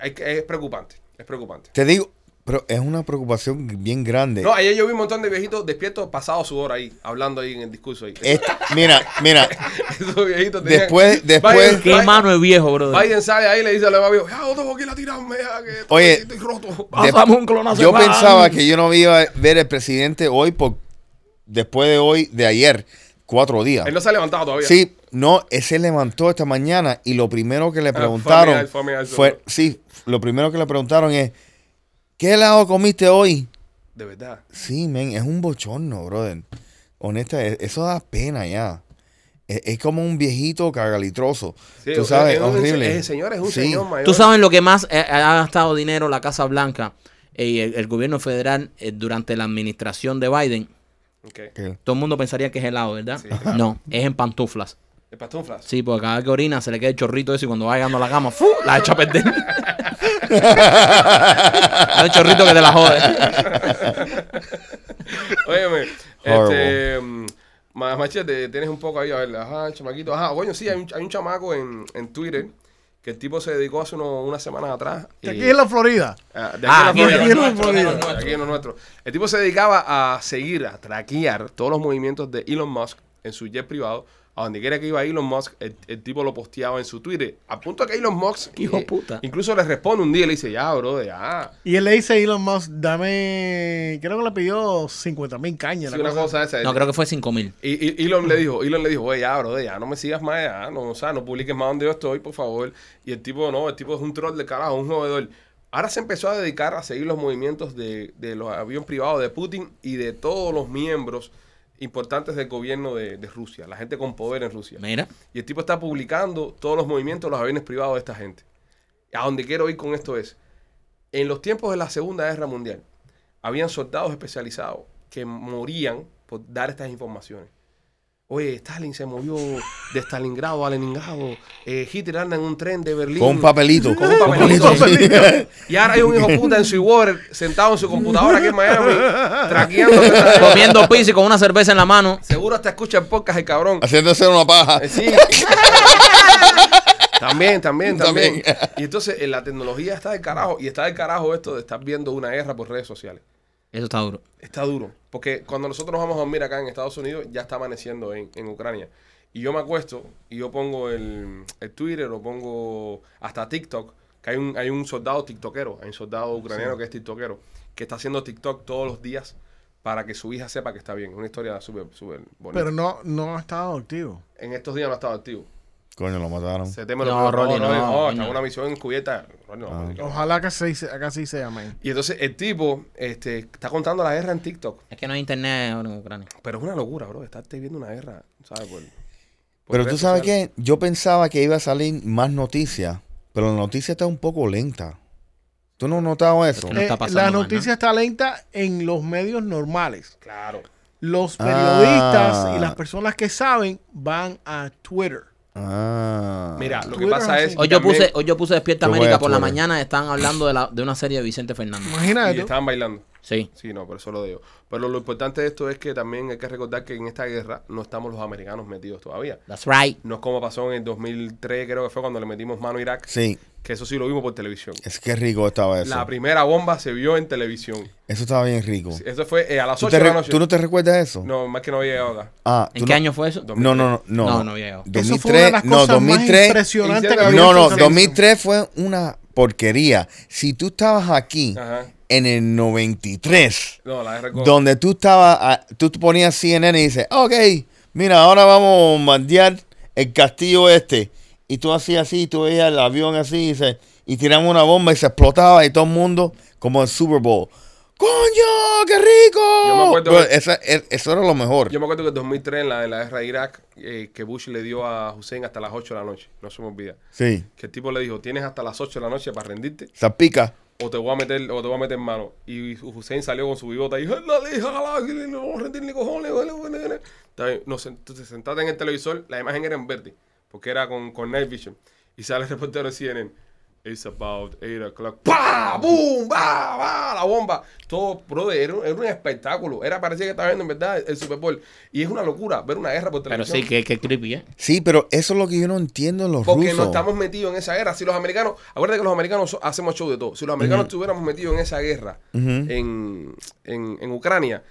A: hay que- es preocupante, es preocupante.
E: Te digo, pero es una preocupación bien grande.
A: No, ayer yo vi un montón de viejitos despiertos pasado su hora ahí, hablando ahí en el discurso ahí.
E: Esta- Este, mira, mira,
A: [laughs] Esos viejitos tenían-
E: Eh, Después- después-
A: Biden-
B: Qué
A: Biden-
B: mano es viejo, bro.
A: Biden sale ahí y le dice a la mamá, ya, otro aquí la tiramos, ya, que
E: Oye,
A: estoy roto.
E: de-
B: Pasamos un clonazo.
E: yo
B: Ah.
E: pensaba que yo no iba a ver el presidente hoy por después de hoy, de ayer, cuatro días.
A: Él no se ha levantado todavía.
E: Sí, no, él se levantó esta mañana y lo primero que le
A: Ah, fue a
E: preguntaron
A: mirar, fue a mirar su-
E: fue, sí, lo primero que le preguntaron es, ¿qué helado comiste hoy?
A: De verdad.
E: Sí, men, es un bochorno, brother. Honesta, e- eso da pena ya. Es, es como un viejito cagalitroso.
A: Sí,
E: Tú
A: es-
E: sabes,
A: es un-
E: horrible.
A: es- señor, es un
E: Sí.
A: señor mayor.
B: Tú sabes lo que más eh, ha gastado dinero la Casa Blanca eh, y el, el gobierno federal eh, durante la administración de Biden.
A: Ok.
E: Que-
B: Todo el mundo pensaría que es helado, ¿verdad?
A: Sí, claro.
B: No, es en pantuflas.
A: El pantuflas.
B: Sí, porque cada vez que orina se le queda el chorrito ese y cuando va llegando a la cama, ¡fu! la echa a perder. Hay un chorrito que te la jode.
A: [laughs] Óyeme,
E: Horrible.
A: este. mm, ma- Machete, tienes un poco ahí, a ver, ajá, chamaquito, ajá, coño, sí, hay un, hay un chamaco en, en Twitter que el tipo se dedicó hace uno- unas semanas atrás.
C: De
A: eh,
C: aquí en la Florida.
A: ah, de
B: Ah,
A: aquí en la
B: aquí
A: Florida.
B: en lo nuestro, aquí en lo
A: De
B: nuestro.
A: aquí en lo nuestro. El tipo se dedicaba a seguir, a traquear todos los movimientos de Elon Musk en su jet privado. A donde quiera que iba Elon Musk, el, el tipo lo posteaba en su Twitter. A punto que Elon Musk eh,
B: Hijo puta.
A: incluso le responde un día y le dice, ya, bro, ya.
C: Y él le dice a Elon Musk, dame, creo que le pidió 50 mil cañas.
A: Sí,
C: la
A: una
C: cosa.
A: cosa esa.
B: No, creo que fue 5 mil.
A: Y, y- Elon le dijo, Elon le dijo, oye, ya, bro, ya no me sigas más, ya, no, o sea, no publiques más donde yo estoy, por favor. Y el tipo, no, el tipo es un troll de carajo, un jugador. Ahora se empezó a dedicar a seguir los movimientos de, de los aviones privados de Putin y de todos los miembros importantes del gobierno de, de Rusia, la gente con poder en Rusia.
B: Mira.
A: Y el tipo está publicando todos los movimientos de los aviones privados de esta gente. A donde quiero ir con esto es, en los tiempos de la Segunda Guerra Mundial, habían soldados especializados que morían por dar estas informaciones. Oye, Stalin se movió de Stalingrado a Leningrado. eh, Hitler anda en un tren de Berlín.
E: Con un papelito.
A: Con un papelito.
E: Con un papelito. [laughs]
A: Y ahora hay un hijo puta en su water sentado en su computadora aquí en Miami, traqueando.
B: Comiendo pizza y con una cerveza en la mano.
A: Seguro hasta escucha el podcast el cabrón.
E: Haciéndose una paja.
C: [laughs]
A: Eh, Sí. también, también, también.
E: También.
A: Y entonces eh, la tecnología está del carajo. Y está del carajo esto de estar viendo una guerra por redes sociales.
B: Eso está duro.
A: Está duro. Porque cuando nosotros nos vamos a dormir acá en Estados Unidos, ya está amaneciendo en, en Ucrania. Y yo me acuesto y yo pongo el, el Twitter o pongo hasta TikTok que hay un, hay un soldado tiktokero, hay un soldado ucraniano que es tiktokero, que está haciendo TikTok todos los días para que su hija sepa que está bien. Una historia súper, súper bonita.
C: Pero no, no ha estado activo.
A: en estos días no ha estado activo.
E: Coño, lo mataron.
A: Se teme
B: No,
A: lo peor.
B: Rolly, no,
A: Oh,
B: Ah.
A: está
B: no.
A: una misión encubierta. Rolly, no, Rolly, no.
C: Ojalá que así, se- que así sea, man.
A: Y entonces el tipo este, está contando la guerra en TikTok.
B: Es que no hay internet ahora en Ucrania.
A: Pero es una locura, bro. Estarte viendo una guerra, ¿sabes? Por- por
E: Pero
A: redes
E: tú sabes
A: sociales.
E: que yo pensaba que iba a salir más noticias, pero la noticia está un poco lenta. ¿Tú no has notado eso?
B: que no
C: Eh,
B: está pasando
C: la
B: más, ¿no?
C: noticia está lenta en los medios normales.
A: Claro.
C: Los
E: Ah.
C: periodistas y las personas que saben van a Twitter.
E: Ah.
A: Mira, lo que
C: Twitter
A: pasa
C: es
A: es.
C: así.
B: Hoy
A: que
B: yo,
A: también-
B: puse, hoy yo puse Despierta
E: Yo voy
B: América
E: a
B: por la
E: Twitter.
B: mañana. Estaban hablando de, la, de una serie de Vicente Fernández.
C: Imagínate.
A: Y
C: Ah, tú.
A: estaban bailando.
B: Sí.
A: Sí, no, pero eso lo digo. Pero lo importante de esto es que también hay que recordar que en esta guerra no estamos los americanos metidos todavía.
B: That's right.
A: No es como pasó en el 2003, creo que fue cuando le metimos mano a Irak,
E: Sí,
A: que eso sí lo vimos por televisión.
E: es que rico estaba eso.
A: La primera bomba se vio en televisión.
E: Eso estaba bien rico.
A: Eso fue eh, a las
E: ¿Tú,
A: 8
E: te
A: de
E: re-
A: la noche.
E: tú no te recuerdas eso?
A: No, más que no había llegado acá.
E: Ah,
B: ¿En
E: tú
B: qué
E: no-
B: año fue eso?
E: No, no, no.
B: No, no había llegado.
C: Eso fue una de las
E: 2003,
C: cosas
E: no,
C: más
E: 2003.
C: impresionantes que
A: No,
C: había
E: No,
C: hecho
E: no,
C: esa televisión.
E: 2003 fue una porquería. Si tú estabas aquí
A: Ajá.
E: en el 93,
A: No, la guerra con-
E: donde tú estabas, ah, tú te ponías CNN y dices, ok, mira, ahora vamos a mandear el castillo este. Y tú hacías así, tú veías el avión así y, se- y tiramos una bomba y se explotaba y todo el mundo como el Super Bowl. ¡Coño, qué rico!
A: Yo me acuerdo
E: Bro,
A: que-
E: esa- e- eso era lo mejor.
A: Yo me acuerdo que en 2003, en la, en la guerra de Irak, eh, que Bush le dio a Hussein hasta las 8 de la noche. No se me olvida.
E: Sí,
A: Que el tipo le dijo, tienes hasta las 8 de la noche para rendirte
E: zapica.
A: o te voy a meter, o te voy a meter mano. Y Hussein salió con su bigota y dijo, la lija, la que no vamos a rendir ni cojones. vale, vale, vale". Está bien. Nos sent- entonces sentate en el televisor, la imagen era en verde, porque era con, con Night Vision. Y sale el reportero de CNN. It's about 8 o'clock. ¡Pa! ¡Bum! ¡Bah! ¡Bah! La bomba. Todo, brother, era, un- era un espectáculo. Era parecía que estaba viendo en verdad el Super Bowl. Y es una locura ver una guerra por
B: Pero
A: televisión.
B: sí, que, que creepy, ¿eh?
E: Sí, pero eso es lo que yo no entiendo en los
A: Porque
E: rusos.
A: no estamos metidos en esa guerra. Si los americanos, acuérdate que los americanos so- hacemos show de todo. Si los americanos estuviéramos metidos en esa guerra en, en- en Ucrania,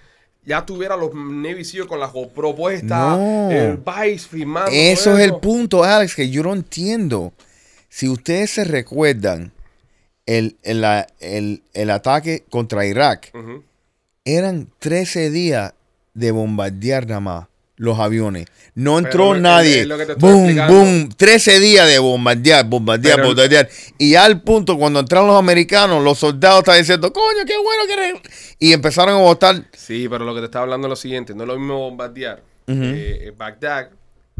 A: ya tuviera los Navy Seals con las propuestas,
E: No.
A: el Vice firmando.
E: Eso
A: todo
E: es el
A: eso.
E: punto, Alex, que yo no entiendo. Si ustedes se recuerdan, el, el, la- el- el ataque contra Irak,
A: Ujú.
E: eran 13 días de bombardear nada más los aviones. No entró
A: Pero es-
E: nadie.
A: es lo que te estoy
E: boom,
A: explicando.
E: boom. 13 días de bombardear, bombardear,
A: Pero-
E: bombardear. Y al punto, cuando entraron los americanos, los soldados estaban diciendo, coño, qué bueno que... re-". Y empezaron a votar.
A: Sí, pero lo que te estaba hablando es lo siguiente: no es lo mismo bombardear eh, Bagdad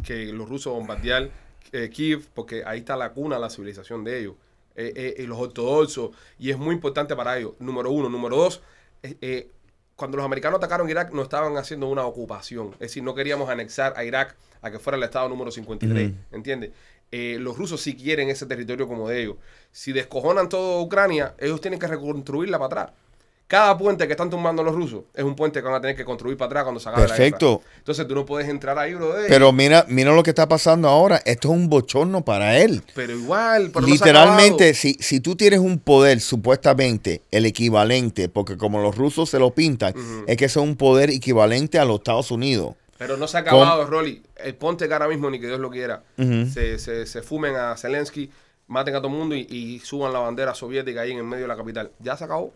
A: que los rusos bombardear eh, Kiev, porque ahí está la cuna de la civilización de ellos. Eh, eh, eh, los ortodoxos, y es muy importante para ellos. Número uno. Número dos, eh, eh, cuando los americanos atacaron Irak, no estaban haciendo una ocupación. Es decir, no queríamos anexar a Irak a que fuera el estado número 53. ¿Entiendes? Eh, los rusos sí quieren ese territorio como de ellos. Si descojonan toda Ucrania, ellos tienen que reconstruirla para atrás. Cada puente que están tumbando los rusos es un puente que van a tener que construir para atrás cuando se acabe la
E: Perfecto.
A: guerra. Entonces tú no puedes entrar ahí, brother.
E: Pero mira, mira lo que está pasando ahora. Esto es un bochorno para él.
A: Pero igual, pero no se ha
E: Literalmente,
A: acabado.
E: si, si tú tienes un poder, supuestamente el equivalente, porque como los rusos se lo pintan, es que eso es un poder equivalente a los Estados Unidos.
A: Pero no se ha acabado, Rolly. El ponte que ahora mismo, ni que Dios lo quiera, se, se- se fumen a Zelensky, maten a todo el mundo y, y suban la bandera soviética ahí en el medio de la capital. Ya se acabó.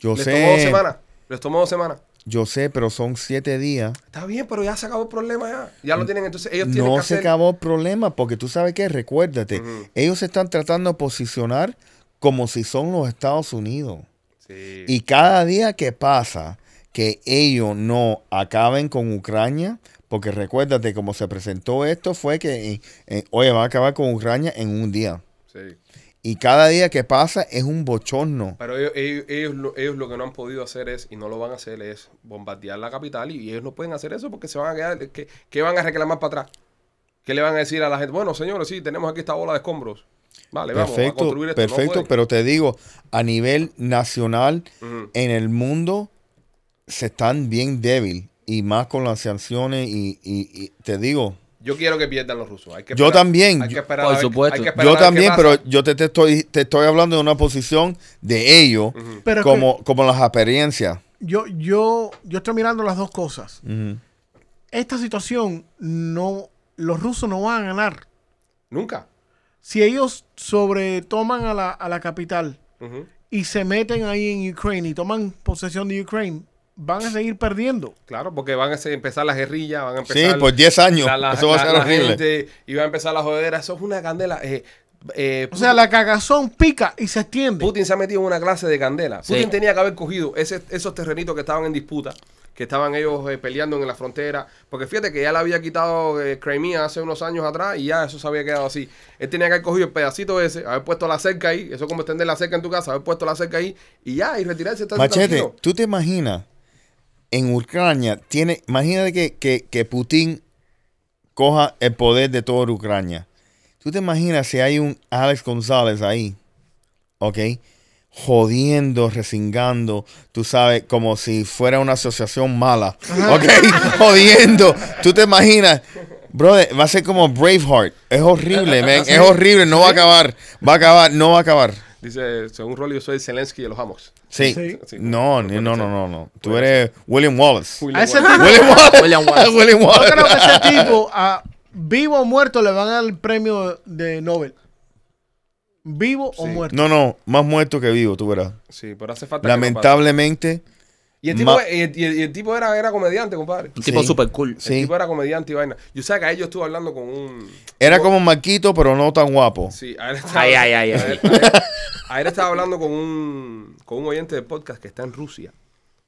E: Yo
A: Les tomó dos
E: sé,
A: semanas. Les tomó dos semanas.
E: yo sé, pero son siete días.
A: Está bien, pero ya se acabó el problema ya. Ya lo tienen. Entonces ellos tienen
E: Mm, no
A: que
E: se
A: hacer...
E: acabó el problema, porque tú sabes que, recuérdate,
A: Ujú.
E: ellos se están tratando de posicionar como si son los Estados Unidos.
A: Sí.
E: Y cada día que pasa que ellos no acaben con Ucrania, porque recuérdate cómo se presentó esto, fue que, eh, eh, oye, van a acabar con Ucrania en un día.
A: sí.
E: Y cada día que pasa es un bochorno.
A: Pero ellos, ellos, ellos lo, ellos lo que no han podido hacer es, y no lo van a hacer, es bombardear la capital y ellos no pueden hacer eso porque se van a quedar, ¿qué, qué van a reclamar para atrás? ¿Qué le van a decir a la gente? Bueno, señores, sí, tenemos aquí esta bola de escombros. Vale, vamos a
E: perfecto,
A: construir esto. No Pues,
E: perfecto,
A: pueden.
E: pero te digo, a nivel nacional,
A: Ujú.
E: en el mundo, se están bien débil. Y más con las sanciones y, y- y te digo,
A: Yo quiero que pierdan los rusos. Hay que
E: Yo
A: esperar-
E: también,
A: Hay que
E: yo-
A: esperar
B: Por
A: a ver-
B: supuesto.
A: hay que esperar a
E: yo
A: ver qué
E: también,
A: pasa.
E: pero yo te, te estoy, te estoy hablando de una posición de ellos,
C: Pero es que-
E: como, como las apariencias.
C: Yo, yo, yo estoy mirando las dos cosas. Esta situación no, los rusos no van a ganar.
A: Nunca.
C: si ellos sobretoman a la, a la capital
A: Ujú.
C: y se meten ahí en Ukraine y toman posesión de Ukraine, van a seguir perdiendo.
A: Claro, porque van a se- empezar las guerrillas, van a
E: Sí,
A: empezar.
E: por 10 años.
A: la- la-
E: Eso va a
A: la-
E: ser
A: la
E: horrible.
A: gente, y va a empezar la jodera. Eso es una candela. eh, eh,
C: O sea, la cagazón pica y se extiende.
A: Putin se ha metido en una clase de candela.
B: Sí.
A: Putin tenía que haber cogido ese- esos terrenitos que estaban en disputa, que estaban ellos eh, peleando en la frontera. Porque fíjate que ya le había quitado eh, Crimea hace unos años atrás y ya eso se había quedado así. Él tenía que haber cogido el pedacito ese, haber puesto la cerca ahí. Eso es como extender la cerca en tu casa, haber puesto la cerca ahí y ya, y retirarse. estar
E: Machete,
A: tranquilo.
E: ¿tú te imaginas? En Ucrania tiene, imagínate que, que, que Putin coja el poder de toda Ucrania. ¿Tú te imaginas si hay un Alex González ahí? ¿Ok? Jodiendo, resingando, tú sabes, como si fuera una asociación mala. ¿Ok? [laughs] Jodiendo. ¿Tú te imaginas? Brother, va a ser como Braveheart. Es horrible, man. Es horrible. No va a acabar. Va a acabar. No va a acabar.
A: Dice, según Rolly, yo soy Zelensky de los amos.
E: Sí.
C: Sí.
A: Sí.
E: No, ni- no, no, no, no. Tú eres William Wallace.
A: Uy,
C: A ese
A: bueno.
C: tipo,
E: [laughs] William Wallace.
B: William Wallace.
E: William
C: yo creo que
E: Wallace.
C: ese tipo, a vivo o muerto, le van a dar el premio de Nobel. Vivo o
A: Sí.
C: muerto.
E: No, no, más muerto que vivo, tú verás.
A: Sí, pero hace falta. que no pase.
E: Lamentablemente,
A: Y el tipo,
E: Ma-
A: y el- y el- y el tipo era, era comediante, compadre.
B: Un tipo
E: Sí.
B: super cool.
E: Sí.
A: El tipo era comediante y vaina. Yo sé que a ellos estuve hablando con un.
E: era como Marquito, pero no tan guapo.
A: Sí, a él estaba,
B: Ay, ay, ay,
A: a
B: ay.
A: él- a él- a él estaba hablando con un, con un oyente de podcast que está en Rusia,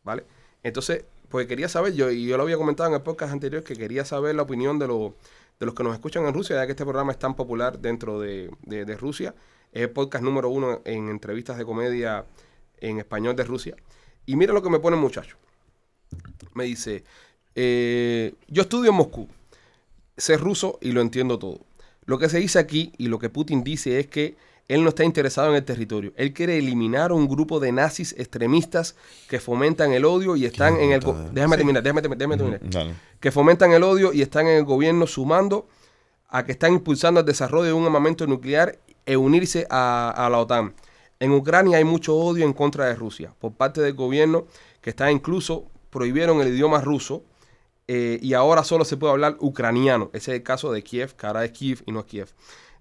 A: ¿vale? Entonces, pues quería saber, yo, y yo lo había comentado en el podcast anterior, que quería saber la opinión de, los de los que nos escuchan en Rusia, ya que este programa es tan popular dentro de, de- de Rusia. Es el podcast número uno en entrevistas de comedia en español de Rusia. Y mira lo que me pone el muchacho. Me dice, eh, yo estudio en Moscú sé ruso y lo entiendo todo. Lo que se dice aquí y lo que Putin dice es que él no está interesado en el territorio. Él quiere eliminar a un grupo de nazis extremistas que fomentan el odio y están en el... go-
E: brutal.
A: Déjame terminar, déjame, terminar, déjame terminar.
E: Dale.
A: Que fomentan el odio y están en el gobierno sumando a que están impulsando el desarrollo de un armamento nuclear e unirse a, a la OTAN. En Ucrania hay mucho odio en contra de Rusia por parte del gobierno que está incluso prohibieron el idioma ruso eh, y ahora solo se puede hablar ucraniano. Ese es el caso de Kiev, que ahora es Kiev y no es Kiev.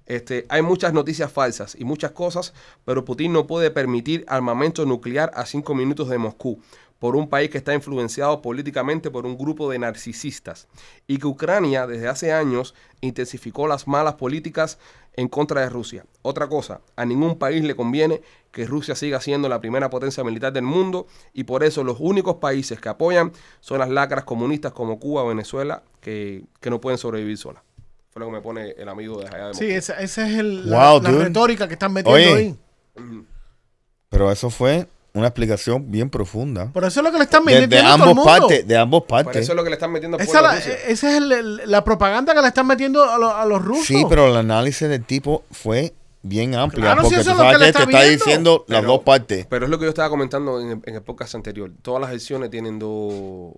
A: Este, hay muchas noticias falsas y muchas cosas, pero Putin no puede permitir armamento nuclear a cinco minutos de Moscú por un país que está influenciado políticamente por un grupo de narcisistas y que Ucrania desde hace años intensificó las malas políticas en contra de Rusia. Otra cosa, a ningún país le conviene que Rusia siga siendo la primera potencia militar del mundo y por eso los únicos países que apoyan son las lacras comunistas como Cuba o Venezuela que, que no pueden sobrevivir solas. Fue lo que me pone el amigo de allá de
C: Sí,
A: Moscú.
C: esa, esa es el, la,
E: Wow,
C: la
E: dude.
C: retórica que están metiendo
E: Oye.
C: ahí.
E: Pero eso fue una explicación bien profunda.
C: Por eso es lo que le están
E: De,
C: metiendo a
E: de
C: todo el
E: ambos
C: mundo.
E: partes, de ambos
A: Pero
E: partes.
A: eso es lo que le están metiendo al
C: Esa, eh,
A: pueblo
C: la,
A: de Rusia.
C: esa es el- el- la propaganda que le están metiendo a, lo- a los rusos.
E: Sí, pero el análisis del tipo fue bien amplio.
C: Claro, si
E: porque
C: eso
E: tú
C: es lo
E: sabes
C: que le
E: que te
C: está
E: está
C: viendo.
E: diciendo las
A: Pero-
E: dos partes.
A: Pero es lo que yo estaba comentando en el, en el podcast anterior. Todas las versiones tienen dos.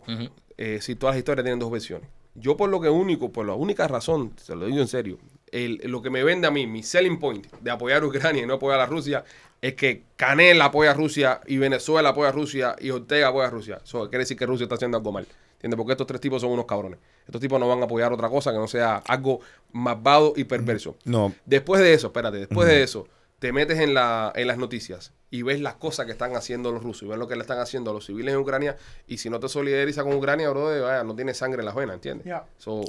A: eh, sí, todas las historias tienen dos versiones. Yo, por lo que único, por la única razón, se lo digo en serio, el- lo que me vende a mí, mi selling point de apoyar a Ucrania y no apoyar a Rusia, es que Canel apoya a Rusia y Venezuela apoya a Rusia y Ortega apoya a Rusia. Eso quiere decir que Rusia está haciendo algo mal. ¿Entiendes? Porque estos tres tipos son unos cabrones. Estos tipos no van a apoyar otra cosa que no sea algo malvado y perverso.
E: No,
A: Después de eso, espérate, después de eso, te metes en, la, en las noticias y ves las cosas que están haciendo los rusos y ves lo que le están haciendo a los civiles en Ucrania. Y si no te solidarizas con Ucrania, bro, vaya, no tiene sangre en las venas, ¿entiendes?
C: Ya.
A: So,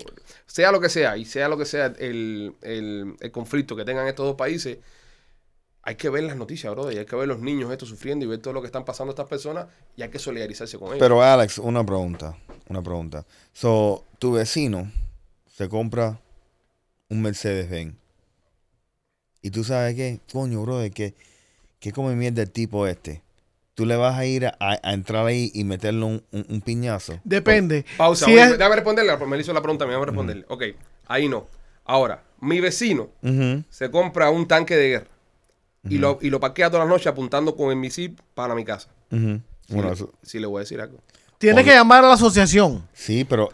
A: sea lo que sea y sea lo que sea el, el- el conflicto que tengan estos dos países, hay que ver las noticias, bro, y hay que ver los niños estos sufriendo y ver todo lo que están pasando estas personas y hay que solidarizarse con ellos.
E: Pero Alex, una pregunta, una pregunta. So, tu vecino se compra un Mercedes Benz. Y tú sabes qué, coño, brother, que que come mierda el tipo este. Tú le vas a ir a, a entrar ahí y meterle un, un- un piñazo.
C: Depende.
A: Pausa,
C: Si
A: oye,
C: es-
A: déjame responderle, me hizo la pregunta, me voy a responderle. Ok, ahí no. Ahora, mi vecino
E: Ujú.
A: se compra un tanque de guerra y, lo, y lo parquea todas las noches apuntando con el misil para mi casa.
E: Ujú.
A: Si,
E: Bueno,
A: le,
E: eso-
A: sí le voy a decir algo.
C: tiene que llamar a la asociación.
E: sí, pero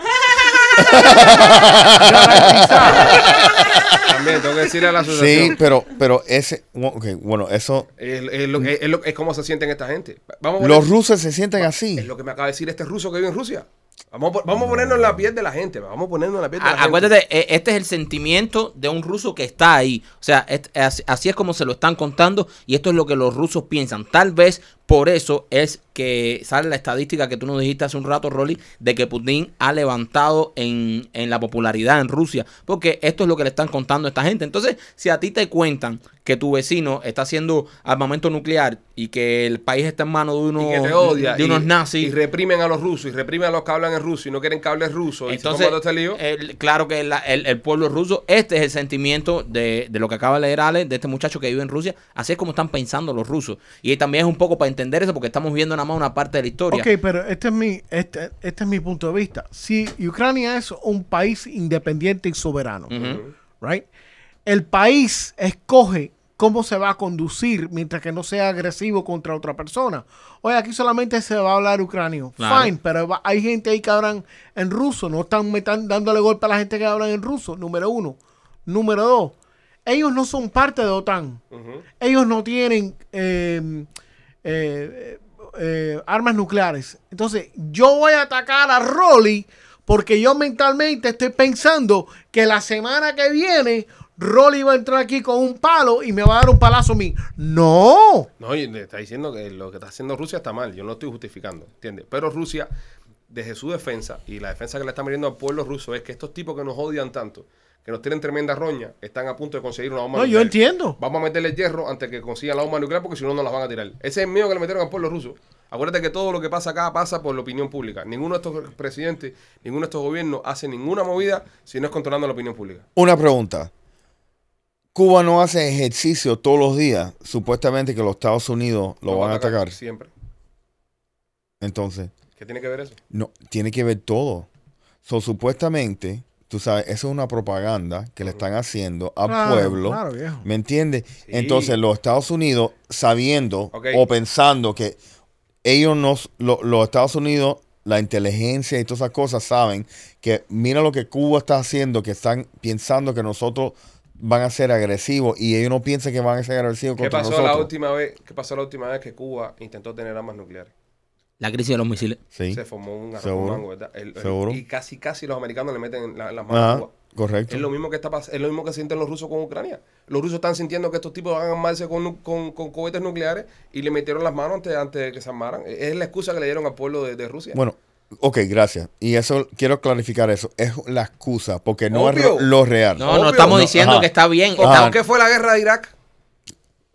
A: También tengo que decirle a la asociación.
E: sí, pero pero ese ok, bueno, eso
A: Es, es lo, es, es lo- es como se sienten esta gente. Vamos a poner-
E: los rusos se sienten así.
A: Es lo que me acaba de decir este ruso que vive en Rusia. Vamos, a po- vamos a ponernos en la piel de la gente. Vamos a ponernos en la piel de la
B: A-
A: gente.
B: Acuérdate, e- este es el sentimiento de un ruso que está ahí. O sea, es- as- así es como se lo están contando y esto es lo que los rusos piensan. Tal vez por eso es que sale la estadística que tú nos dijiste hace un rato, Rolly, de que Putin ha levantado en, en la popularidad en Rusia. Porque esto es lo que le están contando a esta gente. Entonces, si a ti te cuentan que tu vecino está haciendo armamento nuclear y que el país está en manos de, unos
A: y que te odia.
B: de
A: y-
B: unos nazis,
A: Y reprimen a los rusos. Y reprimen a los que hablan en ruso. Y no quieren que hablen ruso. y se
B: entonces,
A: forma todo este lío.
B: el- claro que la- el, el pueblo ruso, este es el sentimiento de, de lo que acaba de leer Ale, de este muchacho que vive en Rusia. Así es como están pensando los rusos. Y también es un poco para entender eso, porque estamos viendo nada más una parte de la historia.
C: Ok, pero este es mi, este, este es mi punto de vista. Si Ucrania es un país independiente y soberano,
B: Ujú.
C: right? El país escoge cómo se va a conducir mientras que no sea agresivo contra otra persona. Oye, aquí solamente se va a hablar ucranio.
B: Claro.
C: Fine, pero va- hay gente ahí que hablan en ruso. No están metan- dándole golpe a la gente que habla en ruso, número uno. Número dos, ellos no son parte de OTAN. Ellos no tienen eh, eh, eh, armas nucleares. Entonces, yo voy a atacar a Rolly porque yo mentalmente estoy pensando que la semana que viene Rolly va a entrar aquí con un palo y me va a dar un palazo a mí. No.
A: No, y le está diciendo que lo que está haciendo Rusia está mal. Yo no lo estoy justificando, ¿entiendes? Pero Rusia, desde su defensa, y la defensa que le están vendiendo al pueblo ruso, es que estos tipos que nos odian tanto, que nos tienen tremenda roña, están a punto de conseguir una bomba
C: No, yo
A: nuclear.
C: entiendo.
A: Vamos a meterle hierro antes que consiga la bomba nuclear porque si no, no las van a tirar. Ese es el miedo que le metieron al pueblo ruso. Acuérdate que todo lo que pasa acá pasa por la opinión pública. Ninguno de estos presidentes, ninguno de estos gobiernos hace ninguna movida si no es controlando la opinión pública.
E: Una pregunta. Cuba no hace ejercicio todos los días, supuestamente que los Estados Unidos lo
A: Nos
E: van a atacar.
A: Siempre.
E: Entonces,
A: ¿Qué tiene que ver eso?
E: no, tiene que ver todo. So, supuestamente, tú sabes, eso es una propaganda que le están haciendo al
C: Claro,
E: pueblo.
C: claro, viejo.
E: ¿Me entiendes? Entonces, los Estados Unidos, sabiendo
A: Ok.
E: o pensando que ellos nos, lo- los Estados Unidos, la inteligencia y todas esas cosas, saben que mira lo que Cuba está haciendo, que están pensando que nosotros van a ser agresivos y ellos no piensan que van a ser agresivos
A: ¿Qué
E: contra
A: pasó
E: nosotros.
A: la última vez? ¿Qué pasó la última vez que Cuba intentó tener armas nucleares?
B: La crisis de los misiles.
E: Sí,
A: Se formó un arroz
E: Seguro.
A: con mango, ¿verdad? El- el-
E: Seguro.
A: y casi casi los americanos le meten la- las manos a
E: Ajá,
A: Cuba.
E: correcto.
A: Es lo mismo que está pas- es lo mismo que sienten los rusos con Ucrania. Los rusos están sintiendo que estos tipos van a armarse con, nu- con, con cohetes nucleares y le metieron las manos antes, antes de que se armaran. Es la excusa que le dieron al pueblo de, de Rusia.
E: Bueno, ok, gracias. Y eso, quiero clarificar eso. Es la excusa, porque no es
A: Obvio.
E: re- lo real.
B: No, no
A: Obvio.
B: estamos
E: No,
B: diciendo
E: ajá.
B: que está bien.
A: ¿Por
B: está-
E: Ajá.
A: por qué fue la guerra de Irak?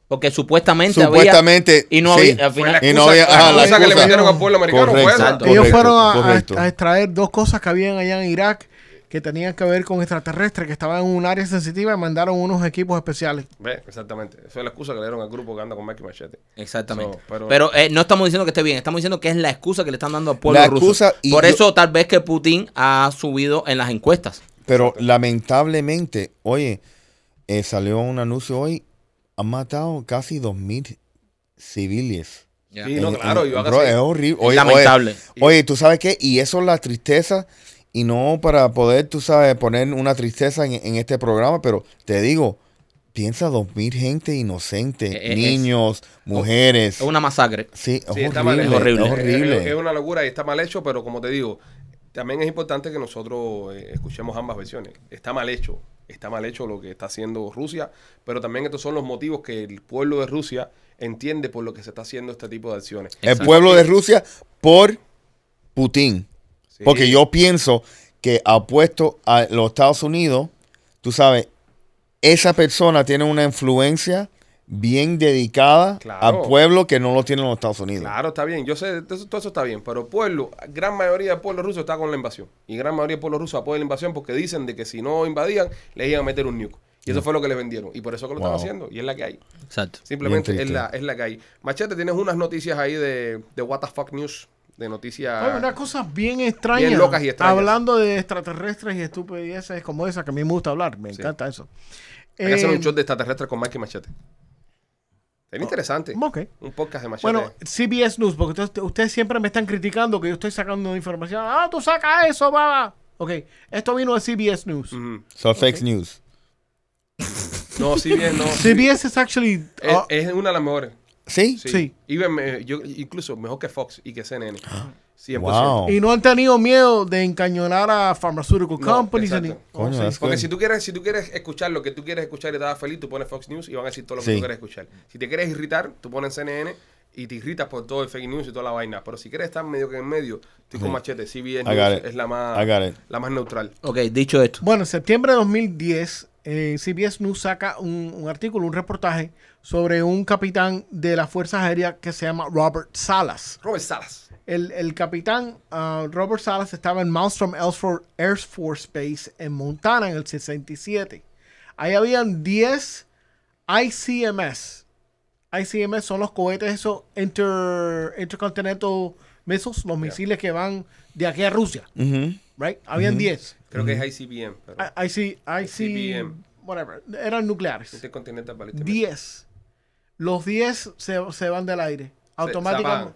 B: porque supuestamente, había-
E: Supuestamente.
B: y no
E: sí.
B: había. al
A: Fue
B: final-
A: la
E: Y
A: excusa,
E: no había-
A: la
E: ajá, la
A: excusa que le
E: excusa.
A: metieron al pueblo americano. fue
E: Correcto.
A: esa.
B: Exacto.
C: Ellos
E: Correcto,
C: fueron a- a,
E: correcto.
C: a extraer dos cosas que habían allá en Irak que tenían que ver con extraterrestres, que estaban en un área sensitiva y mandaron unos equipos especiales.
A: Ve, Exactamente. Esa es la excusa que le dieron al grupo que anda con Mike Machete.
B: Exactamente.
A: So, pero-
B: pero eh, no estamos diciendo que esté bien, estamos diciendo que es la excusa que le están dando al pueblo
E: La
B: ruso.
E: excusa y
B: Por
E: yo-
B: eso tal vez que Putin ha subido en las encuestas.
E: Pero lamentablemente, oye, eh, salió un anuncio hoy, han matado casi 2.000 civiles.
A: Sí, no,
E: En-
A: claro.
E: en-
A: yo haga
E: Eh, bro,
A: así.
E: es horrible. Oye,
B: lamentable.
E: Oye, oye, ¿tú sabes qué? Y eso es la tristeza. Y no para poder, tú sabes, poner una tristeza en, en este programa, pero te digo, piensa 2.000 gente inocente,
B: Eh, eh, es-
E: niños, mujeres.
B: Es una masacre.
E: Sí, es
A: Sí, está mal
E: horrible.
A: hecho.
E: Es horrible.
B: Es
A: Es, es- es una locura y está mal hecho, pero como te digo, también es importante que nosotros eh, escuchemos ambas versiones. Está mal hecho, está mal hecho lo que está haciendo Rusia, pero también estos son los motivos que el pueblo de Rusia entiende por lo que se está haciendo este tipo de acciones.
E: El
B: Exacto.
E: pueblo de Rusia por Putin.
A: Sí.
E: Porque yo pienso que apuesto a los Estados Unidos, tú sabes, esa persona tiene una influencia bien dedicada
A: Claro.
E: al pueblo que no lo tienen los Estados Unidos.
A: Claro, está bien, yo sé, todo eso, todo eso está bien, pero el pueblo, gran mayoría del pueblo ruso está con la invasión. Y gran mayoría del pueblo ruso apoya la invasión porque dicen de que si no invadían, les iban a meter un nuke. Y eso fue lo que les vendieron. Y por eso que lo
E: Mm. Wow.
A: están haciendo. Y es la que hay.
B: Exacto.
A: Simplemente
E: Bien
A: es
E: triste.
A: la, es la que hay. Machete, tienes unas noticias ahí de, de What the Fuck News, de noticias...
C: Oye, unas cosas bien extrañas.
A: Ah. Bien locas y extrañas.
C: Hablando de extraterrestres y estupideces como esa que a mí me gusta hablar. Me encanta eso.
A: Hay que hacer
C: Eh,
A: un show de extraterrestres con Mike y Machete. Sería interesante.
C: ok.
A: Un podcast de Machete.
C: Bueno, CBS News, porque ustedes, ustedes siempre me están criticando que yo estoy sacando información. Ah, tú sacas eso, baba. Ok, esto vino de CBS News.
A: Ujú.
E: So, fake news.
A: No, si bien no.
C: CBS es actually...
A: Es,
C: ah,
A: Eh, es una de las mejores.
E: ¿Sí?
A: Sí.
C: Sí.
A: Even, eh, yo, incluso mejor que Fox y que CNN. 100%.
E: Ah. Wow.
C: Y no han tenido miedo de encañonar a pharmaceutical
A: No,
C: companies.
A: exacto.
C: ni-
E: Coño,
C: Oh, sí.
E: that's
A: Porque
E: good.
A: si tú quieres, si tú quieres escuchar lo que tú quieres escuchar y estás feliz, tú pones Fox News y van a decir todo lo que
E: Sí.
A: tú quieres escuchar. Si te quieres irritar, tú pones CNN y te irritas por todo el fake news y toda la vaina. Pero si quieres estar medio que en medio, estoy con machete. CBS
E: I got
A: News
E: it.
A: es la
E: I got
A: más,
E: it.
A: la más neutral.
B: Ok, dicho esto.
C: Bueno, en septiembre de 2010, eh, CBS News saca un, un artículo, un reportaje sobre un capitán de la Fuerza Aérea que se llama Robert Salas.
A: Robert Salas.
C: El, el capitán ah, Robert Salas estaba en Malmstrom Ellsworth Air Force Base en Montana en el 67. Ahí habían 10 ICMS. ICMS son los cohetes esos inter, Intercontinental Missiles, los misiles que van de aquí a Rusia,
E: Mm. Ujú.
C: right? Habían 10.
A: Creo que es ICBM. Pero
C: I- IC, IC,
A: ICBM.
C: whatever. Eran nucleares.
A: Intercontinental Ballistic
C: 10. Los 10 se, se van del aire.
A: apagan.
C: Automáticamente.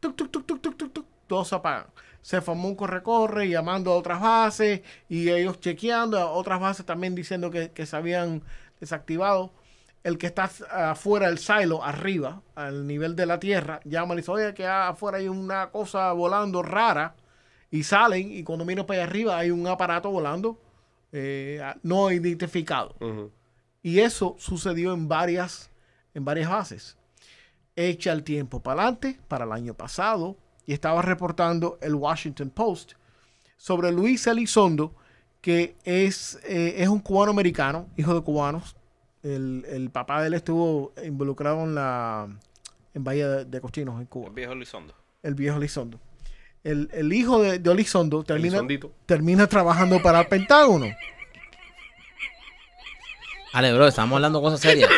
C: Tuc, tuc, tuc, tuc, tuc, tuc, tuc, todos se apagan. Se formó un corre-corre llamando a otras bases y ellos chequeando a otras bases también diciendo que, que se habían desactivado. El que está afuera del silo, arriba, al nivel de la tierra, llama y dice, oye, que afuera hay una cosa volando rara. Y salen y cuando miro para allá arriba hay un aparato volando eh, no identificado.
A: Ujú.
C: Y eso sucedió en varias, en varias bases. Echa el tiempo para adelante, para el año pasado, y estaba reportando el Washington Post sobre Luis Elizondo, que es, eh, es un cubano americano, hijo de cubanos. El, el papá de él estuvo involucrado en la en Bahía de, de Cochinos, en Cuba.
D: El viejo Elizondo.
C: El viejo Elizondo. El, el hijo de, de Elizondo termina,
A: Elizondito.
C: termina trabajando para el Pentágono.
B: Ale, bro, estamos hablando cosas serias.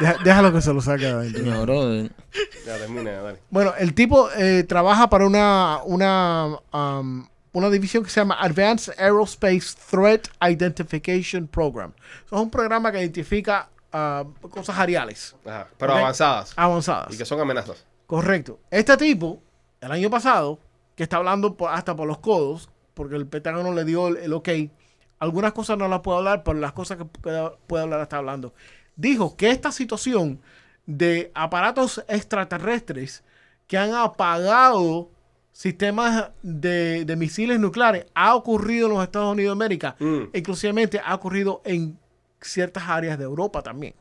C: Deja- déjalo que se lo saque de adentro.
B: No, bro.
A: Ya termina, ya, dale.
C: Bueno, el tipo eh, trabaja para una, una, um, una división que se llama Advanced Aerospace Threat Identification Program. Es un programa que identifica ah, cosas aéreas
A: Ajá. Pero
C: Ok.
A: avanzadas.
C: avanzadas.
A: Y que son amenazas.
C: Correcto. Este tipo, el año pasado, que está hablando por- hasta por los codos, porque el Pentágono le dio el, el ok, algunas cosas no las puedo hablar, pero las cosas que pueda- puede hablar está hablando. Dijo que esta situación de aparatos extraterrestres que han apagado sistemas de, de misiles nucleares ha ocurrido en los Estados Unidos de América,
A: Mm.
C: inclusivamente ha ocurrido en ciertas áreas de Europa también.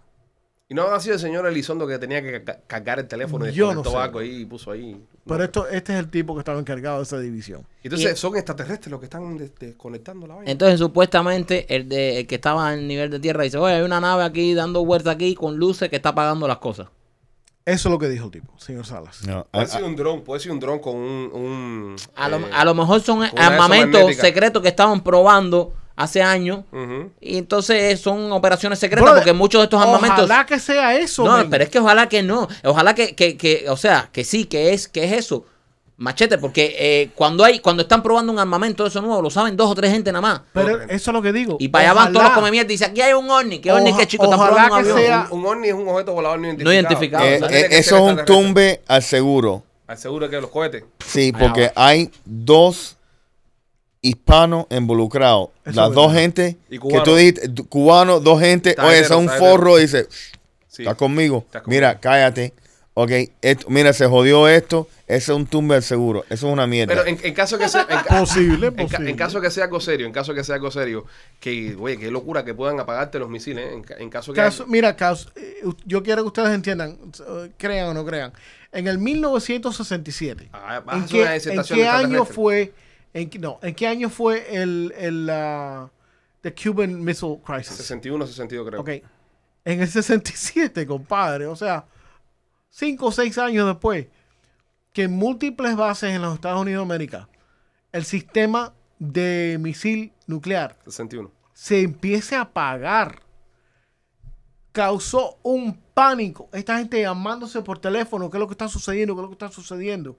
A: Y no ha sido el señor Elizondo que tenía que ca- cargar el teléfono y
C: Yo no
A: desconectó
C: sé.
A: algo ahí y puso ahí.
C: Pero esto, este es el tipo que estaba encargado de esa división.
A: Entonces,
B: Y-
A: son extraterrestres los que están des- desconectando la vaina.
B: Entonces, supuestamente, el, de, el que estaba en el nivel de tierra dice, oye, hay una nave aquí dando vueltas aquí con luces que está apagando las cosas.
C: Eso es lo que dijo el tipo, señor Salas.
E: No,
A: Puede
E: I- eh,
A: ser un dron, puede ser un dron con un. un,
B: A lo,
A: eh,
B: a lo mejor son
A: una de esas
B: armamentos
A: magnéticas.
B: secretos que estaban probando hace años.
A: ujú.
B: Y entonces eh, son operaciones secretas
C: Brother,
B: porque muchos de estos armamentos...
C: Ojalá que sea eso.
B: No,
C: men.
B: pero es que ojalá que no. Ojalá que, que, que- o sea, que sí, que es, que es eso. Machete, porque eh, cuando hay, cuando están probando un armamento de eso nuevo, lo saben dos o tres gente nada más.
C: Pero eso es lo que digo.
B: Y para allá van todos los
C: Ojalá.
B: comemierdas y dicen, aquí hay un ovni, que
C: Oja-
B: ovni, que chico, están
C: ojalá
B: probando un
C: que
B: avión.
C: sea-
A: Un, un ovni es un objeto volador no identificado.
B: identificado.
E: Eh,
B: No
E: eh,
A: tiene que ser
E: eso es un
A: extraterrestre.
E: tumbe al seguro.
A: Al seguro que los cohetes.
E: Sí, porque hay dos hispanos involucrados.
C: Eso
E: Las
C: es
E: dos
C: verdad.
E: gentes
A: Y
E: que tú
A: cubanos.
E: dijiste, du- cubanos, dos gente,
A: Está
E: oye,
A: entero,
E: son un
A: está entero.
E: forro, dice,
A: Sí.
E: está conmigo.
A: Está conmigo.
E: Mira, cállate. Ok, esto- mira, se jodió esto. Ese es un tumbe al seguro. Eso es una mierda.
A: Pero en, en caso que sea. En, ca-
C: Posible,
A: en ca-
C: posible.
A: en caso que sea algo serio, en caso que sea algo serio, que, oye, qué locura que puedan apagarte los misiles, ¿eh? en, ca- en caso que.
C: Caso- mira, caso, eh, yo quiero que ustedes entiendan, eh, crean o no crean. En el 1967,
A: Ah, vas a
C: ¿en
A: hacer
C: qué,
A: una
C: en
A: disertación
C: qué
A: de
C: año
A: extraterrestre.
C: fue? En, qué- no, ¿en qué año fue el, el ah, the Cuban Missile Crisis?
A: 61, 62, creo.
C: Ok. En el 67, compadre. O sea, 5 o 6 años después, que en múltiples bases en los Estados Unidos de América, el sistema de misil nuclear
A: 61.
C: se empiece a apagar. Causó un pánico. Esta gente llamándose por teléfono, ¿qué es lo que está sucediendo? ¿Qué es lo que está sucediendo?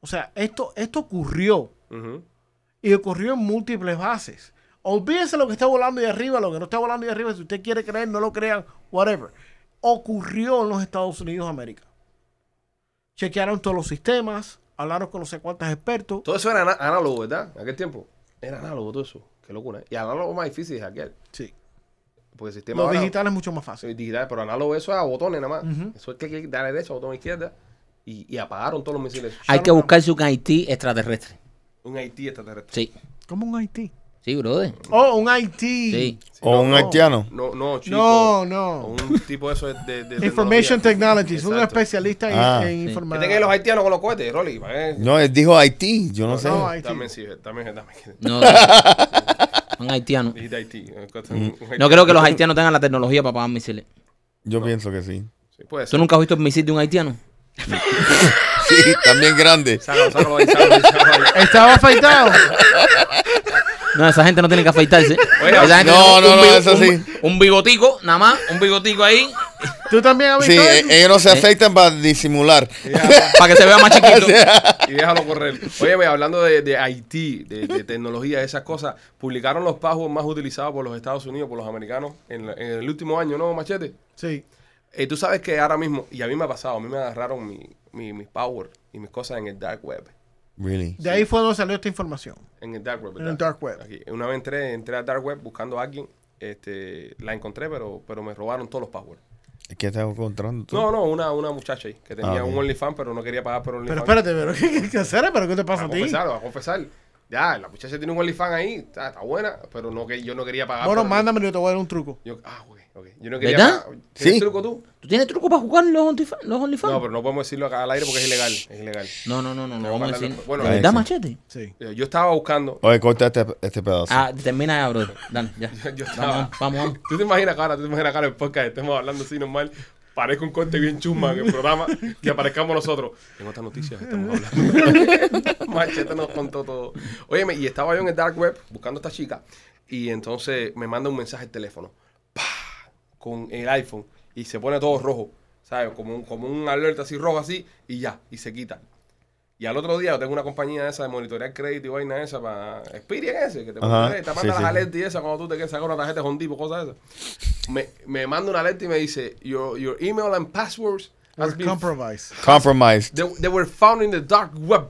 C: O sea, esto, esto ocurrió.
A: Ujú.
C: Y ocurrió en múltiples bases. Olvídense lo que está volando de arriba, lo que no está volando de arriba. Si usted quiere creer, no lo crean, whatever. Ocurrió en los Estados Unidos de América. Chequearon todos los sistemas, hablaron con no sé cuántos expertos.
A: Todo eso era ana- análogo, ¿verdad? En aquel tiempo. Era análogo todo eso. Qué locura. ¿eh? Y análogo más difícil es aquel.
C: Sí.
A: Porque el sistema
C: Lo
A: ahora-
C: digital es mucho más fácil.
A: Sí, digital, pero análogo eso es a botones nada más.
C: Ujú.
A: Eso es que, que darle derecha, botón izquierda. Y, y apagaron todos los misiles.
B: Hay que buscarse un Haití extraterrestre.
A: Un Haití extraterrestre.
B: Sí.
C: ¿Cómo un IT?
B: Sí, brother.
C: Oh, un IT. [laughs]
B: Sí.
E: O un haitiano.
A: No, no, chico.
C: No, no.
A: Un tipo de eso de, de, de
C: Information
A: tecnología.
C: Technologies, un
A: Exacto.
C: especialista en-
E: Ah.
C: en,
B: Sí.
A: ¿Qué
C: informática.
A: tienen los haitianos con los cohetes, Rolly? ¿Para qué?
E: No, él dijo Haití, yo no sé.
C: No, Haití.
A: También sí, también, también.
B: No, no. un haitiano.
A: Dijiste Haití. eh, un
B: No creo que los haitianos tengan la tecnología para pagar misiles.
E: Yo pienso que sí. [laughs]
A: Sí, puede
B: ¿Tú
A: ser.
B: nunca has visto el misil de un haitiano?
E: Sí, también grande.
A: Sácalo, sácalo ahí, sácalo ahí, sácalo ahí.
C: Estaba afeitado.
B: No, esa gente no tiene que afeitarse.
A: Oiga,
B: Esa gente
E: no,
B: tiene
E: no, no,
B: bigo-
E: eso sí.
B: Un bigotico, nada más, un bigotico ahí,
C: ¿Tú también has
E: Sí,
C: visto
E: eh,
C: eso?
E: ellos no se afeitan para disimular.
B: para que se vea más chiquito.
A: Y déjalo correr. Oye, hablando de, de Haití, de, de tecnología, de esas cosas, publicaron los passwords más utilizados por los Estados Unidos, por los americanos, en, la- en el último año, ¿no, Machete?
C: Sí.
A: Eh, tú sabes que ahora mismo, y a mí me ha pasado, a mí me agarraron mi, mi, mis power y mis cosas en el dark web.
E: [laughs] Really.
C: De ahí fue donde salió esta información.
A: En el dark web.
C: En el dark web.
A: Aquí. Una vez entré, entré al dark web buscando a alguien, este, la encontré, pero, pero me robaron todos los passwords.
E: ¿Qué estás encontrando tú?
A: No, no, una, una muchacha ahí que tenía
E: Ah, ok.
A: un OnlyFans, pero no quería pagar por
C: Pero
A: OnlyFans.
C: espérate, pero [laughs] ¿qué, qué hacer? ¿Pero qué te
A: Va
C: pasa a
A: a
C: ti?
A: confesar, va a confesar. Ya, la muchacha tiene un OnlyFans ahí, está, está buena, pero no que yo no quería pagar.
C: Bueno,
A: por-
C: mándame, yo te voy a dar un truco.
A: Yo, ah, ok, ok. Yo no quería
B: ¿Verdad?
A: pagar. ¿Tienes
E: Sí.
A: truco tú?
B: ¿Tú tienes truco para jugar los OnlyFans? los
A: No,
B: OnlyFans?
A: pero no podemos decirlo acá al aire porque es ilegal. Es ilegal.
B: No, no, no, no, no
A: Pero
B: vamos a
A: para
B: decir.
A: la- bueno,
B: ¿De verdad,
E: sí.
B: machete?
C: Sí.
A: Eh, Yo estaba buscando.
E: Oye, corta este, este pedazo.
B: Ah, termina ya, brother. Dale, ya.
A: [laughs] Yo estaba-
B: Vamos, vamos,
A: [laughs]
B: vamos.
A: ¿Tú te imaginas cara? ¿Tú te imaginas cara el podcast? Estemos hablando así normal. Parezca un corte bien chusma en el programa que aparezcamos nosotros. En otras noticias estamos hablando. [laughs] Machete nos contó todo. Óyeme, y estaba yo en el dark web buscando a esta chica y entonces me manda un mensaje al teléfono. ¡Pah! Con el iPhone y se pone todo rojo. ¿Sabes? Como un, como un alerta así rojo así y ya, y se quita. Y al otro día yo tengo una compañía esa de monitorear crédito y vaina esa para Experian ese, que te,
E: Ajá,
A: monitorea y te manda
E: sí,
A: las
E: sí.
A: alertas y esa cuando tú te quieres sacar una tarjeta de Hondipo, cosas de esas me, me manda una alerta y me dice your, your email and passwords has
C: We're
A: been-
C: compromised.
E: Compromised.
A: they, they were found in the dark web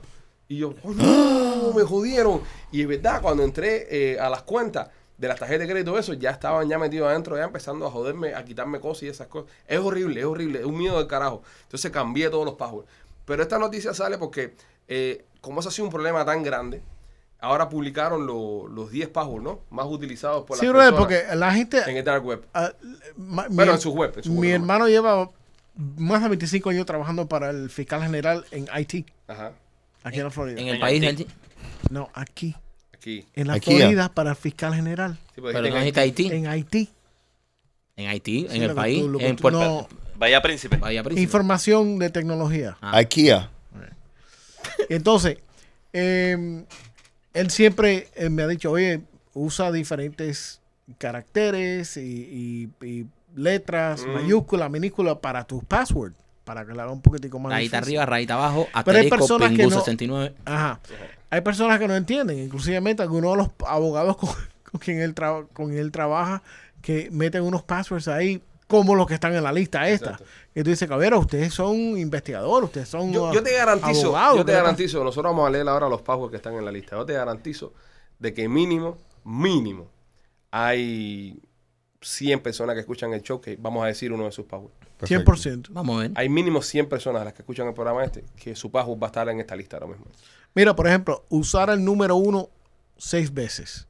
A: y yo oh,
C: [gasps]
A: no me jodieron y es verdad cuando entré eh, a las cuentas de las tarjetas de crédito eso ya estaban ya metidos adentro ya empezando a joderme a quitarme cosas y esas cosas es horrible es horrible es un miedo del carajo entonces cambié todos los passwords pero esta noticia sale porque eh, como eso ha sido un problema tan grande ahora publicaron lo- los 10 passwords ¿no? más utilizados por
C: Sí,
A: las
C: brother,
A: personas
C: porque la gente...
A: en el dark web
C: ah, ma- mi-
A: bueno en sus web en sus
C: mi
A: web, ¿no?
C: hermano lleva más de 25 años trabajando para el fiscal general en IT,
A: Ajá.
C: aquí en la Florida.
B: En el país, gente.
C: No, aquí.
A: Aquí.
C: En la
E: Aquí, ah.
C: Florida para el fiscal general.
A: Sí, porque
B: Pero no
A: dijiste
B: es
A: que-
B: Haití.
C: En Haití.
B: En Haití,
C: Sí,
B: en el
C: lo que
B: país,
C: tú- lo que
B: en
C: tú-
B: Puerto
C: no,
D: Vaya príncipe.
B: Bahía Príncipe.
C: información de tecnología.
B: Ah.
E: IKEA.
C: Entonces, eh, él siempre eh, me ha dicho, oye, usa diferentes caracteres y, y- y letras,
A: Mm.
C: mayúscula, minúscula para tus passwords, para que la haga un poquitico más
B: Rayita
C: difícil.
B: arriba, rayita abajo,
C: Pero hay
B: asterisco,
C: personas que
B: Pingu
C: no-
B: 69.
C: Ajá. Hay personas que no entienden, inclusivamente algunos de los abogados con, con quien él traba- con quien él trabaja que meten unos passwords ahí como los que están en la lista esta.
A: Exacto.
C: Y tú dices, cabrero, ustedes son investigadores, ustedes son
A: Yo, yo te
C: ah,
A: garantizo,
C: abogados,
A: yo te
C: ¿qué le
A: garantizo, nosotros vamos a leer ahora los passwords que están en la lista. Yo te garantizo de que mínimo, mínimo, hay 100 personas que escuchan el show que vamos a decir uno de sus passwords.
C: pasa?
E: Perfecto.
C: 100%.
B: Vamos a ver.
A: Hay mínimo 100 personas las que escuchan el programa este que su password va a estar en esta lista ahora mismo.
C: Mira, por ejemplo, usar el número uno seis veces.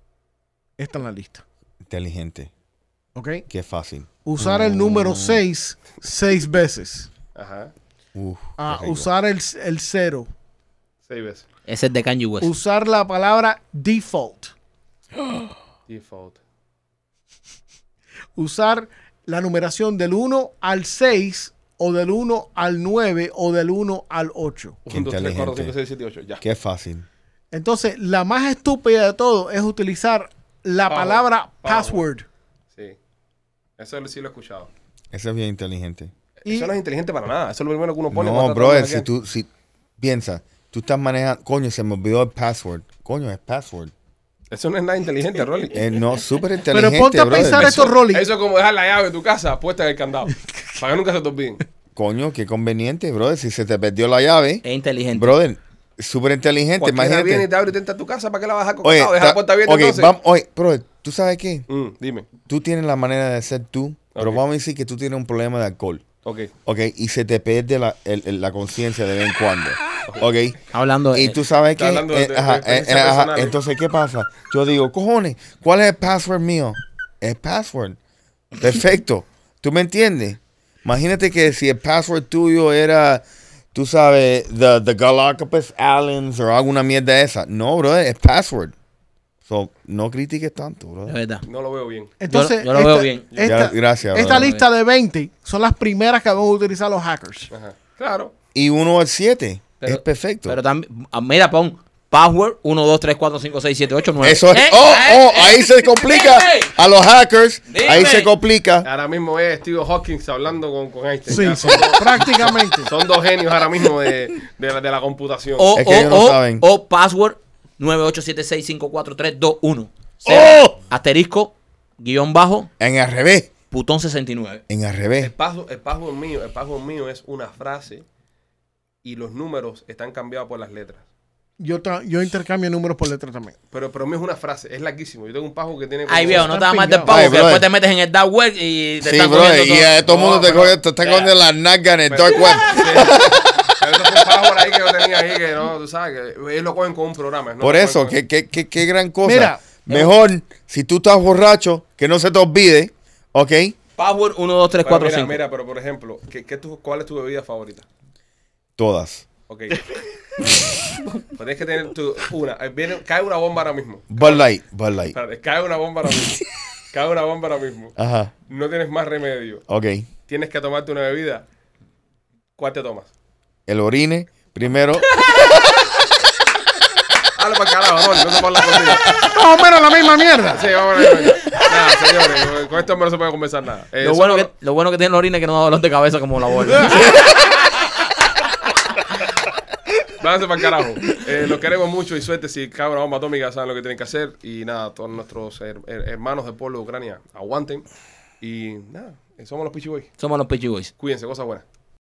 C: Está en la lista.
E: Inteligente.
C: ¿Ok?
E: Qué fácil.
C: Usar el número seis seis veces.
A: Ajá,
E: Uf, qué
C: Ah,
E: rico.
C: usar el, el cero.
A: seis veces.
B: Ese es de Kanye West.
C: Usar la palabra default.
A: Default.
C: usar la numeración del 1 al 6 o del 1 al 9 o del 1 al 8.
A: 1, 2, 3, 4, 5,
E: inteligente.
A: 6, 7, 8. Ya.
E: Qué fácil.
C: Entonces, la más estúpida de todo es utilizar la
A: Password.
C: palabra
A: Password.
C: password.
A: Sí. Eso sí lo he escuchado.
E: Ese es bien inteligente.
C: Y
A: Eso no es inteligente para nada. Eso es lo primero que uno pone. cuando
E: No,
A: está tratando
E: brother,
A: de
E: si tú si piensas, tú estás manejando, coño, se me olvidó el password. Coño, es password.
A: Eso no es nada
E: [laughs]
A: inteligente, Rolly. [laughs]
E: Eh, no, súper inteligente.
C: pero ponte a
E: brother.
C: pensar
E: Eso-
C: esto, Rolly.
A: Eso es como dejar la llave de tu casa puesta en el
E: [laughs]
A: candado. para que nunca se te olviden.
E: Coño, qué conveniente, brother. Si se te perdió la llave,
B: Es inteligente.
E: brother, súper inteligente.
A: Cualquiera
E: Imagínate.
A: viene y te abre y te entra a tu casa, ¿para qué la vas a cocar?
E: Oye,
A: Deja
E: ta-
A: la puerta abierta
E: ok,
A: entonces.
E: vam- oye, bro, ¿tú sabes qué?
A: Mm, dime.
E: Tú tienes la manera de ser tú, pero
A: Ok.
E: vamos a decir que tú tienes un problema de alcohol.
A: Ok.
E: Ok, y se te pierde la, el- el- la conciencia de vez en
B: [laughs]
E: cuando. Ok.
B: Hablando de.
E: Y tú sabes que.
A: Está hablando de-
E: eh,
A: de- de
E: ajá, eh,
A: experiencias
E: eh, ajá,
A: personales.
E: entonces, ¿qué pasa? Yo digo, cojones, ¿cuál es el password mío? El password. Perfecto. ¿Tú me entiendes? Imagínate que si el password tuyo era, tú sabes, the, the Galapagos Islands o alguna mierda esa. No, bro, es password. So, no critiques tanto, bro.
B: de verdad.
A: No lo veo bien.
C: Entonces,
B: yo lo veo bien.
E: Ya,
C: esta-
E: gracias,
C: esta
E: bro.
C: lista de 20 son las primeras que van a utilizar los hackers.
A: Ajá. Claro.
E: Y uno al 7
B: Pero-
E: es perfecto.
B: Pero también. ah, Mira, pon. Power 1, 2, 3, 4, 5, 6, 7, 8, 9.
E: Eso es. oh, oh, ahí se complica.
B: Eh, Dime.
E: A los hackers, ahí
B: Dime.
E: se complica.
A: Ahora mismo es Steve Hawkins hablando con, con Einstein.
C: Sí,
A: Ya
C: sí,
A: son, dos,
C: [laughs] prácticamente.
A: son dos genios ahora mismo de, de la, de la computación.
B: O,
E: Es que ellos
B: o,
E: no
B: o,
E: saben.
B: o password 987654321.
E: ¡Oh!
B: Asterisco, guión bajo,
E: En al revés.
B: putón 69.
E: En al revés.
A: El password, el password mío, el password mío es una frase y los números están cambiados por las letras.
C: Yo, tra- yo intercambio números por letra también.
A: Pero, pero mío es una frase, es larguísimo. Yo tengo un password que tiene como-
B: Ahí veo, no te
C: Están
B: vas más del
C: pillados.
B: pavo,
E: Ay,
B: que después
E: brother.
B: te metes en el dark web y te
E: Sí,
B: están
E: bro,
B: cogiendo
E: y
B: todo.
E: a todo el
A: No,
E: mundo te,
A: pero-
E: coge, te está cogiendo las nalgas en el
A: Pero-
E: dark
A: [laughs]
E: web.
A: Pero ese fue un password ahí que yo tenía ahí que no, tú sabes, que ellos lo cogen con un programa. ¿no?
E: Por
A: Lo
E: eso,
A: cogen
E: qué, qué, qué, qué gran cosa.
C: Mira.
E: Mejor, si tú estás borracho, que no se te olvide, ¿ok?
B: Password 1, 2, 3,
A: con- Pero
B: 4,
A: mira,
B: 5.
A: mira, pero por ejemplo, ¿qué, qué tu- ¿cuál es tu bebida favorita?
E: Todas.
B: [laughs]
A: Ok. Pues Tienes que tener tu, una. eh, Viene, cae una bomba ahora mismo.
E: Bud Light, Bud Light.
A: Espérate, cae una bomba ahora mismo. Cae una bomba ahora mismo.
E: Ajá,
A: No tienes más remedio.
E: ok.
A: Tienes que tomarte una bebida. ¿Cuál te tomas?
E: El orine, primero.
A: Hazlo para el carajo, Ah, no, no te pongas la comida.
C: Más o menos la misma mierda.
A: Sí, vamos a ver. Nada, señores, con esto no se puede conversar nada. Eh,
B: Lo bueno,
A: solo-
B: que, lo bueno que tiene la orina es que no da dolor de cabeza como la bola. [laughs]
A: Váyanse para el carajo. Eh, los queremos mucho y suerte. Si cae una bomba atómica, saben lo que tienen que hacer. Y nada, todos nuestros her- her- hermanos del pueblo de Ucrania, aguanten. Y nada, somos los Pichiboy.
B: Somos los Peachy Boys.
A: Cuídense, cosas buenas.